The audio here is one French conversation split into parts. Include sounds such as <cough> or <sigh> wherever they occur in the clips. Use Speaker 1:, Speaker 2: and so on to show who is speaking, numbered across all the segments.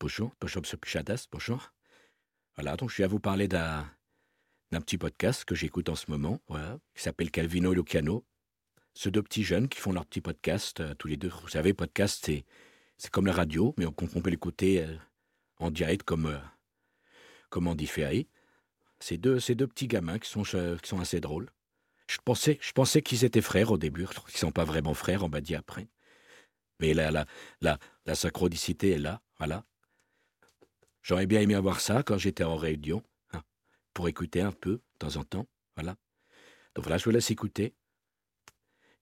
Speaker 1: Bonjour, bonjour, monsieur Puchadas, bonjour. Voilà, donc je viens vous parler d'un, d'un petit podcast que j'écoute en ce moment, voilà, qui s'appelle Calvino et Luciano. Ce deux petits jeunes qui font leur petit podcast, euh, tous les deux. Vous savez, podcast, c'est, c'est comme la radio, mais on, on peut l'écouter euh, en direct comme, euh, comme en différé. Ces deux, ces deux petits gamins qui sont, euh, qui sont assez drôles. Je pensais, je pensais qu'ils étaient frères au début. Ils ne sont pas vraiment frères, on m'a dit après. Mais la, la, la, la synchronicité est là, voilà. J'aurais bien aimé avoir ça quand j'étais en réunion, hein, pour écouter un peu, de temps en temps, voilà. Donc voilà, je vous laisse écouter.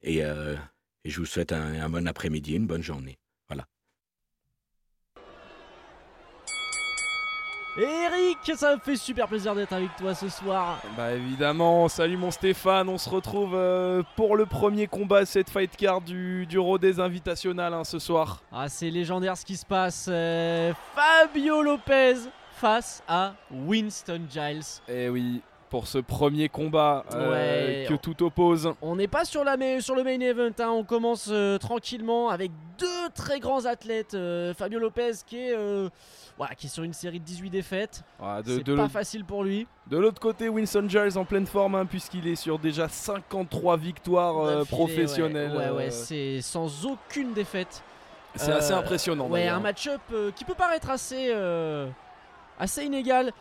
Speaker 1: Et, euh, et je vous souhaite un, un bon après-midi, une bonne journée.
Speaker 2: Eric, ça me fait super plaisir d'être avec toi ce soir.
Speaker 3: Bah évidemment, salut mon Stéphane, on se retrouve euh, pour le premier combat de cette fight card du, du Rodez Invitational hein, ce soir.
Speaker 2: Ah, c'est légendaire ce qui se passe. euh, Fabio Lopez face à Winston Giles.
Speaker 3: Et Eh oui, pour ce premier combat euh,
Speaker 2: Ouais.
Speaker 3: que tout oppose.
Speaker 2: On n'est pas sur, la mai- sur le main event, hein. on commence euh, tranquillement avec deux très grands athlètes. euh, Fabio Lopez qui est, euh, voilà, qui est sur une série de 18 défaites.
Speaker 3: Voilà, Ah, de
Speaker 2: C'est
Speaker 3: de
Speaker 2: pas
Speaker 3: l'autre-
Speaker 2: facile pour lui.
Speaker 3: de l'autre côté, Winston Giles en pleine forme hein, puisqu'il est sur déjà 53 victoires euh,
Speaker 2: D'affilée,
Speaker 3: professionnelles.
Speaker 2: Ouais, ouais, ouais,
Speaker 3: euh,
Speaker 2: c'est sans aucune défaite.
Speaker 3: c'est
Speaker 2: Euh,
Speaker 3: assez impressionnant.
Speaker 2: Ouais,
Speaker 3: d'ailleurs. hein.
Speaker 2: un match-up euh, qui peut paraître assez, euh, assez inégal.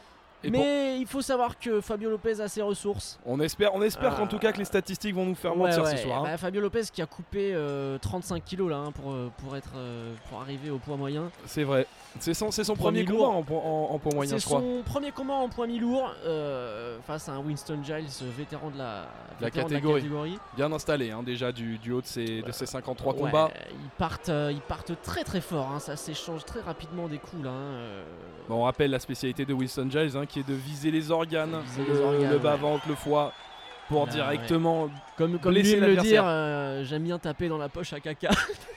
Speaker 3: Et
Speaker 2: mais il faut savoir que Fabio Lopez a ses ressources.
Speaker 3: On espère, on espère
Speaker 2: Ah.
Speaker 3: qu'en tout cas que les statistiques vont nous faire
Speaker 2: Ouais,
Speaker 3: mentir
Speaker 2: ouais,
Speaker 3: ce soir. hein.
Speaker 2: bah, Fabio Lopez qui a coupé euh, 35 kilos là hein, pour, euh, pour, être, euh, pour arriver au poids moyen.
Speaker 3: C'est vrai. C'est son, c'est son
Speaker 2: Premier
Speaker 3: premier,
Speaker 2: lourd.
Speaker 3: combat en, point- en, en point moyen,
Speaker 2: C'est
Speaker 3: je crois.
Speaker 2: son premier combat en poids mi-lourd euh, face à un Winston Giles, euh, vétéran de la,
Speaker 3: la
Speaker 2: vétéran
Speaker 3: catégorie. Bien installé, hein, déjà du, du haut de ses, de ses 53
Speaker 2: Ouais,
Speaker 3: combats.
Speaker 2: ils, partent, euh, ils partent très très fort, hein, ça s'échange très rapidement des coups là. hein, euh,
Speaker 3: Bon, on rappelle la spécialité de Winston Giles hein, qui est de viser les organes,
Speaker 2: Viser
Speaker 3: le,
Speaker 2: les organes,
Speaker 3: le
Speaker 2: ouais.
Speaker 3: bas-ventre, le foie, pour
Speaker 2: Là,
Speaker 3: directement.
Speaker 2: Comme, comme lui
Speaker 3: Blesser
Speaker 2: aime le dire,
Speaker 3: l'adversaire.
Speaker 2: euh, j'aime bien taper dans la poche à caca. <laughs>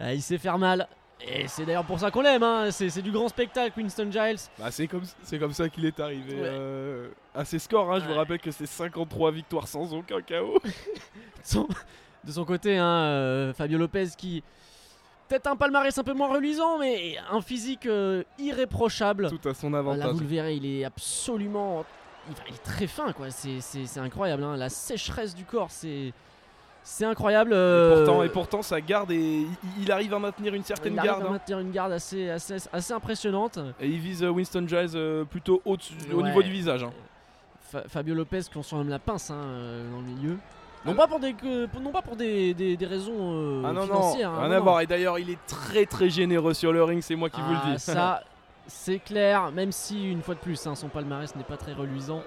Speaker 2: Ah, il sait faire mal. Et c'est d'ailleurs pour ça qu'on l'aime, hein. c'est c'est du grand spectacle, Winston Giles.
Speaker 3: Bah, c'est comme, c'est comme ça qu'il est arrivé
Speaker 2: Ouais.
Speaker 3: euh, à ses scores. hein. Je
Speaker 2: Ouais.
Speaker 3: vous rappelle que c'est 53 victoires sans aucun
Speaker 2: <laughs>
Speaker 3: KO.
Speaker 2: Son- de son côté, hein, euh, Fabio Lopez qui. Peut-être un palmarès un peu moins reluisant, mais un physique euh, irréprochable.
Speaker 3: Tout à son
Speaker 2: Ah, Là,
Speaker 3: avantage.
Speaker 2: vous le verrez, il est absolument. Il, il est très fin, quoi. C'est- C'est c'est incroyable. hein. La sécheresse du corps, c'est. C'est incroyable.
Speaker 3: Et,
Speaker 2: euh,
Speaker 3: pourtant, et pourtant, sa garde, est, il, il arrive à maintenir une certaine
Speaker 2: Ah, il arrive
Speaker 3: garde.
Speaker 2: à
Speaker 3: hein.
Speaker 2: maintenir une garde assez, assez, assez impressionnante.
Speaker 3: Et il vise euh, Winston Giles euh, plutôt haut, au
Speaker 2: Ouais. Euh,
Speaker 3: niveau du visage. hein.
Speaker 2: Fa- Fabio Lopez qu'on sent même la pince hein, euh, dans le milieu.
Speaker 3: Ah
Speaker 2: Non
Speaker 3: non.
Speaker 2: pas pour des, que- pour- non pas pour des, des- des raisons euh,
Speaker 3: Ah non, non,
Speaker 2: financières. hein,
Speaker 3: rien
Speaker 2: non,
Speaker 3: à
Speaker 2: non.
Speaker 3: voir. Et d'ailleurs, il est très très généreux sur le ring, c'est moi qui vous
Speaker 2: Ah,
Speaker 3: le dis.
Speaker 2: ça, c'est clair, même si une fois de plus, hein, son palmarès n'est pas très reluisant.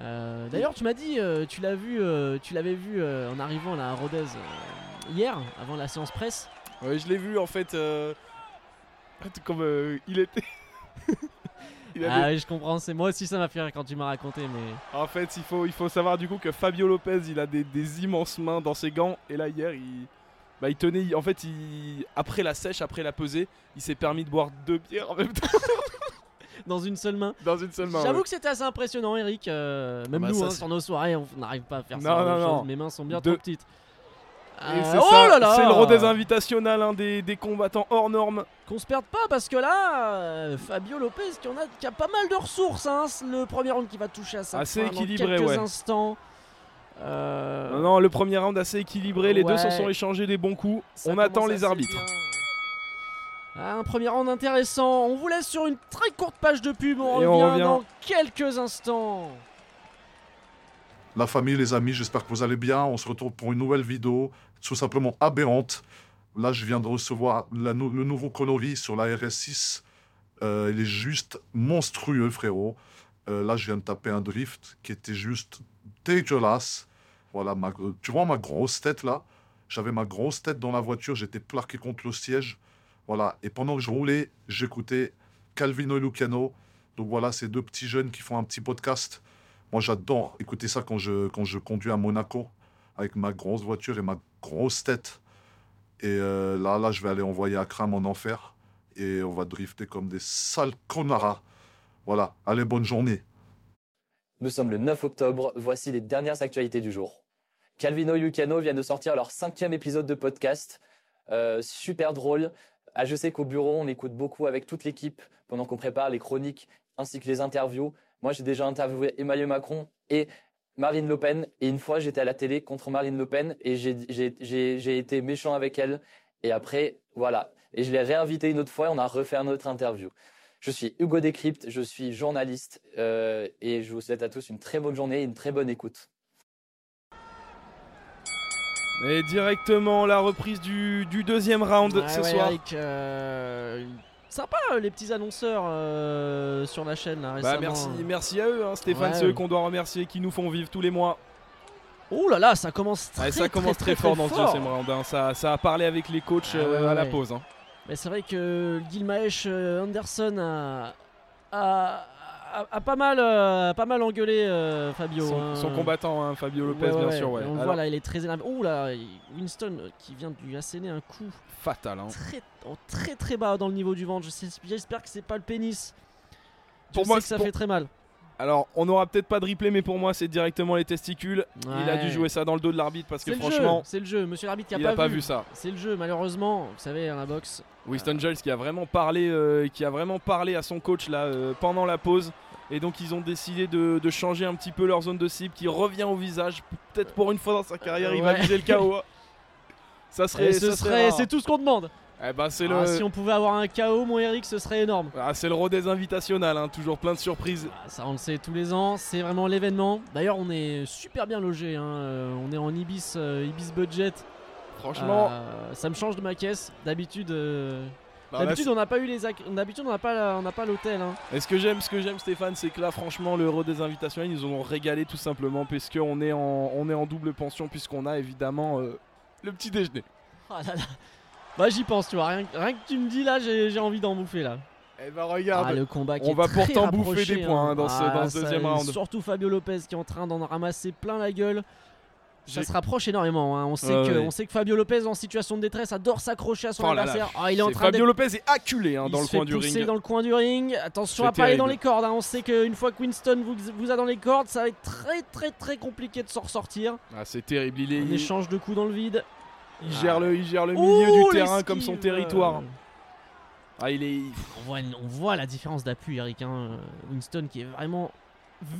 Speaker 2: Euh, D'ailleurs, tu m'as dit, euh, tu l'as vu, euh, tu l'avais vu euh, en arrivant là à Rodez euh, hier, avant la séance presse.
Speaker 3: <laughs> Ouais, je l'ai vu en fait. euh, Comme euh, il était. <laughs> Il avait-
Speaker 2: Ah, oui, je comprends, c'est moi aussi ça m'a fait rire quand tu m'as raconté, mais
Speaker 3: En fait, il faut, il faut savoir du coup que Fabio Lopez, il a des, des immenses mains dans ses gants. Et là, hier, il, bah, il tenait. il- En fait, il, après la sèche, après la pesée, il s'est permis de boire deux bières en même temps
Speaker 2: <laughs> dans une seule main.
Speaker 3: dans une seule main.
Speaker 2: J'avoue
Speaker 3: ouais.
Speaker 2: que c'était assez impressionnant, Eric. euh, même
Speaker 3: bah
Speaker 2: nous,
Speaker 3: ça,
Speaker 2: hein,
Speaker 3: c'est-
Speaker 2: sur nos soirées, on n'arrive pas à faire
Speaker 3: Non,
Speaker 2: ça. la même
Speaker 3: non,
Speaker 2: chose.
Speaker 3: non.
Speaker 2: Mes mains sont bien
Speaker 3: De-
Speaker 2: trop petites.
Speaker 3: Et
Speaker 2: Euh,
Speaker 3: c'est
Speaker 2: oh
Speaker 3: ça,
Speaker 2: là là
Speaker 3: c'est le Rodez Invitational, un hein, des, des combattants hors normes.
Speaker 2: Qu'on se perde pas parce que là, euh, Fabio Lopez qui, en a, qui a pas mal de ressources. hein. C'est Le premier round qui va toucher à ça.
Speaker 3: Assez
Speaker 2: fin dans
Speaker 3: équilibré,
Speaker 2: quelques
Speaker 3: ouais.
Speaker 2: instants. Euh,
Speaker 3: Non, non, le premier round assez équilibré, les
Speaker 2: Ouais.
Speaker 3: deux se sont échangés des bons coups.
Speaker 2: ça
Speaker 3: On
Speaker 2: commence
Speaker 3: attend les
Speaker 2: assez
Speaker 3: arbitres.
Speaker 2: bien. Ah, un premier round intéressant. On vous laisse sur une très courte page de pub. On, revient,
Speaker 3: Et on revient.
Speaker 2: dans quelques instants.
Speaker 4: La famille, les amis, j'espère que vous allez bien. On se retrouve pour une nouvelle vidéo tout simplement aberrante. Là, je viens de recevoir la nou- le nouveau Conovi sur la RS6. Euh, il est juste monstrueux, frérot. Euh, là, je viens de taper un drift qui était juste dégueulasse. Voilà, ma, tu vois ma grosse tête là J'avais ma grosse tête dans la voiture, j'étais plaqué contre le siège. Voilà, et pendant que je roulais, j'écoutais Calvino et Luciano. Donc voilà, ces deux petits jeunes qui font un petit podcast. Moi, j'adore écouter ça quand je, quand je conduis à Monaco avec ma grosse voiture et ma grosse tête. Et euh, là, là, je vais aller envoyer Akram en enfer et on va drifter comme des sales connards. Voilà, allez, bonne journée.
Speaker 5: Nous sommes le 9 octobre, voici les dernières actualités du jour. Calvino et Lucano viennent de sortir leur cinquième épisode de podcast. euh, super drôle. Ah, je sais qu'au bureau, on écoute beaucoup avec toute l'équipe pendant qu'on prépare les chroniques ainsi que les interviews. Moi, j'ai déjà interviewé Emmanuel Macron et Marine Le Pen. Et une fois, j'étais à la télé contre Marine Le Pen et j'ai- j'ai j'ai- j'ai été méchant avec elle. Et après, voilà. Et je l'ai réinvité une autre fois et on a refait un autre interview. Je suis Hugo Décrypte, je suis journaliste euh, et je vous souhaite à tous une très bonne journée et une très bonne écoute.
Speaker 3: Et directement la reprise du, du deuxième round
Speaker 2: Ouais,
Speaker 3: ce
Speaker 2: ouais,
Speaker 3: soir.
Speaker 2: Eric, euh, une- Sympa euh, les petits annonceurs euh, sur la chaîne là récemment.
Speaker 3: Bah
Speaker 2: euh.
Speaker 3: merci, merci à eux, hein, Stéphane,
Speaker 2: Ouais.
Speaker 3: c'est eux qu'on doit remercier, qui nous font vivre tous les mois.
Speaker 2: Oh là là, ça commence très
Speaker 3: Ouais, ça commence très, fort dans ce deuxième round. hein. Ça, ça a parlé avec les coachs
Speaker 2: Ah,
Speaker 3: euh,
Speaker 2: ouais,
Speaker 3: à la
Speaker 2: ouais.
Speaker 3: pause. hein.
Speaker 2: Mais c'est vrai que Gilmaesh euh, Anderson a, a, a- a pas mal euh, a pas mal engueulé euh, Fabio.
Speaker 3: son,
Speaker 2: hein.
Speaker 3: son combattant, hein, Fabio Lopez,
Speaker 2: Ouais, ouais,
Speaker 3: bien
Speaker 2: ouais.
Speaker 3: sûr. Ouais.
Speaker 2: Et On le
Speaker 3: Alors,
Speaker 2: voit là, il est très énervé. Oh là, Winston euh, qui vient de lui asséner un coup
Speaker 3: Fatal. hein.
Speaker 2: très en très très bas dans le niveau du ventre. Je sais- J'espère que c'est pas le pénis. Je
Speaker 3: Pour
Speaker 2: sais
Speaker 3: moi,
Speaker 2: que ça
Speaker 3: pour-
Speaker 2: fait très mal.
Speaker 3: Alors, on n'aura peut-être pas de replay, mais pour moi, c'est directement les testicules. Il a
Speaker 2: Ouais.
Speaker 3: dû jouer ça dans le dos de l'arbitre parce que
Speaker 2: C'est le
Speaker 3: franchement,
Speaker 2: jeu, c'est le jeu. Monsieur l'arbitre qui a
Speaker 3: il
Speaker 2: pas,
Speaker 3: a pas vu ça.
Speaker 2: C'est le jeu, malheureusement. Vous savez, à la boxe.
Speaker 3: Winston Giles qui a vraiment parlé, euh, qui a vraiment parlé à son coach là euh, pendant la pause. Et donc ils ont décidé de, de changer un petit peu leur zone de cible qui revient au visage. Peut-être pour une fois dans sa carrière, il va
Speaker 2: Euh, ouais.
Speaker 3: viser le
Speaker 2: <laughs>
Speaker 3: KO. Ça serait,
Speaker 2: Et ce
Speaker 3: ça
Speaker 2: serait,
Speaker 3: rare.
Speaker 2: c'est tout ce qu'on demande.
Speaker 3: Eh ben, c'est
Speaker 2: Ah,
Speaker 3: le,
Speaker 2: Si on pouvait avoir un KO, mon Eric, ce serait énorme.
Speaker 3: ah, c'est le Rodez Invitational, hein, toujours plein de surprises.
Speaker 2: Ah, Ça, on le sait tous les ans, c'est vraiment l'événement. D'ailleurs, on est super bien logé. hein. Euh, On est en Ibis, euh, Ibis Budget.
Speaker 3: Franchement,
Speaker 2: Euh, ça me change de ma caisse. D'habitude, euh,
Speaker 3: bah, là,
Speaker 2: d'habitude, on n'a pas eu les, acc- d'habitude, on n'a pas, la- on n'a pas l'hôtel. hein.
Speaker 3: Et ce que j'aime, ce que j'aime Stéphane, c'est que là franchement le Rodez Invitational, ils nous ont régalé tout simplement parce qu'on est en on est en double pension puisqu'on a évidemment euh, le petit déjeuner.
Speaker 2: Ah là là. Bah, j'y pense, tu vois. Rien, que- rien que tu me dis là, j'ai, j'ai envie d'en bouffer là.
Speaker 3: Eh ben regarde,
Speaker 2: Ah, le combat qui
Speaker 3: on
Speaker 2: est
Speaker 3: va
Speaker 2: très
Speaker 3: pourtant bouffer
Speaker 2: rapproché,
Speaker 3: des points,
Speaker 2: hein.
Speaker 3: hein, dans ce-
Speaker 2: Ah,
Speaker 3: dans ce
Speaker 2: ça-
Speaker 3: deuxième round.
Speaker 2: Surtout Fabio Lopez qui est en train d'en ramasser plein la gueule. Ça
Speaker 3: J'ai-
Speaker 2: se rapproche énormément. hein. On, sait
Speaker 3: Ouais,
Speaker 2: que,
Speaker 3: ouais.
Speaker 2: on sait que Fabio Lopez en situation de détresse adore s'accrocher à son
Speaker 3: Oh là là,
Speaker 2: adversaire. Ah, il est en
Speaker 3: c'est-
Speaker 2: train d'être
Speaker 3: Fabio Lopez est acculé hein,
Speaker 2: Il
Speaker 3: dans
Speaker 2: se
Speaker 3: le
Speaker 2: fait
Speaker 3: coin du
Speaker 2: pousser
Speaker 3: ring.
Speaker 2: dans le coin du ring. Attention
Speaker 3: C'est
Speaker 2: à pas aller dans les
Speaker 3: terrible.
Speaker 2: cordes. hein. On sait qu'une fois que Winston vous, vous a dans les cordes, ça va être très très très compliqué de s'en ressortir.
Speaker 3: Ah, c'est terrible, il, est-
Speaker 2: Un
Speaker 3: il,
Speaker 2: échange de coups dans le vide.
Speaker 3: il gère le il gère le milieu
Speaker 2: Ouh,
Speaker 3: du terrain comme son
Speaker 2: l'esquive.
Speaker 3: territoire. Ah, il est
Speaker 2: On voit, on voit la différence d'appui, Eric. hein. Winston qui est vraiment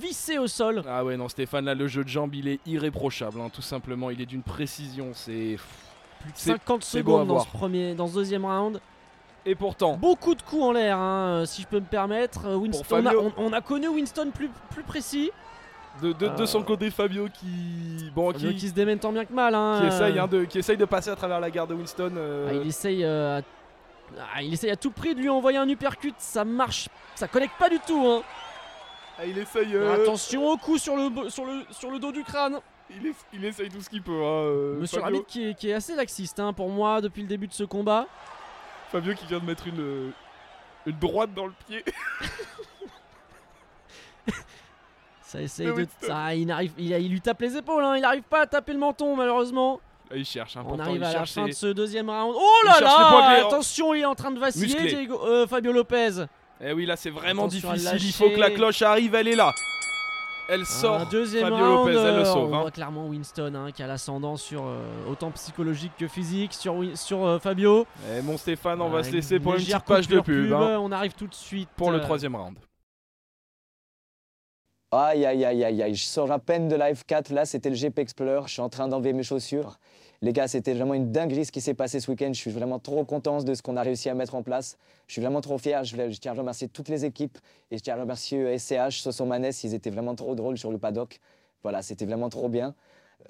Speaker 2: vissé au sol.
Speaker 3: Ah ouais non Stéphane là le jeu de jambes, il est irréprochable hein, tout simplement, il est d'une précision, c'est
Speaker 2: Plus de
Speaker 3: C'est-
Speaker 2: 50
Speaker 3: c'est beau à
Speaker 2: secondes dans
Speaker 3: voir.
Speaker 2: ce, premier, dans ce deuxième round.
Speaker 3: et pourtant
Speaker 2: Beaucoup de coups en l'air, hein, si je peux me permettre. Euh, Winston, on, a,
Speaker 3: Fabio.
Speaker 2: on- on a connu Winston plus, plus précis.
Speaker 3: de, de, de son
Speaker 2: Euh,
Speaker 3: côté Fabio qui bon
Speaker 2: Fabio
Speaker 3: qui
Speaker 2: qui se démène tant bien que mal. hein.
Speaker 3: qui essaye, hein, de, qui essaye de passer à travers la gare de Winston. euh,
Speaker 2: Ah, il essaye. euh, à- ah, il essaye à tout prix de lui envoyer un uppercut, ça marche, ça connecte pas du tout. hein.
Speaker 3: ah, il essaye. euh,
Speaker 2: Attention au coup sur le, bo- sur, le, sur le dos du crâne.
Speaker 3: il, es- il essaye tout ce qu'il peut. hein, euh,
Speaker 2: Monsieur
Speaker 3: Fabio,
Speaker 2: l'arbitre qui est, qui est assez laxiste hein, pour moi depuis le début de ce combat.
Speaker 3: Fabio qui vient de mettre une, euh, une droite dans le pied.
Speaker 2: Ça essaye
Speaker 3: Mais
Speaker 2: de.
Speaker 3: Winston.
Speaker 2: Ah, il, n'arrive- il, a- il lui tape les épaules, hein, il n'arrive pas à taper le menton malheureusement.
Speaker 3: Là, il cherche. Hein,
Speaker 2: On
Speaker 3: pourtant,
Speaker 2: arrive
Speaker 3: il
Speaker 2: à la
Speaker 3: cherche
Speaker 2: fin
Speaker 3: ses-
Speaker 2: de ce deuxième round. Oh là
Speaker 3: cherche les points de
Speaker 2: là
Speaker 3: l'air.
Speaker 2: Attention, il est en train de vaciller
Speaker 3: Musclé.
Speaker 2: Diego- euh, Fabio Lopez.
Speaker 3: Eh oui, là, c'est vraiment
Speaker 2: Attention à
Speaker 3: difficile. Il
Speaker 2: lâcher.
Speaker 3: faut que la cloche arrive. Elle est là. Elle sort.
Speaker 2: Un deuxième
Speaker 3: Fabio
Speaker 2: round,
Speaker 3: Lopez, elle le
Speaker 2: euh,
Speaker 3: sauve,
Speaker 2: On
Speaker 3: hein.
Speaker 2: voit clairement Winston hein, qui a l'ascendant sur euh, autant psychologique que physique sur, Win- sur euh, Fabio.
Speaker 3: Eh, mon Stéphane, on va
Speaker 2: Euh,
Speaker 3: se laisser pour une
Speaker 2: légère
Speaker 3: petite page de
Speaker 2: coupure
Speaker 3: pub hein,
Speaker 2: On arrive tout de suite
Speaker 3: pour le
Speaker 2: euh,
Speaker 3: troisième round.
Speaker 6: Aïe, aïe, aïe, aïe, aïe, je sors à peine de la F4, là c'était le GP Explorer, je suis en train d'enlever mes chaussures. Les gars, c'était vraiment une dinguerie ce qui s'est passé ce week-end, je suis vraiment trop content de ce qu'on a réussi à mettre en place. Je suis vraiment trop fier, je, voulais- je tiens à remercier toutes les équipes et je tiens à remercier euh, SCH, Sosomanes, ils étaient vraiment trop drôles sur le paddock. Voilà, c'était vraiment trop bien.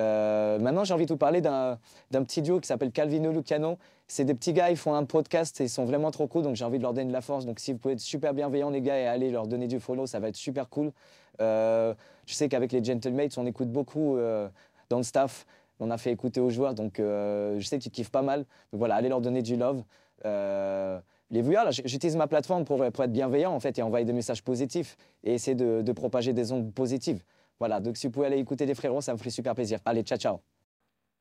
Speaker 6: Euh, maintenant, j'ai envie de vous parler d'un d'un petit duo qui s'appelle Calvino Lucano. C'est des petits gars, ils font un podcast et ils sont vraiment trop cool, donc j'ai envie de leur donner de la force. Donc si vous pouvez être super bienveillants, les gars, et aller leur donner du follow, ça va être super cool. Euh, je sais qu'avec les Gentlemates, on écoute beaucoup euh, dans le staff. On a fait écouter aux joueurs, donc euh, je sais qu'ils kiffent pas mal. Donc voilà, allez leur donner du love. Euh, les viewers, là, j- j'utilise ma plateforme pour, pour être bienveillant en fait et envoyer des messages positifs et essayer de, de propager des ondes positives. Voilà, donc si vous pouvez aller écouter les frérots, ça me ferait super plaisir. Allez, ciao, ciao.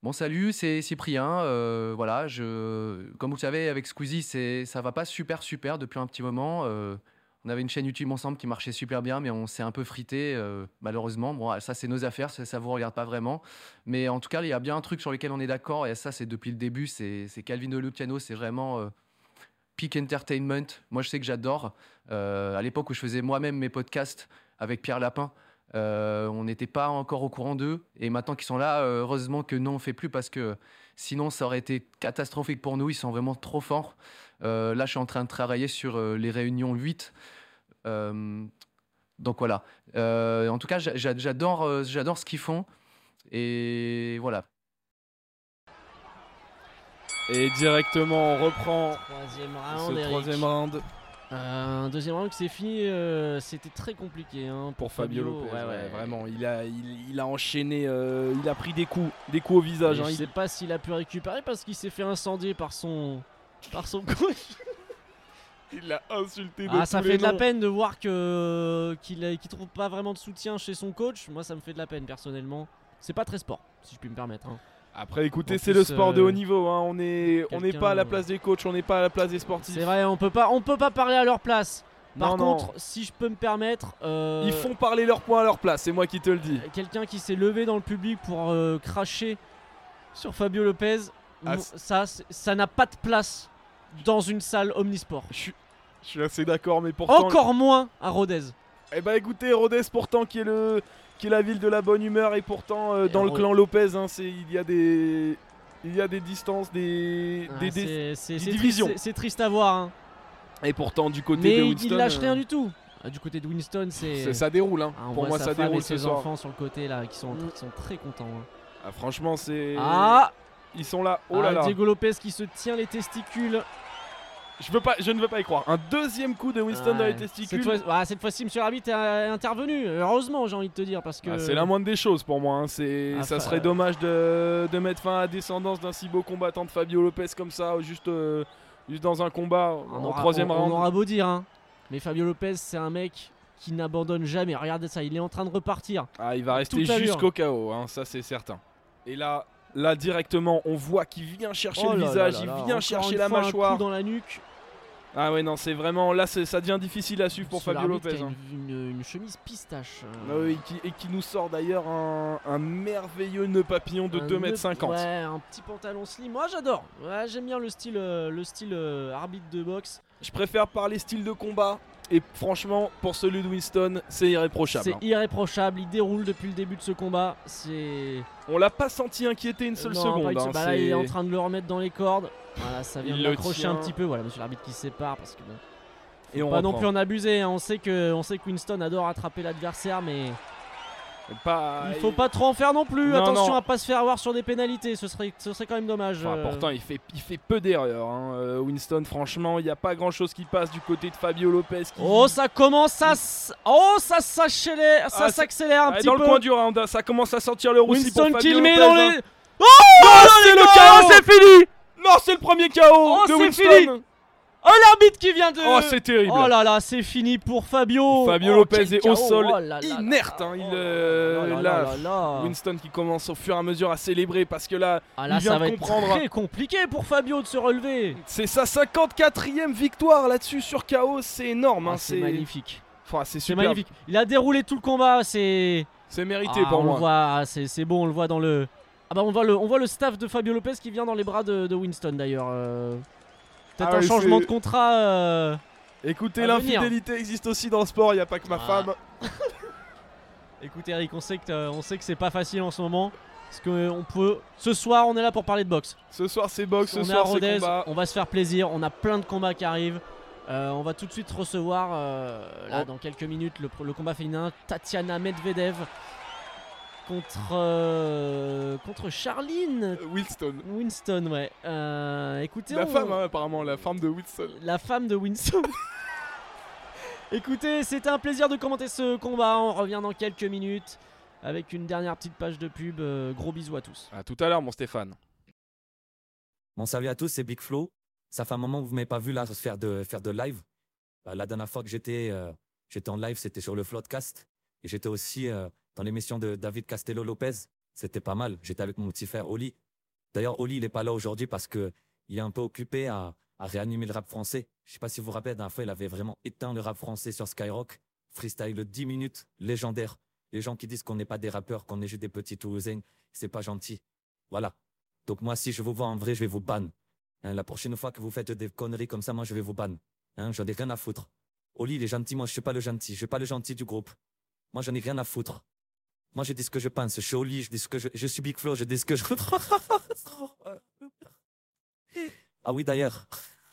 Speaker 7: Bon salut, c'est Cyprien. euh, voilà, je, comme vous le savez, avec Squeezie, c'est, ça va pas super super depuis un petit moment. euh, On avait une chaîne YouTube ensemble qui marchait super bien, mais on s'est un peu frité, euh, malheureusement. Bon, ça, c'est nos affaires, ça, ça vous regarde pas vraiment. Mais en tout cas, il y a bien un truc sur lequel on est d'accord, et ça, c'est depuis le début, c'est c'est Calvino Luciano, c'est vraiment euh, peak entertainment. Moi, je sais que j'adore. Euh, à l'époque où je faisais moi-même mes podcasts avec Pierre Lapin, euh, on n'était pas encore au courant d'eux. Et maintenant qu'ils sont là, euh, heureusement que non, on fait plus parce que sinon, ça aurait été catastrophique pour nous. Ils sont vraiment trop forts. Euh, là, je suis en train de travailler sur euh, les réunions 8. Euh, donc voilà. Euh, en tout cas, j'a- j'a- j'adore euh, j'adore ce qu'ils font. Et voilà.
Speaker 3: Et directement, on reprend
Speaker 2: Troisième
Speaker 3: ce
Speaker 2: round, Eric.
Speaker 3: troisième round.
Speaker 2: Euh, un deuxième round qui s'est fini, euh, c'était très compliqué hein,
Speaker 3: pour Fabio Lopez.
Speaker 2: ouais, ouais.
Speaker 3: Vraiment, il a, il, il a enchaîné, euh, il a pris des coups, des coups au
Speaker 2: Et
Speaker 3: visage.
Speaker 2: Je
Speaker 3: hein.
Speaker 2: sais
Speaker 3: Il-
Speaker 2: pas s'il a pu récupérer parce qu'il s'est fait incendier par son par son
Speaker 3: <laughs>
Speaker 2: coach.
Speaker 3: <laughs> Il l'a insulté de
Speaker 2: Ah, ça
Speaker 3: tous les
Speaker 2: fait de la
Speaker 3: noms.
Speaker 2: peine de voir que qu'il a- qu'il trouve pas vraiment de soutien chez son coach. Moi, ça me fait de la peine personnellement. C'est pas très sport, si je puis me permettre. hein.
Speaker 3: Après, écoutez,
Speaker 2: En
Speaker 3: c'est
Speaker 2: plus,
Speaker 3: le sport de
Speaker 2: euh,
Speaker 3: haut niveau. hein. On est, on n'est
Speaker 2: quelqu'un- euh,
Speaker 3: pas à la place des coachs, on n'est pas à la place des sportifs.
Speaker 2: C'est vrai, on peut pas on peut pas parler à leur place. Par
Speaker 3: Non, non.
Speaker 2: contre, si je peux me permettre, euh,
Speaker 3: ils font parler leurs points à leur place. C'est moi qui te le dis.
Speaker 2: quelqu'un qui s'est levé dans le public pour euh, cracher sur Fabio Lopez,
Speaker 3: Ah,
Speaker 2: non,
Speaker 3: c'est-
Speaker 2: ça c'est- ça n'a pas de place dans une salle omnisport.
Speaker 3: Je suis, je suis assez d'accord, mais pourtant.
Speaker 2: Encore moins à Rodez.
Speaker 3: Eh ben, écoutez, Rodez, pourtant qui est le, qui est la ville de la bonne humeur, et pourtant euh,
Speaker 2: Et
Speaker 3: dans le
Speaker 2: Ro-
Speaker 3: clan Lopez, hein, c'est, il y a des, il y a des distances, des,
Speaker 2: Ah,
Speaker 3: des, des-
Speaker 2: c'est- c'est-
Speaker 3: des
Speaker 2: c'est
Speaker 3: divisions.
Speaker 2: triste- C'est triste à voir. hein.
Speaker 3: et pourtant du côté
Speaker 2: Mais
Speaker 3: de
Speaker 2: il-
Speaker 3: Winston.
Speaker 2: il lâche
Speaker 3: euh,
Speaker 2: rien du tout. Ah, Du côté de Winston, c'est.
Speaker 3: C'est- ça déroule, hein.
Speaker 2: Ah, on
Speaker 3: pour
Speaker 2: voit
Speaker 3: moi
Speaker 2: sa
Speaker 3: ça
Speaker 2: femme
Speaker 3: déroule
Speaker 2: et
Speaker 3: ce
Speaker 2: ses
Speaker 3: soir. Mm.
Speaker 2: enfants sur le côté là qui sont, qui sont très contents. hein.
Speaker 3: Ah, franchement, c'est.
Speaker 2: Ah,
Speaker 3: Ils sont là. Oh là
Speaker 2: Ah,
Speaker 3: là.
Speaker 2: Diego Lopez qui se tient les testicules.
Speaker 3: Je, veux pas, je ne veux pas y croire. Un deuxième coup de Winston dans les
Speaker 2: Ouais.
Speaker 3: testicules.
Speaker 2: Cette fois, ah, cette fois-ci, monsieur l'arbitre est intervenu. Heureusement, j'ai envie de te dire parce que.
Speaker 3: Ah, c'est la moindre des choses pour moi. hein. C'est,
Speaker 2: Ah,
Speaker 3: ça
Speaker 2: fa-
Speaker 3: serait dommage de, de mettre fin à la descendance d'un si beau combattant de Fabio Lopez comme ça, juste, euh, juste dans un combat
Speaker 2: on
Speaker 3: en
Speaker 2: aura,
Speaker 3: troisième
Speaker 2: on- on
Speaker 3: round.
Speaker 2: aura beau dire, hein. Mais Fabio Lopez, c'est un mec qui n'abandonne jamais. Regardez ça, il est en train de repartir.
Speaker 3: Ah, il va rester
Speaker 2: Toute allure.
Speaker 3: jusqu'au chaos, hein, ça c'est certain. Et là, là directement, on voit qu'il vient chercher
Speaker 2: Oh
Speaker 3: le
Speaker 2: là
Speaker 3: visage,
Speaker 2: là
Speaker 3: il
Speaker 2: là là.
Speaker 3: vient
Speaker 2: Encore
Speaker 3: chercher
Speaker 2: une
Speaker 3: la
Speaker 2: fois, un coup
Speaker 3: mâchoire.
Speaker 2: dans la nuque.
Speaker 3: Ah ouais, non, c'est vraiment là, c'est- ça devient difficile à suivre pour
Speaker 2: Monsieur
Speaker 3: Fabio
Speaker 2: l'arbitre
Speaker 3: Lopez.
Speaker 2: qui a
Speaker 3: hein.
Speaker 2: Une, une- une chemise pistache. euh,
Speaker 3: Ah oui, et, qui, et qui nous sort d'ailleurs un, un merveilleux nœud papillon de
Speaker 2: Un
Speaker 3: 2m50.
Speaker 2: nœud- Ouais, un petit pantalon slim. Moi, j'adore. Ouais, j'aime bien le style, euh, le style euh, arbitre de boxe.
Speaker 3: Je préfère parler style de combat. Et franchement, pour celui de Winston, c'est irréprochable.
Speaker 2: C'est
Speaker 3: hein.
Speaker 2: irréprochable. Il déroule depuis le début de ce combat. C'est.
Speaker 3: On l'a pas senti inquiété une seule
Speaker 2: Non,
Speaker 3: seconde.
Speaker 2: pas une
Speaker 3: hein,
Speaker 2: seule- bah là,
Speaker 3: c'est-
Speaker 2: il est en train de le remettre dans les cordes. Voilà, ça vient
Speaker 3: Il
Speaker 2: de
Speaker 3: le
Speaker 2: l'accrocher un
Speaker 3: tient.
Speaker 2: petit peu. Voilà, monsieur l'arbitre qui se sépare parce que bon.
Speaker 3: Et on
Speaker 2: pas non
Speaker 3: reprend.
Speaker 2: plus en abuser. hein. On sait que, on sait que Winston adore attraper l'adversaire, mais
Speaker 3: Pas-
Speaker 2: il faut pas trop en faire non plus.
Speaker 3: Non,
Speaker 2: Attention
Speaker 3: non.
Speaker 2: à pas se faire avoir sur des pénalités. Ce serait, ce serait quand même dommage.
Speaker 3: Enfin,
Speaker 2: euh.
Speaker 3: pourtant, il fait, il fait peu d'erreurs. hein. Euh, Winston, franchement, il n'y a pas grand chose qui passe du côté de Fabio Lopez. qui-
Speaker 2: Oh, ça commence à, s- oh, ça s'accélère, ça
Speaker 3: Ah, c'est-
Speaker 2: s'accélère un
Speaker 3: Ah,
Speaker 2: petit
Speaker 3: dans
Speaker 2: peu.
Speaker 3: le coin du round, hein, ça commence à sortir le roussi pour
Speaker 2: Winston
Speaker 3: Fabio
Speaker 2: qui le met
Speaker 3: Lopez,
Speaker 2: dans
Speaker 3: hein.
Speaker 2: les.
Speaker 3: Ah, c'est le
Speaker 2: Oh,
Speaker 3: KO
Speaker 2: c'est fini.
Speaker 3: Non, c'est le premier KO
Speaker 2: Oh,
Speaker 3: de
Speaker 2: c'est
Speaker 3: Winston.
Speaker 2: fini. Oh, l'arbitre qui vient de.
Speaker 3: Oh, c'est terrible.
Speaker 2: Oh là là, c'est fini pour Fabio.
Speaker 3: Fabio
Speaker 2: Oh,
Speaker 3: Lopez
Speaker 2: quel
Speaker 3: est au
Speaker 2: chaos.
Speaker 3: sol,
Speaker 2: Oh là là là
Speaker 3: inerte,
Speaker 2: là.
Speaker 3: hein, il,
Speaker 2: Oh là
Speaker 3: euh,
Speaker 2: là là
Speaker 3: là,
Speaker 2: là là.
Speaker 3: Winston qui commence au fur et à mesure à célébrer parce que là,
Speaker 2: Ah là,
Speaker 3: il vient
Speaker 2: ça
Speaker 3: de
Speaker 2: va
Speaker 3: comprendre.
Speaker 2: être très compliqué pour Fabio de se relever.
Speaker 3: c'est sa 54e victoire là-dessus sur KO. C'est énorme. hein,
Speaker 2: Ah, c'est magnifique.
Speaker 3: Enfin, c'est
Speaker 2: C'est
Speaker 3: superbe.
Speaker 2: magnifique. Il a déroulé tout le combat. C'est.
Speaker 3: C'est mérité
Speaker 2: Ah,
Speaker 3: pour
Speaker 2: on
Speaker 3: moi.
Speaker 2: le voit, ah, c'est c'est bon, on le voit dans le. Ah bah on voit le, on voit le staff de Fabio Lopez qui vient dans les bras de, de Winston d'ailleurs. euh. Peut-être
Speaker 3: Ah
Speaker 2: un
Speaker 3: ouais,
Speaker 2: changement
Speaker 3: c'est-
Speaker 2: de contrat. euh.
Speaker 3: Écoutez,
Speaker 2: À
Speaker 3: l'infidélité existe aussi dans le sport, il a pas que ma
Speaker 2: Ah.
Speaker 3: femme.
Speaker 2: Écoute Eric, on sait que euh, on sait que c'est pas facile en ce moment. Parce que euh, on peut. Ce soir, on est là pour parler de boxe.
Speaker 3: Ce soir c'est boxe,
Speaker 2: on
Speaker 3: ce
Speaker 2: est à
Speaker 3: soir c'est
Speaker 2: Rodez,
Speaker 3: combat.
Speaker 2: on va se faire plaisir. On a plein de combats qui arrivent. Euh, on va tout de suite recevoir euh, là
Speaker 3: Oh.
Speaker 2: dans quelques minutes le, le combat féminin Tatiana Medvedev contre euh, contre Charline
Speaker 3: Euh, Winston.
Speaker 2: Winston, ouais. Euh, écoutez,
Speaker 3: La
Speaker 2: on-
Speaker 3: femme, hein, apparemment, la femme de Winston.
Speaker 2: la femme de
Speaker 3: <laughs>
Speaker 2: Winston. écoutez, c'était un plaisir de commenter ce combat. On revient dans quelques minutes avec une dernière petite page de pub. Euh, gros bisous à tous.
Speaker 3: À tout à l'heure, mon Stéphane.
Speaker 8: Bon, salut à tous, c'est Big Flo. Ça fait un moment que vous ne m'avez pas vu là faire de, faire de live. Bah, la dernière fois que j'étais euh, j'étais en live, c'était sur le Floodcast. Et j'étais aussi euh, dans l'émission de David Castello Lopez. C'était pas mal. J'étais avec mon petit frère Oli. D'ailleurs, Oli, il n'est pas là aujourd'hui parce que il est un peu occupé à, à réanimer le rap français. Je sais pas si vous vous rappelez, d'un fois, il avait vraiment éteint le rap français sur Skyrock. Freestyle de 10 minutes, légendaire. Les gens qui disent qu'on n'est pas des rappeurs, qu'on est juste des petits Toulousains, c'est pas gentil. Voilà. Donc moi, si je vous vois en vrai, je vais vous ban. Hein, la prochaine fois que vous faites des conneries comme ça, moi, je vais vous ban. Hein, j'en ai rien à foutre. Oli, il est gentil, moi, je suis pas le gentil. Je suis pas le gentil du groupe. Moi, j'en ai rien à foutre. Moi, je dis ce que je pense. Je suis Oli, je dis ce que je... Je suis Big Flo, je dis ce que je... ah oui, d'ailleurs.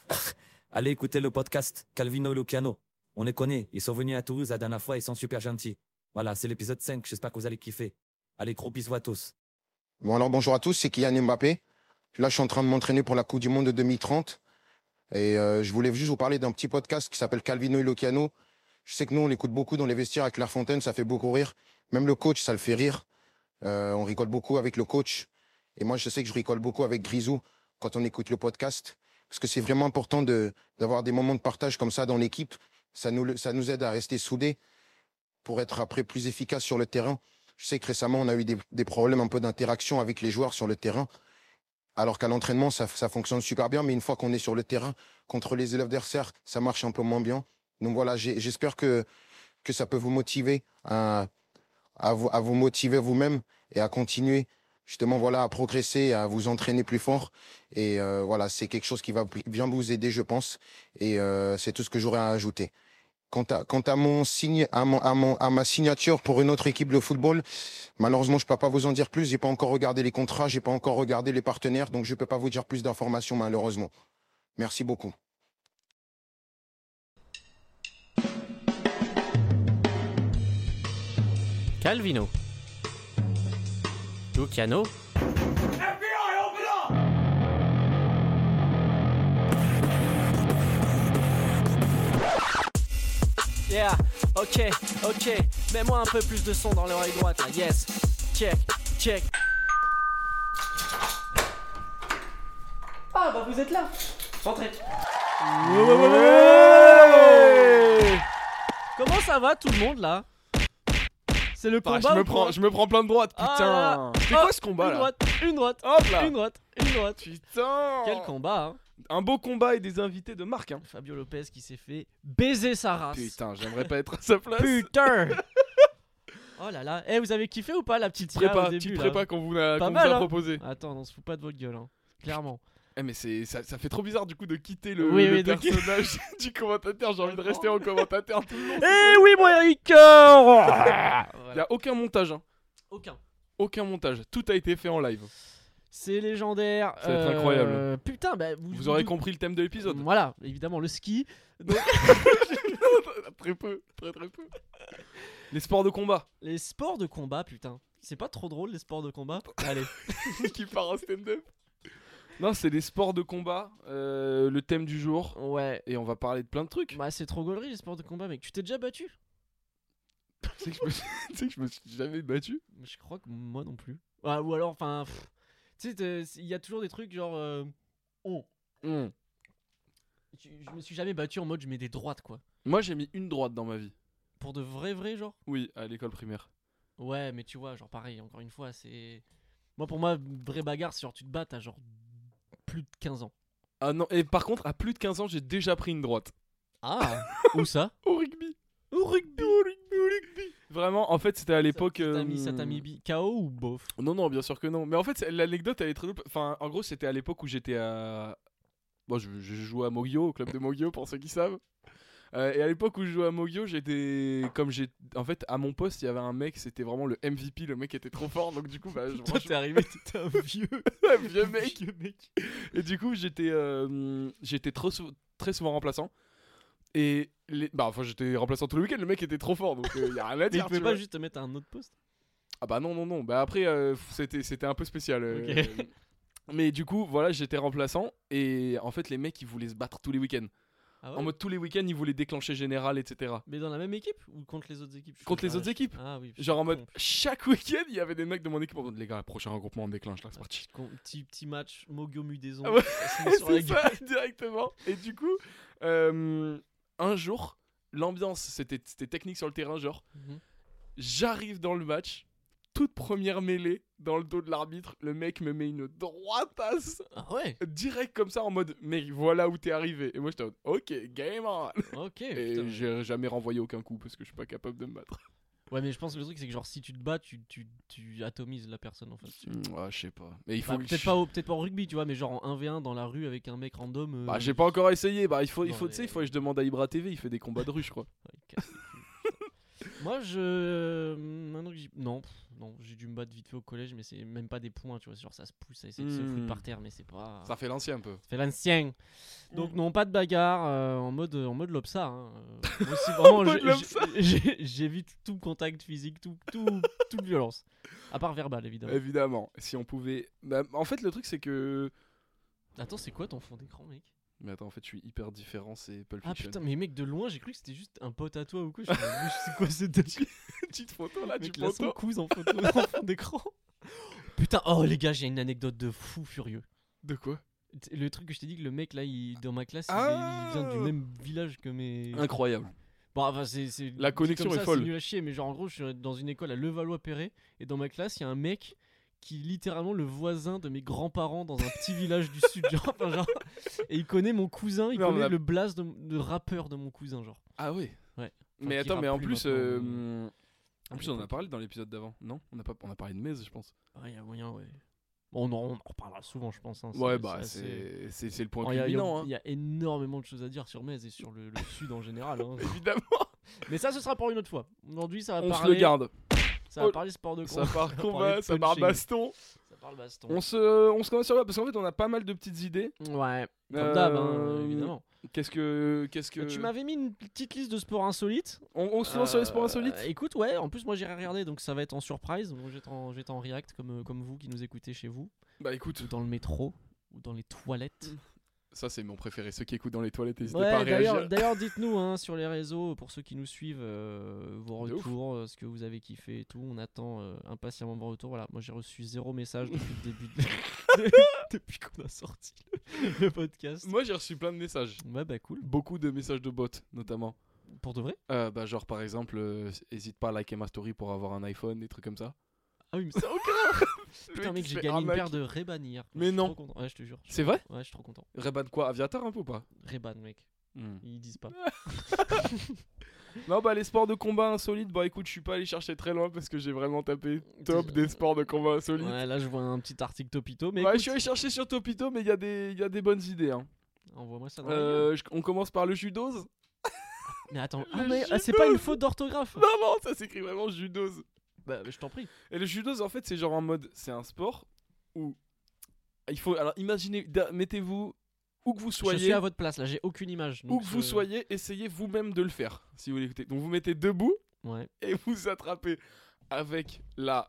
Speaker 8: <laughs> Allez écouter le podcast Calvino et Luciano. On les connaît. Ils sont venus à Toulouse la dernière fois. Ils sont super gentils. Voilà, c'est l'épisode 5. J'espère que vous allez kiffer. Allez, gros bisous à tous.
Speaker 9: Bon, alors bonjour à tous, c'est Kylian Mbappé. Là, je suis en train de m'entraîner pour la Coupe du Monde de 2030. Et euh, je voulais juste vous parler d'un petit podcast qui s'appelle Calvino et Locano. Je sais que nous, on l'écoute beaucoup dans les vestiaires avec Clairefontaine, ça fait beaucoup rire. Même le coach, ça le fait rire. Euh, on rigole beaucoup avec le coach. Et moi, je sais que je rigole beaucoup avec Grisou quand on écoute le podcast. Parce que c'est vraiment important de- d'avoir des moments de partage comme ça dans l'équipe. Ça nous, le- ça nous aide à rester soudés pour être après plus efficace sur le terrain. Je sais que récemment, on a eu des, des problèmes un peu d'interaction avec les joueurs sur le terrain. Alors qu'à l'entraînement, ça, ça fonctionne super bien, mais une fois qu'on est sur le terrain, contre les élèves d'Herser, ça marche un peu moins bien. Donc voilà, j'ai- j'espère que, que ça peut vous motiver à, à, vous, à vous motiver vous-même et à continuer justement voilà à progresser, à vous entraîner plus fort. Et euh, voilà, c'est quelque chose qui va bien vous aider, je pense. Et euh, c'est tout ce que j'aurais à ajouter. Quant à, quant à mon signe, à, mon- à, mon- à ma signature pour une autre équipe de football, malheureusement, je peux pas vous en dire plus. J'ai pas encore regardé les contrats, j'ai pas encore regardé les partenaires, donc je peux pas vous dire plus d'informations, malheureusement. Merci beaucoup.
Speaker 10: Calvino. Luciano.
Speaker 2: Yeah, ok, ok. Mets-moi un peu plus de son dans l'oreille droite là, yes. Check, check. Ah bah vous êtes là Entrez. Comment ça va tout le monde là C'est le
Speaker 3: Ah,
Speaker 2: combat
Speaker 3: je, me
Speaker 2: ou
Speaker 3: prends,
Speaker 2: quoi
Speaker 3: je me prends plein de droite,
Speaker 2: Ah
Speaker 3: putain.
Speaker 2: là là.
Speaker 3: C'est
Speaker 2: Hop,
Speaker 3: quoi ce combat
Speaker 2: Une
Speaker 3: là
Speaker 2: droite, une droite,
Speaker 3: Hop là
Speaker 2: une droite, une droite.
Speaker 3: Putain
Speaker 2: Quel combat hein
Speaker 3: Un beau combat et des invités de marque. Hein.
Speaker 2: Fabio Lopez qui s'est fait baiser sa race.
Speaker 3: Putain, j'aimerais pas être à sa place.
Speaker 2: Ah, Putain
Speaker 3: <laughs>
Speaker 2: Oh là là, eh vous avez kiffé ou pas la petite IA
Speaker 3: prépa,
Speaker 2: au début
Speaker 3: petite
Speaker 2: là
Speaker 3: prépa qu'on vous a,
Speaker 2: Pas
Speaker 3: qu'on vous
Speaker 2: mal,
Speaker 3: a
Speaker 2: hein.
Speaker 3: proposé.
Speaker 2: Attends, on se fout pas de votre gueule, hein. clairement.
Speaker 3: Eh mais c'est ça, ça fait trop bizarre du coup de quitter le,
Speaker 2: Oui,
Speaker 3: le
Speaker 2: oui, de quitter-
Speaker 3: personnage <laughs> du commentateur. J'ai envie de rester en commentateur tout le long.
Speaker 2: <laughs> Eh oui, mon
Speaker 3: <laughs>
Speaker 2: Eric euh,
Speaker 3: Il y a aucun montage, hein.
Speaker 2: Aucun.
Speaker 3: aucun montage. Tout a été fait en live.
Speaker 2: C'est légendaire.
Speaker 3: Ça va être
Speaker 2: euh,
Speaker 3: incroyable.
Speaker 2: Putain, bah, vous,
Speaker 3: Vous aurez compris le thème de l'épisode.
Speaker 2: Voilà, évidemment, le ski. <laughs>
Speaker 3: <laughs> très peu, très très peu. Les sports de combat.
Speaker 2: Les sports de combat, putain. C'est pas trop drôle les sports de combat
Speaker 3: <laughs>
Speaker 2: Allez.
Speaker 3: qui part en stand-up. Non, c'est les sports de combat. euh, le thème du jour.
Speaker 2: Ouais.
Speaker 3: Et on va parler de plein de trucs.
Speaker 2: Bah, c'est trop gaulerie les sports de combat, mec. Tu t'es déjà battu
Speaker 3: <laughs> tu sais que je me suis- <laughs> tu sais que je me suis jamais battu.
Speaker 2: Je crois que moi non plus. Ah, ou alors, enfin. pff, Tu sais, t'es- il y a toujours des trucs genre. euh, oh.
Speaker 3: Hmm.
Speaker 2: Je, je me suis jamais battu en mode je mets des droites, quoi.
Speaker 3: Moi, j'ai mis une droite dans ma vie.
Speaker 2: Pour de vrai, vrai, genre.
Speaker 3: Oui, à l'école primaire.
Speaker 2: Ouais, mais tu vois, genre pareil, encore une fois, c'est. Moi, pour moi, vraie bagarre, c'est genre tu te bats, t'as genre plus de 15 ans.
Speaker 3: Ah non, et par contre, à plus de 15 ans, j'ai déjà pris une droite. <laughs>
Speaker 2: Ah Où ça
Speaker 3: Au rugby.
Speaker 2: Au rugby
Speaker 3: Au rugby, au rugby. Vraiment, en fait, c'était à l'époque.
Speaker 2: Ça t'a
Speaker 3: euh,
Speaker 2: mis, ça t'a mis bi- KO ou bof
Speaker 3: Non, non, bien sûr que non. Mais en fait, c'est- l'anecdote, elle est très drôle. Enfin, en gros, c'était à l'époque où j'étais à. Bon, je, je jouais à Mogio, au club de Mogio, pour ceux qui savent. Euh, et à l'époque où je jouais à Mogio, j'étais. Comme j'ai. En fait, à mon poste, il y avait un mec, c'était vraiment le MVP, le mec était trop fort, donc du
Speaker 2: <laughs>
Speaker 3: coup, bah, je.
Speaker 2: Toi,
Speaker 3: franchement,
Speaker 2: t'es arrivé, t'étais un vieux.
Speaker 3: <laughs>
Speaker 2: <laughs>
Speaker 3: un vieux mec. Et du coup, j'étais euh, j'étais trop sou- très souvent remplaçant. Et les... bah enfin j'étais remplaçant tout le week-end, le mec était trop fort, donc il y a rien à
Speaker 2: Mais tu
Speaker 3: dire.
Speaker 2: pouvais
Speaker 3: tu
Speaker 2: pas
Speaker 3: vois.
Speaker 2: juste te mettre à un autre poste
Speaker 3: Ah bah non non non, bah après euh, pff, c'était c'était un peu spécial. euh,
Speaker 2: Ok.
Speaker 3: <laughs> Mais du coup voilà j'étais remplaçant et en fait les mecs ils voulaient se battre tous les week-ends.
Speaker 2: Ah
Speaker 3: En
Speaker 2: ouais
Speaker 3: mode tous les week-ends ils voulaient déclencher général etc.
Speaker 2: Mais dans la même équipe ou contre les autres équipes Je
Speaker 3: Contre
Speaker 2: suis
Speaker 3: les autres
Speaker 2: pareil.
Speaker 3: équipes.
Speaker 2: Ah oui. je suis
Speaker 3: Genre en mode
Speaker 2: con.
Speaker 3: chaque <laughs> week-end il y avait des mecs de mon équipe en mode les gars prochain regroupement on déclenche là c'est
Speaker 2: Un
Speaker 3: parti.
Speaker 2: petit, Ah, con- petit, petit match Mogyo Mudaison.
Speaker 3: Ah ouais, <laughs>
Speaker 2: ça se met sur la
Speaker 3: c'est
Speaker 2: gueule.
Speaker 3: ça, directement. Et du coup, euh, un jour, l'ambiance, c'était c'était technique sur le terrain, genre,
Speaker 2: Mhm.
Speaker 3: j'arrive dans le match, toute première mêlée dans le dos de l'arbitre. Le mec me met une droitasse
Speaker 2: Ah ouais
Speaker 3: direct comme ça en mode mec, voilà où t'es arrivé. Et moi j'étais en mode ok, game on.
Speaker 2: Ok. putain.
Speaker 3: Et j'ai jamais renvoyé aucun coup parce que je suis pas capable de me
Speaker 2: <laughs>
Speaker 3: battre.
Speaker 2: Ouais, mais je pense que le truc, c'est que genre, si tu te bats, tu, tu, tu atomises la personne en fait.
Speaker 3: Mm, Ouais, je sais pas. Mais il faut
Speaker 2: Bah,
Speaker 3: que
Speaker 2: peut-être
Speaker 3: je-
Speaker 2: pas, au- peut-être pas en rugby, tu vois, mais genre en 1v1 dans la rue avec un mec random. euh,
Speaker 3: Bah, j'ai pas encore essayé. Bah, il faut, il
Speaker 2: Non,
Speaker 3: faut, tu sais,
Speaker 2: mais-
Speaker 3: il faut que je demande à Ibra TV. Il fait des combats de rue, je crois.
Speaker 2: Ouais, casse les couilles, putain. Moi, je. Maintenant que j'y- Non, pff, non j'ai dû me battre vite fait au collège, mais c'est même pas des points, tu vois. c'est Genre, ça se pousse, ça essaie de se foutre
Speaker 3: Hmm.
Speaker 2: par terre, mais c'est pas.
Speaker 3: Ça fait l'ancien un peu.
Speaker 2: Ça fait l'ancien.
Speaker 3: Mm.
Speaker 2: Donc, non, pas de bagarre, euh, en mode, en mode lobsa. hein, euh, moi
Speaker 3: <laughs>
Speaker 2: aussi, vraiment,
Speaker 3: mode
Speaker 2: j'ai-
Speaker 3: lobsa.
Speaker 2: j'ai- j'évite tout contact physique, tout, tout, toute violence. À part verbale,
Speaker 3: Ah,
Speaker 2: évidemment.
Speaker 3: Évidemment, si on pouvait. Bah, en fait, le truc, c'est que.
Speaker 2: Attends, c'est quoi ton fond d'écran, mec
Speaker 3: Mais attends, en fait, je suis hyper différent. C'est Pulp
Speaker 2: Ah
Speaker 3: Fiction.
Speaker 2: putain, mais mec, de loin, j'ai cru que c'était juste un pote à toi ou quoi. Je me suis dit, Mais c'est quoi
Speaker 3: <laughs>
Speaker 2: cette tête
Speaker 3: Petite photo là, tu
Speaker 2: Mec, là, son
Speaker 3: photo.
Speaker 2: cousin en
Speaker 3: <laughs>
Speaker 2: photo en fond d'écran. Putain, oh les gars, j'ai une anecdote de fou furieux.
Speaker 3: De quoi
Speaker 2: T- Le truc que je t'ai dit que le mec là, il, dans ma classe, il est-
Speaker 3: Ah.
Speaker 2: il, vient du même village que mes.
Speaker 3: Incroyable.
Speaker 2: Bon, enfin, c'est, c'est-
Speaker 3: La
Speaker 2: dit
Speaker 3: connexion
Speaker 2: comme
Speaker 3: est
Speaker 2: ça,
Speaker 3: folle.
Speaker 2: C'est nul à chier, mais genre en gros, je suis dans une école à Levallois-Perret et dans ma classe, il y a un mec qui est littéralement le voisin de mes grands-parents dans un petit village du sud, genre, enfin, genre, et il connaît mon cousin, il
Speaker 3: Non, mais
Speaker 2: connaît
Speaker 3: la-
Speaker 2: le blaze de, de rappeur de mon cousin, genre.
Speaker 3: Ah ouais.
Speaker 2: Ouais.
Speaker 3: Mais
Speaker 2: Enfin, qui
Speaker 3: attends, mais en
Speaker 2: rappe plus
Speaker 3: plus,
Speaker 2: maintenant,
Speaker 3: euh, en
Speaker 2: à
Speaker 3: plus, on en a
Speaker 2: l'époque.
Speaker 3: parlé dans l'épisode d'avant. Non, on a pas, on a parlé de Maze, je pense.
Speaker 2: Ouais, il y a moyen, ouais. Bon, non, on en reparlera souvent, je pense. hein,
Speaker 3: Ouais,
Speaker 2: c'est-
Speaker 3: bah,
Speaker 2: c'est assez-
Speaker 3: c'est, c'est, c'est le point
Speaker 2: Il y, a- il y a-
Speaker 3: culminant, hein.
Speaker 2: il y a énormément de choses à dire sur Metz et sur
Speaker 3: <laughs>
Speaker 2: le, le sud en général. hein.
Speaker 3: Évidemment.
Speaker 2: <laughs> Mais ça, ce sera pour une autre fois. Aujourd'hui, ça va
Speaker 3: On se
Speaker 2: parler.
Speaker 3: le garde.
Speaker 2: Ça va
Speaker 3: Oh.
Speaker 2: parler sport de
Speaker 3: Ça
Speaker 2: combat.
Speaker 3: part
Speaker 2: parler
Speaker 3: combat,
Speaker 2: de
Speaker 3: ça part
Speaker 2: punching.
Speaker 3: baston.
Speaker 2: Ça parle baston.
Speaker 3: On se, on se commence sur là parce qu'en fait, on a pas mal de petites idées.
Speaker 2: Ouais, comme
Speaker 3: Euh,
Speaker 2: d'hab, hein, évidemment.
Speaker 3: Qu'est-ce que, qu'est-ce que.
Speaker 2: Tu m'avais mis une petite liste de sports insolites.
Speaker 3: On, on se lance sur les sports
Speaker 2: Euh,
Speaker 3: insolites.
Speaker 2: Écoute, ouais, en plus, moi, j'irai regarder, donc ça va être en surprise. Donc, je vais être en, je vais être en react comme, euh, comme vous qui nous écoutez chez vous,
Speaker 3: Bah écoute,
Speaker 2: ou dans le métro, ou dans les toilettes.
Speaker 3: ça c'est mon préféré. Ceux qui écoutent dans les toilettes, n'hésitez
Speaker 2: Ouais,
Speaker 3: pas à
Speaker 2: d'ailleurs-
Speaker 3: réagir.
Speaker 2: D'ailleurs, dites-nous hein, sur les réseaux, pour ceux qui nous suivent, euh, vos
Speaker 3: De ouf.
Speaker 2: retours, euh, ce que vous avez kiffé et tout. On attend euh, impatiemment vos retours. Voilà, moi j'ai reçu zéro message depuis le début de-
Speaker 3: <laughs>
Speaker 2: depuis qu'on a sorti le, le podcast.
Speaker 3: Moi j'ai reçu plein de messages.
Speaker 2: Ouais, bah cool.
Speaker 3: Beaucoup de messages de bots, notamment.
Speaker 2: Pour de vrai
Speaker 3: Euh, bah genre par exemple, euh, hésite pas à liker ma story pour avoir un iPhone, des trucs comme ça.
Speaker 2: Ah oui,
Speaker 3: <laughs>
Speaker 2: mais ça- <laughs> putain,
Speaker 3: Le
Speaker 2: mec,
Speaker 3: qui
Speaker 2: j'ai
Speaker 3: fait
Speaker 2: gagné une
Speaker 3: arnaque.
Speaker 2: paire de Reban hier.
Speaker 3: Mais
Speaker 2: Je suis
Speaker 3: non.
Speaker 2: trop content. Ouais, je te jure.
Speaker 3: C'est vrai
Speaker 2: Ouais, je suis trop content.
Speaker 3: Reban quoi Aviatar un peu ou pas Hmm.
Speaker 2: Reban, mec. Ils disent pas.
Speaker 3: Non bah les sports de combat insolites, bah écoute je suis pas allé chercher très loin parce que j'ai vraiment tapé top des sports de combat insolites. Ouais,
Speaker 2: Ouais, là, je vois un petit article topito, mais
Speaker 3: je suis allé chercher sur Topito mais il y, a des- il y a des bonnes idées. Hein.
Speaker 2: écoute, envoie-moi ça dans la gueule.
Speaker 3: Euh, je- on commence par le judo.
Speaker 2: Mais attends,
Speaker 3: le
Speaker 2: ah, mais, ah,
Speaker 3: judo.
Speaker 2: c'est pas une faute d'orthographe
Speaker 3: Non, non, ça s'écrit vraiment judo.
Speaker 2: Bah, je t'en prie.
Speaker 3: Et le judo, en fait, c'est genre en mode, c'est un sport où il faut. Alors, imaginez, da- mettez-vous où que vous
Speaker 2: Je suis
Speaker 3: soyez,
Speaker 2: à votre place là, j'ai aucune image.
Speaker 3: où
Speaker 2: donc
Speaker 3: que
Speaker 2: je-
Speaker 3: vous soyez, essayez vous-même de le faire, si vous l'écoutez. Donc, vous mettez debout
Speaker 2: Ouais.
Speaker 3: et vous attrapez avec la.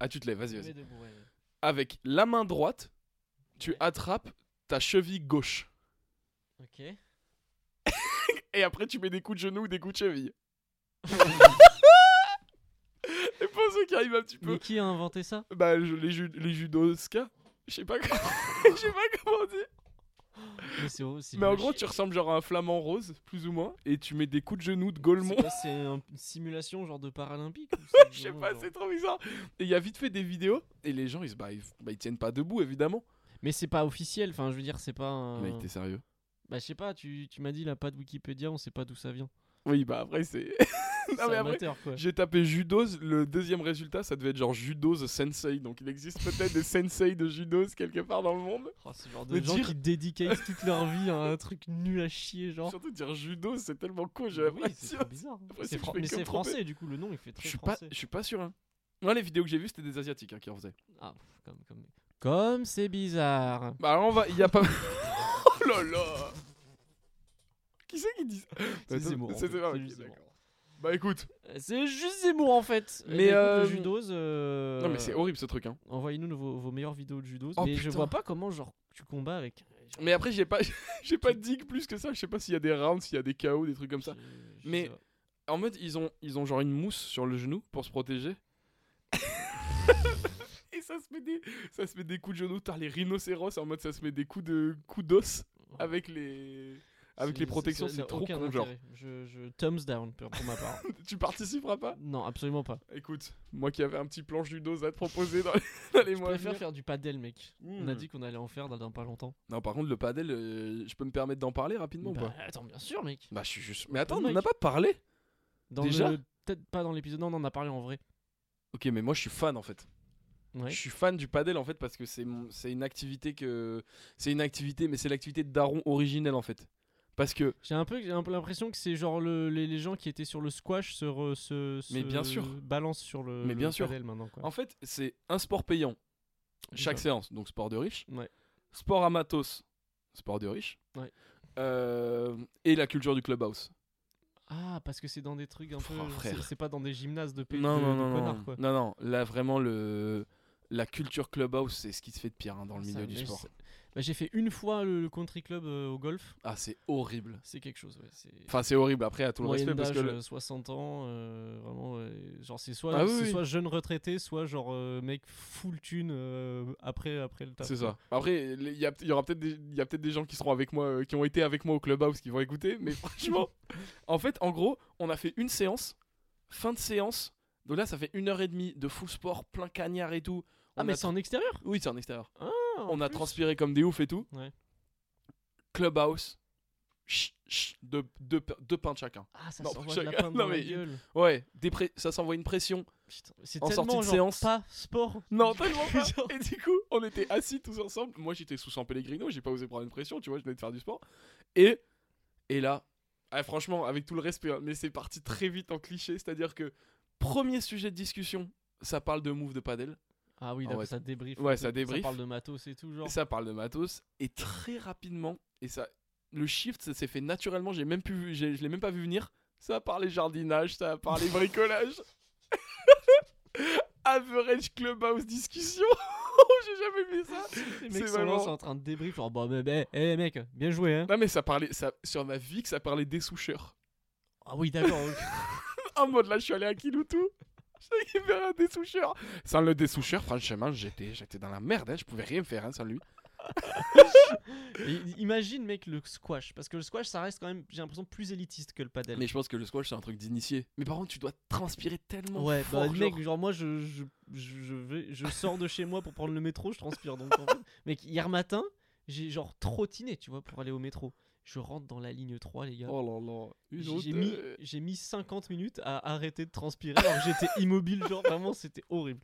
Speaker 3: Ah, tu te lèves, vas-y, vas-y. Avec la main droite, tu attrapes ta cheville gauche.
Speaker 2: Ok.
Speaker 3: Et après, tu mets des coups de genou ou des coups de cheville. et pour ceux qui arrivent un petit peu.
Speaker 2: Mais qui a inventé ça
Speaker 3: Bah, je- les, ju- les judokas. Je sais pas, comment-
Speaker 2: <laughs>
Speaker 3: je sais pas comment dire.
Speaker 2: Mais c'est oh, c'est
Speaker 3: Mais en
Speaker 2: nul à
Speaker 3: gros, tu
Speaker 2: chier.
Speaker 3: ressembles genre à un flamand rose, plus ou moins, et tu mets des coups de genoux de
Speaker 2: C'est
Speaker 3: Gaulmont.
Speaker 2: quoi, C'est un- une simulation genre de paralympique
Speaker 3: <laughs>
Speaker 2: ou c'est
Speaker 3: Je sais
Speaker 2: vraiment
Speaker 3: pas,
Speaker 2: genre-
Speaker 3: c'est trop bizarre. Et il y a vite fait des vidéos, et les gens ils, se- bah, ils, bah, ils tiennent pas debout, évidemment.
Speaker 2: Mais c'est pas officiel, enfin je veux dire, c'est pas. un-
Speaker 3: Mec, t'es sérieux
Speaker 2: euh, Bah, je sais pas, tu, tu m'as dit là, pas de Wikipédia, on sait pas d'où ça vient.
Speaker 3: Oui, bah après, c'est. <laughs>
Speaker 2: c'est
Speaker 3: non, mais après,
Speaker 2: amateur quoi.
Speaker 3: j'ai tapé judos, le deuxième résultat ça devait être genre judos sensei, donc il existe peut-être des sensei de judos quelque part dans le monde.
Speaker 2: Oh, c'est le genre de
Speaker 3: Mais
Speaker 2: gens
Speaker 3: dire-
Speaker 2: qui dédicacent toute leur vie à un truc nul à chier, genre.
Speaker 3: Surtout dire judo, c'est tellement con, j'ai
Speaker 2: oui, c'est
Speaker 3: l'impression.
Speaker 2: trop bizarre. hein.
Speaker 3: Après,
Speaker 2: C'est
Speaker 3: c'est que je
Speaker 2: fran-
Speaker 3: fais
Speaker 2: Mais
Speaker 3: que
Speaker 2: c'est
Speaker 3: me tromper.
Speaker 2: français, du coup, le nom il fait
Speaker 3: Je
Speaker 2: très
Speaker 3: suis pas,
Speaker 2: français.
Speaker 3: je suis pas sûr. Hein. Moi, les vidéos que j'ai vues, c'était des Asiatiques hein, qui en faisaient.
Speaker 2: Ah, pff, comme- comme- Comme c'est bizarre.
Speaker 3: Bah alors on va, il y a pas. <laughs> oh là là. Qui c'est qui dit ça
Speaker 2: C'est
Speaker 3: Attends,
Speaker 2: Zemmour, en fait.
Speaker 3: C'est Zemmour,
Speaker 2: C'est
Speaker 3: ok,
Speaker 2: juste Zemmour.
Speaker 3: d'accord. Bah écoute.
Speaker 2: C'est juste Zemmour en fait.
Speaker 3: Mais,
Speaker 2: Mais
Speaker 3: euh,
Speaker 2: le judo's, euh,
Speaker 3: Non mais c'est horrible ce truc hein.
Speaker 2: Envoyez-nous vos, vos meilleures vidéos de judo's.
Speaker 3: Oh,
Speaker 2: mais je
Speaker 3: putain.
Speaker 2: vois pas comment genre tu combats avec.
Speaker 3: Mais après j'ai pas, <laughs> j'ai pas de digue plus que ça. Je sais pas s'il y a des rounds, s'il y a des KO, des trucs comme ça.
Speaker 2: Je- je
Speaker 3: Mais-
Speaker 2: sais pas.
Speaker 3: En mode ils ont, ils ont genre une mousse sur le genou pour se protéger. Et ça se met des, ça se
Speaker 2: <laughs>
Speaker 3: met des coups de genou. T'as les rhinocéros en mode ça se met des coups de, coups d'os avec les, Avec les protections,
Speaker 2: ça
Speaker 3: c'est
Speaker 2: n'a
Speaker 3: trop
Speaker 2: aucun
Speaker 3: con, genre.
Speaker 2: intérêt. Je,
Speaker 3: <laughs>
Speaker 2: je thumbs down pour pour ma part.
Speaker 3: Tu participeras pas
Speaker 2: non, absolument pas.
Speaker 3: Écoute, moi qui avais un petit plan judo à te proposer dans les, dans les <laughs>
Speaker 2: Je
Speaker 3: mois à
Speaker 2: préfère
Speaker 3: venir.
Speaker 2: faire du padel, mec. On a
Speaker 3: Hmm.
Speaker 2: dit qu'on allait en faire dans dans pas longtemps.
Speaker 3: Non, par contre, le padel, euh, je peux me permettre d'en parler rapidement ou
Speaker 2: Bah,
Speaker 3: pas
Speaker 2: attends, bien sûr, mec.
Speaker 3: Bah, je suis juste. Mais attends, on
Speaker 2: Mike.
Speaker 3: en a pas parlé
Speaker 2: Dans
Speaker 3: Déjà
Speaker 2: le- Peut-être pas dans l'épisode. Non, on en a parlé en vrai.
Speaker 3: Ok, mais moi, je suis fan en fait.
Speaker 2: Ouais.
Speaker 3: Je suis fan du padel en fait parce que c'est mon- c'est une activité que c'est une activité mais c'est l'activité de daron originelle en fait. Parce que
Speaker 2: J'ai un peu, j'ai un peu l'impression que c'est genre le- Euh, les, les gens qui étaient sur le squash se, re- se, se
Speaker 3: Mais bien sûr.
Speaker 2: balancent sur le,
Speaker 3: Mais
Speaker 2: le
Speaker 3: bien sûr.
Speaker 2: padel maintenant. Quoi.
Speaker 3: en fait, c'est un sport payant chaque
Speaker 2: Déjà.
Speaker 3: séance, donc sport de riche.
Speaker 2: Ouais.
Speaker 3: Sport amatos, sport de riche.
Speaker 2: Ouais.
Speaker 3: Euh, et la culture du clubhouse.
Speaker 2: Ah, parce que c'est dans des trucs un peu.
Speaker 3: Oh,
Speaker 2: c'est-
Speaker 3: frère.
Speaker 2: C'est pas dans des gymnases de pays
Speaker 3: Non
Speaker 2: de,
Speaker 3: non
Speaker 2: de
Speaker 3: non
Speaker 2: connards,
Speaker 3: non.
Speaker 2: quoi.
Speaker 3: Non non, là vraiment le la culture clubhouse, c'est ce qui se fait de pire hein, dans le
Speaker 2: Ça,
Speaker 3: milieu du
Speaker 2: mais
Speaker 3: sport.
Speaker 2: c'est- bah, j'ai fait une fois le, le country club euh, au golf.
Speaker 3: Ah, c'est horrible.
Speaker 2: C'est quelque chose, ouais. C'est...
Speaker 3: Enfin, c'est horrible après à tout le
Speaker 2: Moyenne
Speaker 3: respect parce
Speaker 2: d'âge,
Speaker 3: que le-
Speaker 2: euh, 60 ans, euh, vraiment, euh, genre c'est soit,
Speaker 3: Ah oui,
Speaker 2: c'est
Speaker 3: oui.
Speaker 2: soit jeune retraité, soit genre euh, mec full thune euh, après, après le taf.
Speaker 3: C'est
Speaker 2: quoi.
Speaker 3: ça. Après, il y, a- il y aura peut-être des, il y a peut-être des gens qui seront avec moi, euh, qui ont été avec moi au clubhouse, qui vont écouter.
Speaker 2: <laughs>
Speaker 3: Mais franchement, en fait, en gros, on a fait une séance, fin de séance. Donc là, ça fait une heure et demie de full sport, plein cagnard et tout.
Speaker 2: Ah,
Speaker 3: On
Speaker 2: mais
Speaker 3: a
Speaker 2: c'est en extérieur
Speaker 3: tra- oui, c'est en extérieur.
Speaker 2: Ah, en
Speaker 3: on a
Speaker 2: plus.
Speaker 3: transpiré comme des oufs et tout.
Speaker 2: Ouais.
Speaker 3: Clubhouse, chut, chut, deux, deux, pe- deux pintes chacun.
Speaker 2: Ah, ça
Speaker 3: Non,
Speaker 2: s'envoie de
Speaker 3: chacun-
Speaker 2: la pinte
Speaker 3: non,
Speaker 2: dans la
Speaker 3: mais-
Speaker 2: gueule.
Speaker 3: Ouais, des pré- ça s'envoie une pression.
Speaker 2: Putain, c'est
Speaker 3: En
Speaker 2: tellement
Speaker 3: sortie de
Speaker 2: genre,
Speaker 3: séance.
Speaker 2: pas sport.
Speaker 3: Non,
Speaker 2: Du
Speaker 3: tellement
Speaker 2: coup,
Speaker 3: pas.
Speaker 2: genre-
Speaker 3: Et du coup, on était assis tous ensemble. Moi, j'étais sous San Pellegrino, j'ai pas osé prendre une pression, tu vois, je venais de faire du sport. Et, et là, ah, franchement, avec tout le respect, hein, mais c'est parti très vite en cliché. C'est-à-dire que, premier sujet de discussion, ça parle de move de padel,
Speaker 2: Ah oui,
Speaker 3: Ah
Speaker 2: d'accord,
Speaker 3: ouais.
Speaker 2: ça débriefe.
Speaker 3: Ouais, ça débriefe.
Speaker 2: Ça parle de matos et tout, genre.
Speaker 3: ça parle de matos, et très rapidement, et ça, le shift, ça s'est fait naturellement, j'ai même plus, vu- j'ai- je l'ai même pas vu venir. Ça a parlé jardinage, ça a
Speaker 2: <laughs>
Speaker 3: parlé bricolage. Average Clubhouse discussion. <laughs> j'ai jamais vu ça.
Speaker 2: Les
Speaker 3: c'est
Speaker 2: mecs sont là,
Speaker 3: vraiment-
Speaker 2: sont en train de débrief, genre, bah, bah, bah, eh, mec, bien joué, hein.
Speaker 3: Non mais ça parlait, ça, sur ma vie que ça parlait des soucheurs.
Speaker 2: Ah oui, d'accord.
Speaker 3: En mode là je suis allé à Kiloutou. <laughs> J'ai récupéré un dessoucheur. <laughs> Sans le dessoucheur, franchement, j'étais, j'étais dans la merde. hein, Je pouvais rien faire hein, sans
Speaker 2: <laughs>
Speaker 3: lui.
Speaker 2: Et imagine, mec, le squash. Parce que le squash, ça reste quand même, j'ai l'impression, plus élitiste que le padel.
Speaker 3: Mais je pense que le squash, c'est un truc d'initié. Mais par contre, tu dois transpirer tellement
Speaker 2: Ouais,
Speaker 3: fort.
Speaker 2: bah, mec,
Speaker 3: genre.
Speaker 2: genre, moi, je, je, je, je vais, je sors de chez moi pour prendre le métro, je transpire. Donc, en fait, <laughs> mec, hier matin, j'ai genre trottiné, tu vois, pour aller au métro. Je rentre dans la ligne 3, les gars.
Speaker 3: Oh là là. Une
Speaker 2: J'ai-
Speaker 3: autre,
Speaker 2: J'ai mis,
Speaker 3: euh,
Speaker 2: j'ai mis 50 minutes à arrêter de transpirer alors que
Speaker 3: <laughs>
Speaker 2: j'étais immobile, genre vraiment c'était horrible.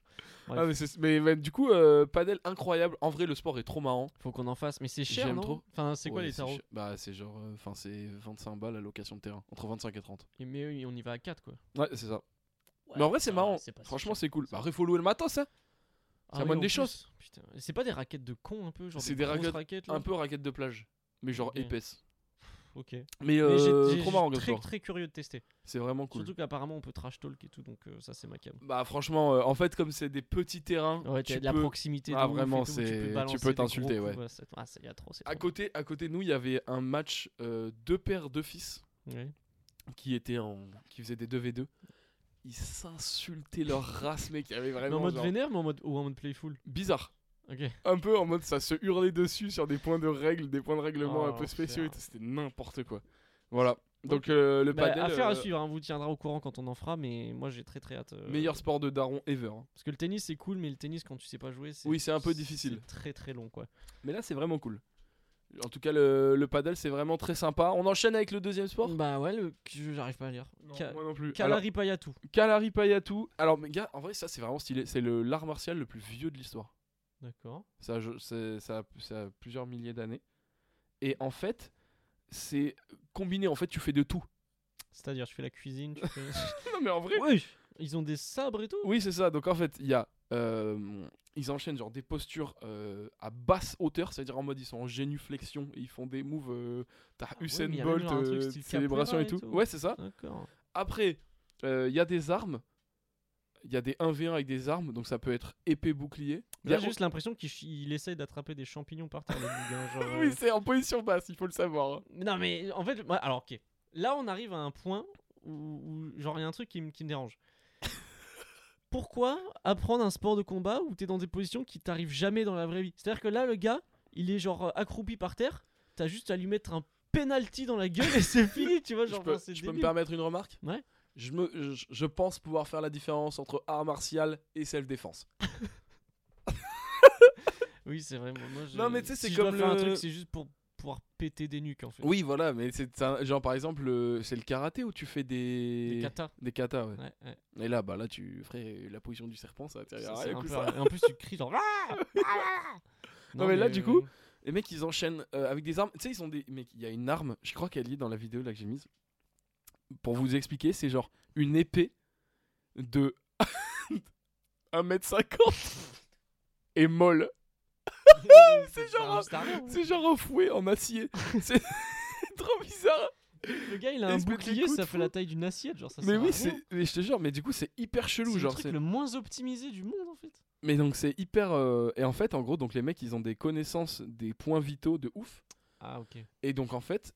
Speaker 2: Bref.
Speaker 3: Ah, mais, c'est- mais- mais du coup, euh, padel incroyable. En vrai, le sport est trop marrant.
Speaker 2: Faut qu'on en fasse, mais c'est cher,
Speaker 3: J'aime
Speaker 2: non
Speaker 3: trop.
Speaker 2: Enfin, c'est quoi
Speaker 3: Ouais,
Speaker 2: les tarots
Speaker 3: ch- Bah, c'est genre. Enfin, c'est 25 balles à location de terrain. Entre 25 et 30.
Speaker 2: Et Mais oui, on y va à 4 quoi.
Speaker 3: Ouais, c'est ça. mais en vrai, c'est
Speaker 2: ça va,
Speaker 3: marrant.
Speaker 2: c'est pas si
Speaker 3: Franchement,
Speaker 2: cher.
Speaker 3: c'est cool. Bah, après, faut louer le matos, hein.
Speaker 2: Ah
Speaker 3: ça
Speaker 2: oui,
Speaker 3: moine
Speaker 2: en
Speaker 3: des
Speaker 2: plus.
Speaker 3: choses.
Speaker 2: Putain, et c'est pas des raquettes de con un peu, genre
Speaker 3: C'est
Speaker 2: des,
Speaker 3: des
Speaker 2: grosses
Speaker 3: raquettes
Speaker 2: là
Speaker 3: un peu raquette de plage, mais genre
Speaker 2: Ok.
Speaker 3: épaisse.
Speaker 2: Ok. Mais
Speaker 3: Mais,
Speaker 2: j'ai-
Speaker 3: euh,
Speaker 2: j'ai-
Speaker 3: trop marrant
Speaker 2: j'ai
Speaker 3: comme
Speaker 2: très
Speaker 3: sport.
Speaker 2: très curieux de tester.
Speaker 3: C'est vraiment cool.
Speaker 2: Surtout qu'apparemment on peut trash talk et tout, donc euh, ça c'est ma cam.
Speaker 3: Bah franchement, euh, en fait comme c'est des petits terrains,
Speaker 2: Ouais,
Speaker 3: tu
Speaker 2: t'as de la
Speaker 3: peux-
Speaker 2: proximité. de
Speaker 3: Ah,
Speaker 2: ouf et
Speaker 3: vraiment,
Speaker 2: tout, tu peux
Speaker 3: c'est- tu
Speaker 2: balancer
Speaker 3: peux
Speaker 2: des gros
Speaker 3: t'insulter,
Speaker 2: coups,
Speaker 3: ouais.
Speaker 2: c'est- Ah, c'est atroce. c'est
Speaker 3: à
Speaker 2: trop
Speaker 3: côté, à côté de nous, il y avait un match euh, deux pères deux fils
Speaker 2: bien. Ouais.
Speaker 3: qui étaient en, qui faisaient des 2v2. Ils s'insultaient leur race, mec. Il y avait
Speaker 2: Mais
Speaker 3: vraiment
Speaker 2: en mode
Speaker 3: genre,
Speaker 2: vénère mais en mode, ou en mode playful
Speaker 3: bizarre.
Speaker 2: Ok.
Speaker 3: Un peu en mode ça se hurlait dessus sur des points de règles, des points de règlement
Speaker 2: Oh,
Speaker 3: un peu spéciaux. et
Speaker 2: l'enfer.
Speaker 3: tout, C'était n'importe quoi. Voilà. Donc euh, le
Speaker 2: Bah,
Speaker 3: padel,
Speaker 2: affaire à
Speaker 3: euh,
Speaker 2: suivre, hein, vous tiendra au courant quand on en fera, mais moi j'ai très très hâte. euh,
Speaker 3: meilleur sport de daron ever. hein.
Speaker 2: Parce que le tennis c'est cool, mais le tennis quand tu sais pas jouer, c'est.
Speaker 3: Oui, c'est un peu difficile.
Speaker 2: c'est Très très long quoi.
Speaker 3: Mais là, c'est vraiment cool. En tout cas, le, le paddle, c'est vraiment très sympa. On enchaîne avec le deuxième sport
Speaker 2: Bah ouais, le... je- j'arrive pas à lire. Ka-
Speaker 3: Moi non plus.
Speaker 2: Kalari Payatou.
Speaker 3: Kalari Payatou. Alors, mais gars, en vrai, ça, c'est vraiment stylé. C'est le- l'art martial le plus vieux de l'histoire.
Speaker 2: D'accord.
Speaker 3: Ça, je- c'est- ça, a- ça a plusieurs milliers d'années. Et en fait, c'est combiné. En fait, tu fais de tout.
Speaker 2: C'est-à-dire, tu fais la cuisine, tu fais.
Speaker 3: <laughs> non, mais en vrai.
Speaker 2: oui Ils ont des sabres et tout
Speaker 3: Oui, c'est ça. Donc, en fait, il y a. euh, ils enchaînent genre des postures euh, à basse hauteur, c'est-à-dire en mode ils sont en génuflexion et ils font des moves. euh, T'as
Speaker 2: ouais,
Speaker 3: Usain
Speaker 2: Ah mais il y a même
Speaker 3: Bolt,
Speaker 2: genre un truc
Speaker 3: euh,
Speaker 2: style
Speaker 3: célébration
Speaker 2: capoeira
Speaker 3: et
Speaker 2: et
Speaker 3: tout.
Speaker 2: tout.
Speaker 3: Ouais, c'est ça.
Speaker 2: D'accord.
Speaker 3: Après, euh, il y a des armes. Il y a des 1v1 avec des armes, donc ça peut être épée bouclier. Y
Speaker 2: J'ai
Speaker 3: a-
Speaker 2: juste l'impression qu'il il essaye d'attraper des champignons par terre, le bougain, genre,
Speaker 3: <laughs> Oui,
Speaker 2: euh,
Speaker 3: c'est en position basse, il faut le savoir. hein.
Speaker 2: Non mais en fait, moi- alors ok. Là on arrive à un point où, où, genre il y a un truc qui, me- qui me
Speaker 3: <laughs>
Speaker 2: dérange. Pourquoi apprendre un sport de combat où t'es dans des positions qui euh, t'arrivent jamais dans la vraie vie C'est-à-dire que là le gars, il est genre accroupi par terre, t'as juste à lui mettre un penalty dans la gueule et
Speaker 3: <laughs>
Speaker 2: c'est fini, tu vois.
Speaker 3: Je
Speaker 2: Genre,
Speaker 3: peux,
Speaker 2: enfin, c'est
Speaker 3: je peux me
Speaker 2: débile.
Speaker 3: permettre une remarque
Speaker 2: Ouais.
Speaker 3: Je, me, je, je pense pouvoir faire la différence entre art martial et self-défense.
Speaker 2: <laughs> Oui, c'est vrai. moi, moi, je-
Speaker 3: Non, mais tu sais,
Speaker 2: si
Speaker 3: c'est
Speaker 2: je dois
Speaker 3: comme
Speaker 2: faire un
Speaker 3: le-
Speaker 2: truc, c'est juste pour pouvoir péter des nuques en fait.
Speaker 3: Oui, <laughs> voilà, mais c'est un- genre par exemple, le- c'est le karaté où tu fais des.
Speaker 2: Des katas.
Speaker 3: Des katas, ouais.
Speaker 2: Ouais, ouais.
Speaker 3: Et là, bah là, tu ferais la position du serpent, ça
Speaker 2: Ça,
Speaker 3: t'y rien
Speaker 2: c'est
Speaker 3: à
Speaker 2: un
Speaker 3: coup,
Speaker 2: peu-
Speaker 3: ça.
Speaker 2: et En plus, tu cries genre. Ah Ah
Speaker 3: Non, mais là, du coup, Les mecs, ils enchaînent euh, avec des armes. Tu sais, ils sont des. Mec, il y a une arme, je crois qu'elle est dans la vidéo là que j'ai mise. Pour vous expliquer, c'est genre une épée de <laughs> 1m50 et molle.
Speaker 2: c'est
Speaker 3: genre un- <laughs>
Speaker 2: Star Wars.
Speaker 3: C'est genre un fouet en acier. C'est trop bizarre.
Speaker 2: Le gars, il a
Speaker 3: Et
Speaker 2: un
Speaker 3: il se pète les
Speaker 2: bouclier,
Speaker 3: coudes,
Speaker 2: ça fait
Speaker 3: fou.
Speaker 2: la taille d'une assiette, genre ça.
Speaker 3: Mais
Speaker 2: sert à
Speaker 3: oui,
Speaker 2: rien.
Speaker 3: c'est. Mais je te jure, mais du coup, c'est hyper
Speaker 2: C'est
Speaker 3: chelou.
Speaker 2: le
Speaker 3: Genre,
Speaker 2: truc
Speaker 3: c'est-
Speaker 2: le moins optimisé du monde en fait.
Speaker 3: Mais donc, c'est hyper. euh, Et en fait, en gros, donc les mecs, ils ont des connaissances des points vitaux de ouf.
Speaker 2: Ah ok.
Speaker 3: Et donc en fait,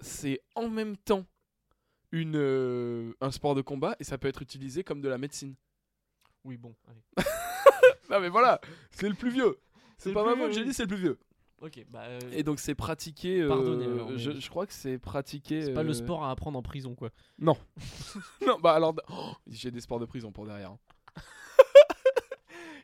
Speaker 3: c'est en même temps une, euh, un sport de combat et ça peut être utilisé comme de la médecine. <laughs>
Speaker 2: Oui bon. Allez.
Speaker 3: Non mais voilà, c'est le plus vieux.
Speaker 2: C'est
Speaker 3: C'est
Speaker 2: le
Speaker 3: pas
Speaker 2: plus
Speaker 3: ma faute,
Speaker 2: vieux,
Speaker 3: j'ai
Speaker 2: oui.
Speaker 3: dit c'est le plus vieux.
Speaker 2: Ok. Bah. euh,
Speaker 3: Et donc c'est pratiqué. euh,
Speaker 2: Pardonnez, alors, mais-
Speaker 3: je, je crois que c'est pratiqué.
Speaker 2: C'est pas le
Speaker 3: euh,
Speaker 2: sport à apprendre en prison quoi. <laughs>
Speaker 3: Non. <laughs> non, bah alors. oh, j'ai des sports de prison pour derrière. hein.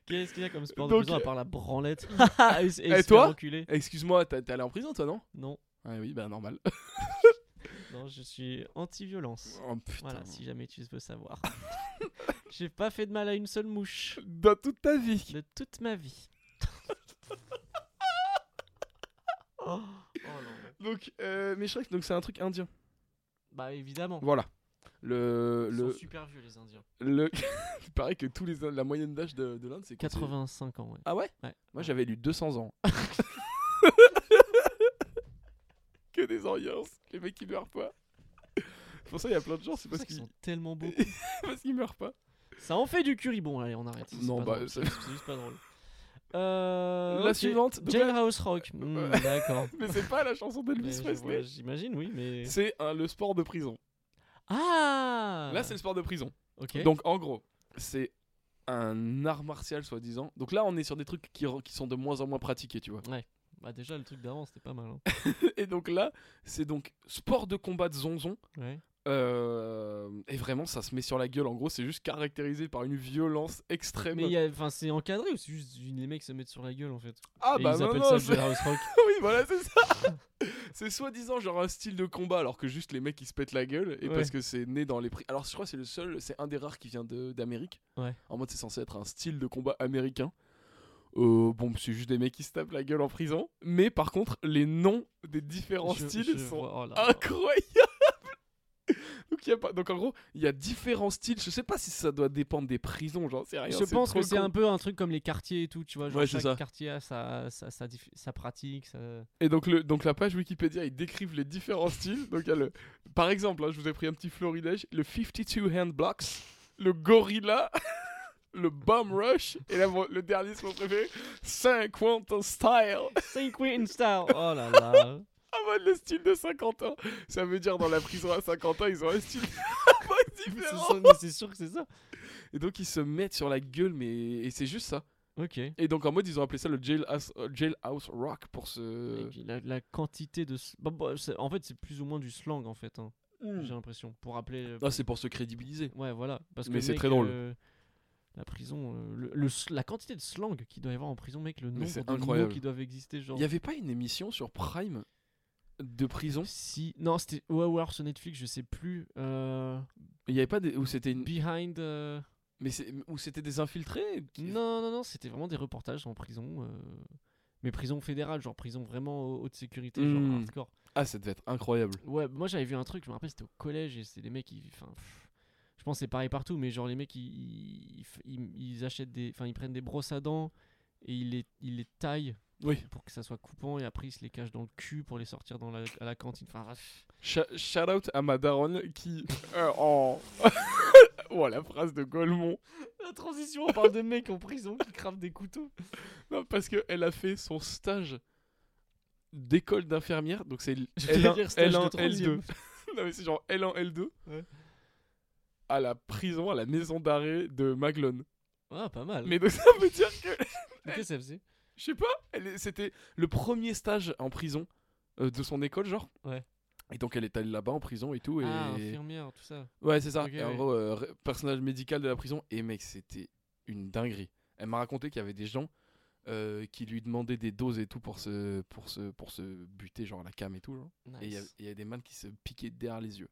Speaker 2: Qu'est-ce qu'il y a comme sport de
Speaker 3: Donc,
Speaker 2: prison à
Speaker 3: euh,
Speaker 2: part la
Speaker 3: <laughs>
Speaker 2: branlette Ah, et, se- se
Speaker 3: Et
Speaker 2: faire
Speaker 3: toi <laughs>
Speaker 2: enculer
Speaker 3: Excuse-moi, t'as- t'es allé en prison toi, non
Speaker 2: Non,
Speaker 3: Ah oui, bah normal. <laughs>
Speaker 2: non, je suis anti-violence.
Speaker 3: Oh, putain.
Speaker 2: Voilà, si jamais tu veux savoir. <laughs> J'ai pas fait de mal à une seule mouche
Speaker 3: Dans toute ta vie.
Speaker 2: de toute ma
Speaker 3: <laughs>
Speaker 2: vie. Oh, oh non.
Speaker 3: Donc, euh, mais je crois que donc, c'est un truc indien.
Speaker 2: Bah évidemment.
Speaker 3: Voilà. Le,
Speaker 2: Ils
Speaker 3: le,
Speaker 2: sont super vieux les Indiens.
Speaker 3: Le... <laughs> Il paraît que tous les... la moyenne d'âge de, de l'Inde, c'est quoi, c'est-
Speaker 2: 85 ans, ouais.
Speaker 3: Ah ouais
Speaker 2: Ouais.
Speaker 3: Moi, j'avais lu
Speaker 2: <laughs>
Speaker 3: 200 ans. que des ambiances. Les mecs, qui meurent pas. <laughs> Pour ça, il y a plein de gens, c'est
Speaker 2: C'est pour
Speaker 3: parce
Speaker 2: ça qu'ils
Speaker 3: qu'ils
Speaker 2: sont tellement
Speaker 3: <laughs>
Speaker 2: beaux.
Speaker 3: parce qu'ils meurent pas.
Speaker 2: Ça en fait du curry. Bon, allez, on arrête. c'est
Speaker 3: Non,
Speaker 2: pas
Speaker 3: bah,
Speaker 2: drôle,
Speaker 3: ça-
Speaker 2: c'est c'est juste pas
Speaker 3: <laughs>
Speaker 2: drôle. Euh,
Speaker 3: La
Speaker 2: ok.
Speaker 3: suivante. donc là-
Speaker 2: Jailhouse Rock. Hmm,
Speaker 3: Euh,
Speaker 2: <laughs> D'accord.
Speaker 3: Mais c'est
Speaker 2: <laughs>
Speaker 3: pas la chanson
Speaker 2: Mais
Speaker 3: d'Elvis
Speaker 2: je vois,
Speaker 3: Presley.
Speaker 2: J'imagine, oui, mais.
Speaker 3: C'est un- le sport de prison.
Speaker 2: Ah
Speaker 3: Là, c'est le <laughs> sport de prison.
Speaker 2: Ok.
Speaker 3: Donc, en gros, c'est un art martial, soi-disant. Donc là, on est sur des trucs qui, re- qui sont de moins en moins pratiqués, tu vois.
Speaker 2: Bah, déjà, le truc d'avant, c'était pas mal. hein.
Speaker 3: <laughs> Et donc là, c'est donc sport de combat de zonzon.
Speaker 2: Ouais.
Speaker 3: Euh, et vraiment, ça se met sur la gueule. En gros, c'est juste caractérisé par une violence extrême.
Speaker 2: Mais il y a- enfin, c'est encadré ou c'est juste les mecs se mettent sur la gueule en fait
Speaker 3: Ah
Speaker 2: Et
Speaker 3: bah
Speaker 2: Ils
Speaker 3: non,
Speaker 2: appellent
Speaker 3: non,
Speaker 2: ça
Speaker 3: c'est-
Speaker 2: Jailhouse Rock.
Speaker 3: <laughs> oui, voilà, c'est ça. <laughs> c'est soi-disant genre un style de combat, alors que juste les mecs ils se pètent la gueule et
Speaker 2: Ouais.
Speaker 3: parce que c'est né dans les prix. Alors je crois que c'est le seul, c'est un des rares qui vient de- d'Amérique.
Speaker 2: Ouais.
Speaker 3: En mode, c'est censé être un style de combat américain. Euh, bon, c'est juste des mecs qui se tapent la gueule en prison. Mais par contre, les noms des différents
Speaker 2: Je-
Speaker 3: styles
Speaker 2: je
Speaker 3: sont
Speaker 2: vois- oh là là.
Speaker 3: incroyable <laughs> donc, il y a pas... donc en gros, il y a différents styles. Je sais pas si ça doit dépendre des prisons, j'en sais rien.
Speaker 2: Je pense
Speaker 3: trop
Speaker 2: que c'est
Speaker 3: con.
Speaker 2: un peu un truc comme les quartiers et tout, tu vois. Genre
Speaker 3: Ouais, c'est
Speaker 2: chaque
Speaker 3: ça.
Speaker 2: quartier a sa, sa, sa dif- sa pratique. sa-
Speaker 3: Et donc, le... donc la page Wikipédia, ils décrivent les différents styles. Donc, il y a le... Par exemple, hein, je vous ai pris un petit florilège le 52 hand blocks, le gorilla, <laughs> le bomb rush, et là, mon- le dernier, c'est mon préféré 50 style. <laughs>
Speaker 2: Saint Quentin Star Oh là là
Speaker 3: Ah mode le style de 50 ans. Ça veut dire dans la prison à 50 ans, ils ont un style <laughs>
Speaker 2: C'est
Speaker 3: différent.
Speaker 2: ça, mais c'est sûr que c'est ça
Speaker 3: Et donc ils se mettent sur la gueule, mais et c'est juste ça.
Speaker 2: Ok. Et
Speaker 3: Et donc en mode ils ont appelé ça le jailhouse, euh, jailhouse rock pour ce.
Speaker 2: puis la, la quantité de. s- bah, bah, c'est- en fait, c'est plus ou moins du slang en fait, hein, j'ai l'impression. Pour rappeler. euh,
Speaker 3: Hmm. Ah c'est pour se crédibiliser.
Speaker 2: Ouais, voilà. Parce que
Speaker 3: Mais
Speaker 2: le
Speaker 3: c'est
Speaker 2: mec,
Speaker 3: très drôle.
Speaker 2: euh, la prison, euh, le, le s- la quantité de slang qu'il doit y avoir en prison, mec, le nombre
Speaker 3: c'est
Speaker 2: de mots
Speaker 3: incroyable.
Speaker 2: qui doivent exister, genre.
Speaker 3: Il y avait pas une émission sur Prime de prison.
Speaker 2: Si. Non, c'était. Ouais, ou alors sur Netflix, je sais plus. euh,
Speaker 3: Il y avait pas des... où c'était une...
Speaker 2: Behind. euh,
Speaker 3: mais c'est- où c'était des infiltrés. qui-
Speaker 2: Non, non, non, c'était vraiment des reportages en prison. euh, Mais prison fédérale, genre prison vraiment hau- haute sécurité,
Speaker 3: Hmm.
Speaker 2: genre hardcore.
Speaker 3: Ah ça devait être incroyable.
Speaker 2: Ouais, moi j'avais vu un truc, je me rappelle, c'était au collège et c'est des mecs qui. Enfin, pff, je pense que c'est pareil partout, mais genre les mecs ils, ils, f- ils- ils achètent des. Enfin, ils prennent des brosses à dents et ils les, ils les taillent
Speaker 3: Oui.
Speaker 2: pour que ça soit coupant et après ils se les cachent dans le cul pour les sortir dans la, à la cantine. Enfin, bref.
Speaker 3: Sha- shout out à ma daronne qui euh, en <laughs> oh la phrase de Golemont.
Speaker 2: La transition, on parle de mecs en prison qui cravent des couteaux.
Speaker 3: <laughs> Non, parce que elle a fait son stage d'école d'infirmière, donc c'est l-
Speaker 2: J'allais
Speaker 3: L1,
Speaker 2: dire stage de
Speaker 3: L1, L2.
Speaker 2: troisième.
Speaker 3: <laughs> non mais c'est genre L1, L2.
Speaker 2: Ouais.
Speaker 3: À la prison, à la maison d'arrêt de Maglone.
Speaker 2: Ah, pas mal.
Speaker 3: Mais donc ça veut dire que,
Speaker 2: <laughs> Mais qu'est-ce que ça faisait
Speaker 3: je sais pas, elle est- c'était le premier stage en prison euh, de son école, genre.
Speaker 2: Ouais.
Speaker 3: Et donc elle est allée là-bas en prison et tout. Et...
Speaker 2: Ah, infirmière, tout ça.
Speaker 3: Ouais, c'est ça.
Speaker 2: Ok,
Speaker 3: Et en
Speaker 2: ouais.
Speaker 3: gros, euh, ré- personnage médical de la prison. Et mec, c'était une dinguerie. Elle m'a raconté qu'il y avait des gens euh, qui lui demandaient des doses et tout pour se, pour se, pour se buter, genre à la cam et tout. Genre. Et il y a-
Speaker 2: Nice.
Speaker 3: il y, a des man qui se piquaient derrière les yeux.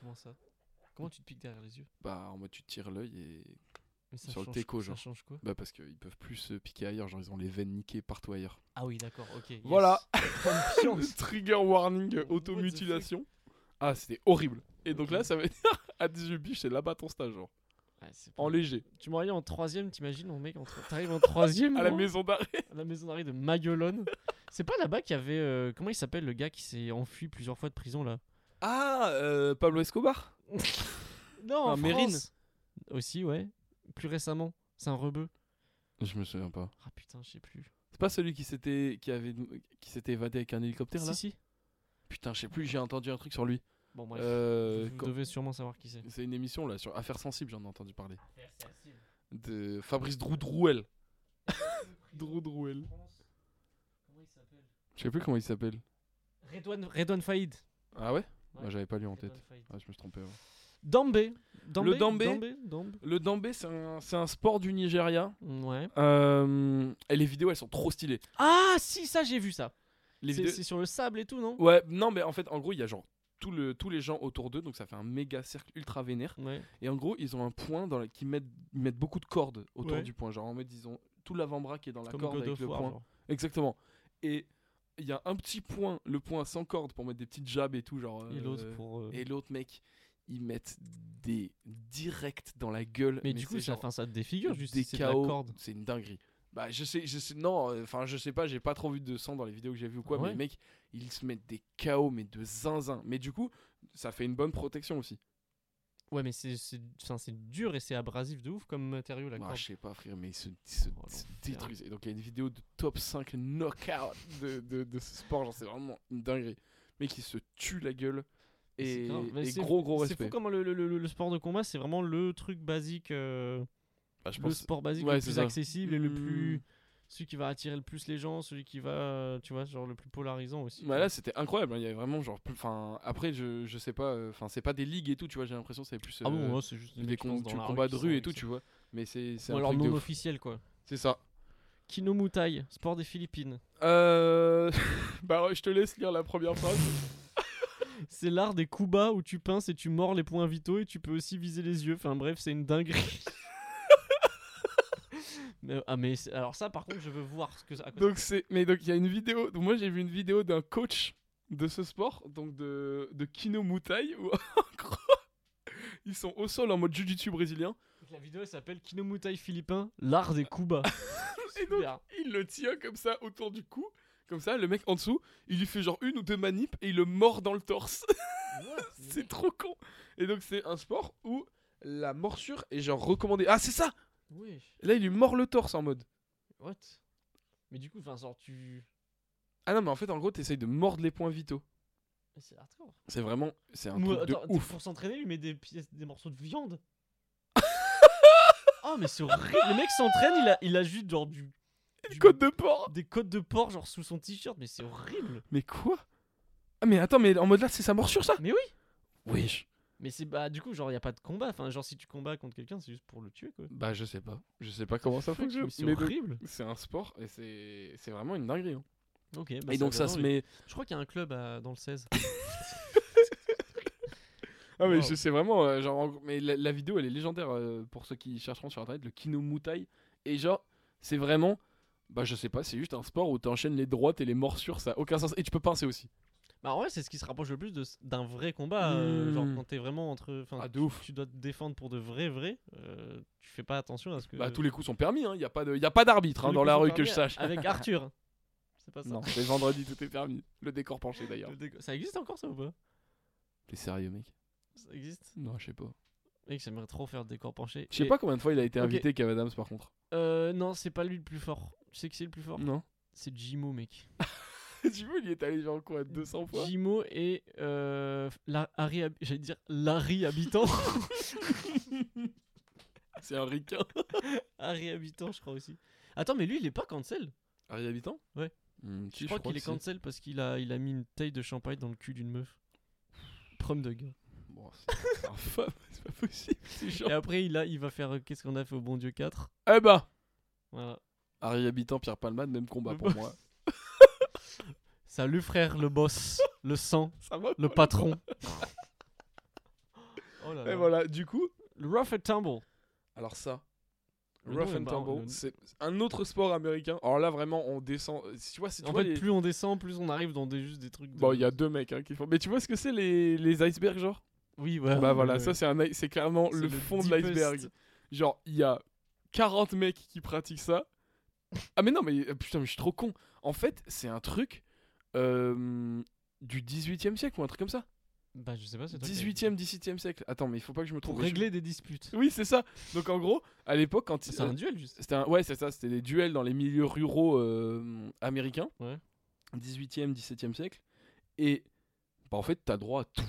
Speaker 2: Comment ça Comment tu te piques derrière les yeux
Speaker 3: Bah, en mode, tu tires l'œil et.
Speaker 2: Mais ça
Speaker 3: Sur le
Speaker 2: change-
Speaker 3: teco,
Speaker 2: Ça
Speaker 3: genre.
Speaker 2: change quoi
Speaker 3: Bah, parce qu'ils peuvent plus se piquer ailleurs. Genre, ils ont les veines niquées partout ailleurs.
Speaker 2: Ah oui, d'accord, ok. yes. <laughs>
Speaker 3: Voilà.
Speaker 2: Confiance.
Speaker 3: <laughs> Trigger warning, euh,
Speaker 2: What the
Speaker 3: automutilation. Ah, c'était horrible. Et donc là, ça veut dire <laughs> à 18 biches, c'est là-bas ton stage, genre.
Speaker 2: Ouais, c'est pas-
Speaker 3: En léger.
Speaker 2: Tu m'aurais dit en troisième, t'imagines, mon mec, en tro- t'arrives
Speaker 3: <laughs>
Speaker 2: en troisième
Speaker 3: À la
Speaker 2: non
Speaker 3: maison d'arrêt.
Speaker 2: à la maison d'arrêt de Maguelone. c'est pas là-bas qu'il y avait. euh, comment il s'appelle le gars qui s'est enfui plusieurs fois de prison là
Speaker 3: Ah, euh, Pablo Escobar
Speaker 2: Non,
Speaker 3: Ah, Mérine.
Speaker 2: France. Aussi, ouais. Plus récemment, c'est un rebeu.
Speaker 3: Je me souviens pas.
Speaker 2: Ah putain, je sais plus.
Speaker 3: C'est pas celui qui s'était qui avait qui s'était évadé avec un hélicoptère là
Speaker 2: Si, si.
Speaker 3: Putain, je sais plus, j'ai entendu un truc sur lui.
Speaker 2: Bon, bref.
Speaker 3: Euh,
Speaker 2: vous
Speaker 3: quand-
Speaker 2: devez sûrement savoir qui c'est.
Speaker 3: C'est une émission là sur Affaires sensibles, j'en ai entendu parler. De Fabrice Droudrouel. Droudrouel. Je sais plus comment il s'appelle.
Speaker 2: Redouane, Redouane Faïd.
Speaker 3: Ah ouais,
Speaker 2: Ouais.
Speaker 3: Ah, J'avais pas lu en tête. Ah, je me suis trompé. ouais.
Speaker 2: Dambé. Dambé.
Speaker 3: Dambé
Speaker 2: Dambé. Dambé.
Speaker 3: Le dambé, c'est un, c'est un sport du Nigeria.
Speaker 2: Ouais.
Speaker 3: Euh, et les vidéos, elles sont trop stylées.
Speaker 2: Ah si, ça j'ai vu ça.
Speaker 3: Les
Speaker 2: C'est
Speaker 3: vidéos...
Speaker 2: c'est sur le sable et tout, non
Speaker 3: Ouais, non, mais en fait, en gros, il y a genre tout le, tous les gens autour d'eux, donc ça fait un méga cercle ultra vénère.
Speaker 2: Ouais.
Speaker 3: Et en gros, ils ont un point dans la- qui mettent, ils mettent beaucoup de cordes autour
Speaker 2: Ouais.
Speaker 3: du point. Genre, en mode, ils ont tout l'avant-bras qui est dans la
Speaker 2: Comme
Speaker 3: corde
Speaker 2: God
Speaker 3: avec
Speaker 2: of
Speaker 3: le
Speaker 2: War,
Speaker 3: point.
Speaker 2: genre.
Speaker 3: Exactement. Et il y a un petit point, le point sans corde pour mettre des petites jabs et tout. Genre,
Speaker 2: Et l'autre
Speaker 3: euh,
Speaker 2: pour. euh,
Speaker 3: Et l'autre, mec, ils mettent des directs dans la gueule.
Speaker 2: Mais, du coup,
Speaker 3: c'est
Speaker 2: ça,
Speaker 3: genre
Speaker 2: enfin, ça te défigure juste
Speaker 3: des
Speaker 2: si c'est de la
Speaker 3: KO.
Speaker 2: corde.
Speaker 3: C'est une dinguerie. Bah, je sais, je sais, non, euh, enfin, je sais pas, j'ai pas trop vu de sang dans les vidéos que j'ai vues ou quoi,
Speaker 2: Ah ouais.
Speaker 3: mais mec, ils se mettent des KO, mais de zinzin. Mais du coup, ça fait une bonne protection aussi.
Speaker 2: Ouais, mais c'est c'est- enfin, c'est dur et c'est abrasif de ouf comme matériau la
Speaker 3: Bah,
Speaker 2: corde.
Speaker 3: je sais pas, frère, mais ils se, ils se-
Speaker 2: Oh,
Speaker 3: ils se
Speaker 2: l'enfer.
Speaker 3: détruisent. Et donc, il y a une vidéo de top 5 knockout de, de, de ce sport, genre, c'est vraiment une dinguerie. Mec, ils se tuent la gueule.
Speaker 2: Mais c'est
Speaker 3: Et,
Speaker 2: grave. Mais
Speaker 3: et
Speaker 2: c'est-
Speaker 3: gros, gros
Speaker 2: C'est fou
Speaker 3: respect.
Speaker 2: comment le, le- le- le sport de combat, c'est vraiment le truc basique, euh,
Speaker 3: Bah, je
Speaker 2: le
Speaker 3: pense.
Speaker 2: sport basique
Speaker 3: ouais,
Speaker 2: le
Speaker 3: c'est
Speaker 2: plus
Speaker 3: ça.
Speaker 2: accessible et le plus.
Speaker 3: Hmm.
Speaker 2: Celui qui va attirer le plus les gens, celui qui va, euh, tu vois, genre le plus polarisant aussi.
Speaker 3: Bah, là, c'était incroyable. hein, Il y avait vraiment, genre, plus- enfin, après, je, je sais pas, euh, enfin, c'est pas des ligues et tout, tu vois, j'ai l'impression que c'est plus.
Speaker 2: ah bon,
Speaker 3: euh,
Speaker 2: moi, c'est juste
Speaker 3: des com- tu combats de rue et tout, tu vois. Mais c'est c'est
Speaker 2: Ou
Speaker 3: un
Speaker 2: alors
Speaker 3: truc de
Speaker 2: non
Speaker 3: ouf.
Speaker 2: officiel quoi.
Speaker 3: C'est ça.
Speaker 2: Kinomoutai, sport des
Speaker 3: <laughs>
Speaker 2: Philippines.
Speaker 3: Euh... bah je te laisse lire la première phrase.
Speaker 2: <laughs> C'est l'art des coups bas où tu pinces et tu mords les points vitaux et tu peux aussi viser les yeux. Enfin bref, c'est une dinguerie. Mais- ah mais c'est- alors ça par contre je veux voir ce que ça. à quoi ça-
Speaker 3: <laughs> donc c'est mais donc il y a une vidéo. Donc, moi j'ai vu une vidéo d'un coach de ce sport donc de de Kino Mutai où <laughs> en gros, ils sont au sol en mode jujitsu brésilien.
Speaker 2: La vidéo elle s'appelle Kinomoutai philippin, l'art des coups bas.
Speaker 3: <laughs> Et donc il le tient comme ça autour du cou. Comme ça, le mec en dessous, il lui fait genre une ou deux manips et il le mord dans le torse. <laughs> c'est trop con. Et donc, c'est un sport où la morsure est genre recommandée. Ah, c'est ça
Speaker 2: Oui.
Speaker 3: Là, il lui mord le torse en mode.
Speaker 2: What Mais du coup, enfin genre tu.
Speaker 3: Ah non, mais en fait, en gros, t'essayes de mordre les points vitaux.
Speaker 2: Mais C'est hardcore.
Speaker 3: C'est vraiment. C'est un
Speaker 2: Ou,
Speaker 3: truc
Speaker 2: attends,
Speaker 3: de ouf.
Speaker 2: Pour s'entraîner, il met des pièces, des morceaux de viande. oh mais c'est horrible. Le mec s'entraîne, il a, il a juste genre du, du-
Speaker 3: Côte de porc
Speaker 2: des côtes de porc genre sous son t-shirt, mais c'est horrible.
Speaker 3: Mais quoi Ah, mais attends, mais en mode là, c'est sa morsure, ça
Speaker 2: Mais oui.
Speaker 3: Oui.
Speaker 2: Mais c'est bah du coup genre y a pas de combat. Enfin genre si tu combats contre quelqu'un c'est juste pour le tuer quoi.
Speaker 3: Bah, je sais pas. Je sais pas comment ça
Speaker 2: Fuck,
Speaker 3: fonctionne.
Speaker 2: mais c'est
Speaker 3: mais donc,
Speaker 2: horrible.
Speaker 3: C'est un sport et c'est c'est vraiment une dinguerie. hein.
Speaker 2: Ok. bah,
Speaker 3: et donc,
Speaker 2: donne
Speaker 3: ça se
Speaker 2: envie.
Speaker 3: met.
Speaker 2: Je crois qu'il y a un club à- dans le 16.
Speaker 3: Ah mais
Speaker 2: Wow.
Speaker 3: je sais vraiment euh, genre en- mais la, la vidéo elle est légendaire euh, pour ceux qui chercheront sur internet le Kino Mutai et genre c'est vraiment bah je sais pas c'est juste un sport où t'enchaînes les droites et les morsures ça a aucun sens et tu peux pincer aussi
Speaker 2: bah en vrai c'est ce qui se rapproche le plus de- d'un vrai combat. euh,
Speaker 3: Hmm.
Speaker 2: genre quand t'es vraiment entre. Enfin
Speaker 3: Ah, de
Speaker 2: tu-
Speaker 3: ouf.
Speaker 2: Tu, dois te défendre pour de vrai vrai. euh, tu fais pas attention à ce que.
Speaker 3: bah tous les coups sont permis hein y a pas de y a pas d'arbitre hein,
Speaker 2: tous les
Speaker 3: dans la
Speaker 2: coups
Speaker 3: rue
Speaker 2: sont
Speaker 3: que je
Speaker 2: permis
Speaker 3: sache
Speaker 2: Avec Arthur. C'est pas ça.
Speaker 3: non c'est vendredi tout est permis le décor penché d'ailleurs
Speaker 2: Le déco- Ça existe encore ça ou pas
Speaker 3: <laughs> t'es sérieux mec
Speaker 2: Ça existe
Speaker 3: non je sais pas
Speaker 2: Mec j'aimerais trop faire le décor penché.
Speaker 3: je sais
Speaker 2: Et-
Speaker 3: pas combien de fois il a été
Speaker 2: Ok.
Speaker 3: invité Kev Adams par contre
Speaker 2: Euh, non c'est pas lui le plus fort. Tu sais qui c'est le plus fort
Speaker 3: non
Speaker 2: C'est Jimo mec.
Speaker 3: <laughs> tu vois il y est allé genre quoi 200 fois
Speaker 2: Jimo et euh, la- Harry, Hab- j'allais dire Larry Habitant.
Speaker 3: <laughs> c'est
Speaker 2: <laughs>
Speaker 3: un ricain
Speaker 2: Harry Habitant, je crois aussi. Attends, mais lui, il est pas cancel.
Speaker 3: Harry Habitant
Speaker 2: Ouais.
Speaker 3: Hmm, si,
Speaker 2: je crois qu'il est
Speaker 3: que c'est-
Speaker 2: cancel parce qu'il a, il a mis une taille de champagne dans le cul d'une meuf. Prom dog.
Speaker 3: Bon, c'est c'est infâme, <laughs> c'est pas possible. C'est genre.
Speaker 2: Et après, il, a, il va faire euh, Qu'est-ce qu'on a fait au bon Dieu 4.
Speaker 3: Eh ben,
Speaker 2: Voilà.
Speaker 3: Harry Habitant, Pierre Palman, même combat pour
Speaker 2: <laughs>
Speaker 3: moi.
Speaker 2: Salut frère, le boss, le sang,
Speaker 3: <laughs> Ça va
Speaker 2: le patron. <laughs> oh là
Speaker 3: Et
Speaker 2: là.
Speaker 3: voilà, du coup,
Speaker 2: Le rough and tumble.
Speaker 3: alors ça.
Speaker 2: Le
Speaker 3: Rough
Speaker 2: nom est
Speaker 3: and
Speaker 2: marrant,
Speaker 3: Tumble,
Speaker 2: le-
Speaker 3: c'est un autre sport américain. Alors là, vraiment, on descend. Tu vois, si tu
Speaker 2: En
Speaker 3: vois
Speaker 2: fait,
Speaker 3: les-
Speaker 2: plus on descend, plus on arrive dans des, juste des trucs. de-
Speaker 3: Bon, il y a deux mecs hein, qui font. Mais tu vois ce que c'est les, les icebergs, genre
Speaker 2: Oui, ouais.
Speaker 3: Bah voilà,
Speaker 2: ouais,
Speaker 3: ça c'est un i- c'est clairement
Speaker 2: ouais.
Speaker 3: le,
Speaker 2: C'est
Speaker 3: fond de
Speaker 2: deepest.
Speaker 3: l'iceberg. Genre, il y a 40 mecs qui pratiquent ça. Ah, mais non, mais euh, putain, mais je suis trop con. En fait, c'est un truc euh, du 18 e siècle ou un truc comme ça.
Speaker 2: Bah, je sais pas, c'est toi qui as dit.
Speaker 3: 18 e 17 e siècle. Attends, mais il faut pas que je me trompe.
Speaker 2: Pour
Speaker 3: mais je-
Speaker 2: régler des disputes.
Speaker 3: Oui, c'est ça. Donc en gros, à l'époque, quand
Speaker 2: C'est un duel, juste.
Speaker 3: Euh, c'était un- ouais, c'est ça, c'était des duels dans les milieux ruraux euh, américains.
Speaker 2: Ouais.
Speaker 3: 18e, 17e siècle. Et bah, en fait, t'as droit à tout.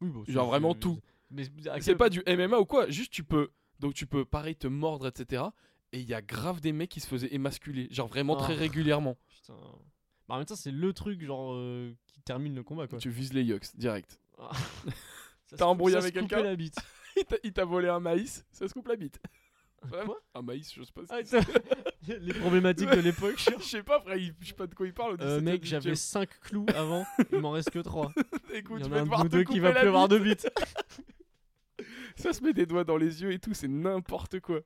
Speaker 2: Oui, bon,
Speaker 3: Genre
Speaker 2: c'est-
Speaker 3: vraiment
Speaker 2: c'est-
Speaker 3: tout.
Speaker 2: Mais à
Speaker 3: C'est
Speaker 2: quel-
Speaker 3: pas du MMA ou quoi, juste tu peux. Donc tu peux, pareil, te mordre, etc. Et il y a grave des mecs qui se faisaient émasculer, genre vraiment très
Speaker 2: Ah.
Speaker 3: régulièrement.
Speaker 2: Putain. <laughs> Bah, en même temps, c'est le truc genre euh, qui termine le combat quoi.
Speaker 3: Tu vises les yucks, direct. <laughs>
Speaker 2: Ah. Ça
Speaker 3: T'as
Speaker 2: se-
Speaker 3: embrouillé
Speaker 2: ça se
Speaker 3: avec
Speaker 2: coupait
Speaker 3: quelqu'un
Speaker 2: la bite.
Speaker 3: <laughs> Il t'a- il t'a volé un maïs, ça se coupe la bite. Vraiment
Speaker 2: Quoi
Speaker 3: un maïs, je sais pas. ce
Speaker 2: Ah,
Speaker 3: que c'est.
Speaker 2: t'as-
Speaker 3: <laughs>
Speaker 2: Les problématiques de l'époque.
Speaker 3: Je sais pas, frère, il- je sais pas de quoi il parle. au
Speaker 2: Euh,
Speaker 3: 17e,
Speaker 2: mec, j'avais
Speaker 3: 18e.
Speaker 2: 5
Speaker 3: <laughs>
Speaker 2: clous avant, il m'en reste que 3. Il
Speaker 3: Écoute,
Speaker 2: y
Speaker 3: je
Speaker 2: en
Speaker 3: vais
Speaker 2: a un de
Speaker 3: devoir
Speaker 2: nous
Speaker 3: te
Speaker 2: deux qui
Speaker 3: couper
Speaker 2: va
Speaker 3: la
Speaker 2: plus avoir
Speaker 3: bite.
Speaker 2: de bite.
Speaker 3: <laughs> Ça se met des doigts dans les yeux et tout, c'est n'importe quoi.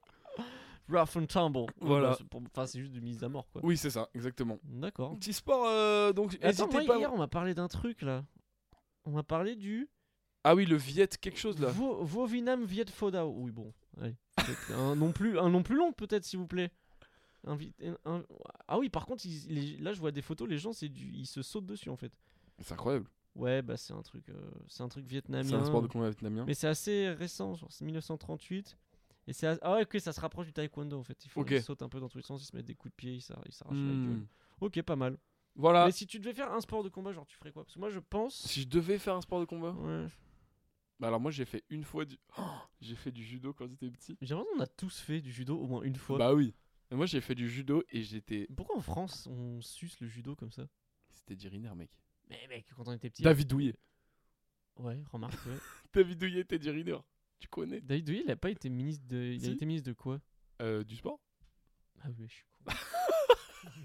Speaker 2: Rough and tumble.
Speaker 3: <laughs> Voilà.
Speaker 2: Ouais, bah, c'est pour- Enfin, c'est juste de mise à mort quoi.
Speaker 3: Oui, c'est ça, exactement.
Speaker 2: D'accord.
Speaker 3: Petit sport, euh, donc
Speaker 2: Attends,
Speaker 3: hésitez
Speaker 2: moi,
Speaker 3: pas.
Speaker 2: hier, on m'a parlé d'un truc là. On m'a parlé du
Speaker 3: Ah oui, le Viet, quelque chose là.
Speaker 2: Vo- Vovinam Viet Fodao. Oui, bon. Allez. Peut-être un, nom plus, un nom plus long, peut-être, s'il vous plaît. Un vi- un- Ah oui, par contre, ils- les- là, je vois des photos, les gens, c'est du... ils se sautent dessus en fait.
Speaker 3: C'est incroyable.
Speaker 2: Ouais, bah c'est un truc, euh, c'est un truc vietnamien.
Speaker 3: C'est un sport de combat vietnamien.
Speaker 2: Mais c'est assez récent, genre c'est 1938. Et c'est as- ah ouais, ok, ça se rapproche du taekwondo en fait. Ils, font,
Speaker 3: Ok.
Speaker 2: ils sautent un peu dans tous les sens, ils se mettent des coups de pied, ils s'ar- ils s'arrachent la gueule.
Speaker 3: Hmm.
Speaker 2: Ok, pas mal.
Speaker 3: Voilà.
Speaker 2: Mais si tu devais faire un sport de combat, genre tu ferais quoi Parce que moi je pense.
Speaker 3: Si je devais faire un sport de combat.
Speaker 2: Ouais.
Speaker 3: Bah alors moi j'ai fait une fois du. <gasps> Oh, j'ai fait du judo quand j'étais petit.
Speaker 2: J'ai l'impression qu'on a tous fait du judo au moins une fois.
Speaker 3: Bah oui. Et moi j'ai fait du judo et j'étais.
Speaker 2: Pourquoi en France on suce le judo comme ça
Speaker 3: C'était Diriner, mec.
Speaker 2: Mais mec, quand on était petit.
Speaker 3: David Douillet.
Speaker 2: Ouais, remarque. ouais. <laughs>
Speaker 3: <laughs> David Douillet était Diriner. Tu connais
Speaker 2: David Douillet, il a pas été ministre de. Il
Speaker 3: Si.
Speaker 2: a été ministre de quoi
Speaker 3: Euh, Du sport
Speaker 2: Ah oui, je suis con.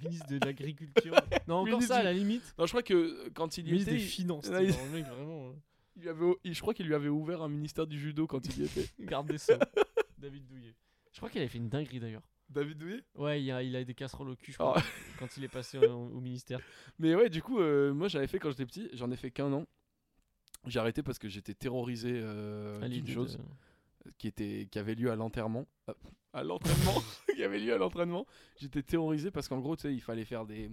Speaker 2: ministre de l'agriculture. Non, encore
Speaker 3: Ministre
Speaker 2: ça à
Speaker 3: du-
Speaker 2: la limite.
Speaker 3: Non, je crois que euh, quand il y
Speaker 2: ministre
Speaker 3: était.
Speaker 2: des
Speaker 3: il-
Speaker 2: Finances.
Speaker 3: là, il-
Speaker 2: t'es un mec vraiment. euh,
Speaker 3: <laughs> il lui avait o- il- Je crois qu'il lui avait ouvert un ministère du judo <laughs> quand il y était.
Speaker 2: Garde des
Speaker 3: <laughs>
Speaker 2: sceaux. David Douillet. Je crois qu'il avait fait une dinguerie d'ailleurs.
Speaker 3: David Douillet
Speaker 2: Ouais, il a, il a des casseroles au cul, je
Speaker 3: Ah.
Speaker 2: crois, quand il est passé euh, au, ministère.
Speaker 3: <laughs> Mais ouais, du coup, euh, moi j'avais fait quand j'étais petit, j'en ai fait qu'un an. J'ai arrêté parce que j'étais terrorisé euh,
Speaker 2: À
Speaker 3: d'une
Speaker 2: l'idée
Speaker 3: chose
Speaker 2: de-
Speaker 3: qui, était, qui avait lieu à l'enterrement. Ah, À l'entraînement <laughs> Qui avait lieu à l'entraînement. J'étais terrorisé parce qu'en gros, tu sais, il fallait faire des.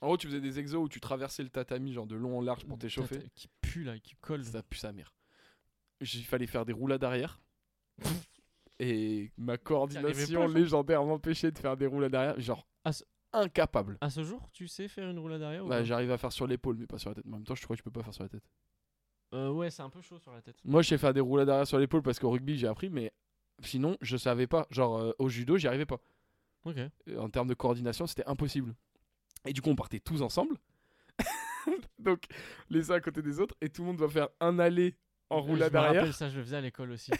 Speaker 3: En gros, tu faisais des exos où tu traversais le tatami, genre de long en large pour
Speaker 2: de
Speaker 3: t'échauffer.
Speaker 2: tata- Qui pue là, qui colle.
Speaker 3: Ça pue sa mère. J- Il fallait faire des roulades arrière. Et ma
Speaker 2: arrivais pas,
Speaker 3: coordination
Speaker 2: genre
Speaker 3: légendaire m'empêchait de faire des roulades arrière. Genre,
Speaker 2: Ah, ce-
Speaker 3: incapable.
Speaker 2: À ce jour, tu sais faire une roulade derrière ou
Speaker 3: Bah,
Speaker 2: pas
Speaker 3: j'arrive à faire sur l'épaule, mais pas sur la tête. Mais En même temps, je crois que je peux pas faire sur la tête.
Speaker 2: Euh, Ouais, c'est un peu chaud sur la tête.
Speaker 3: Moi, je sais faire des roulades arrière sur l'épaule parce qu'au rugby, j'ai appris, mais sinon, je savais pas. Genre, euh, au judo, j'y arrivais pas.
Speaker 2: Ok.
Speaker 3: Euh, En termes de coordination, c'était impossible. Et du coup, on partait tous ensemble. <laughs> Donc, les uns à côté des autres, et tout le monde doit faire un aller en roulade
Speaker 2: je me
Speaker 3: arrière.
Speaker 2: rappelle ça, je le faisais à l'école aussi.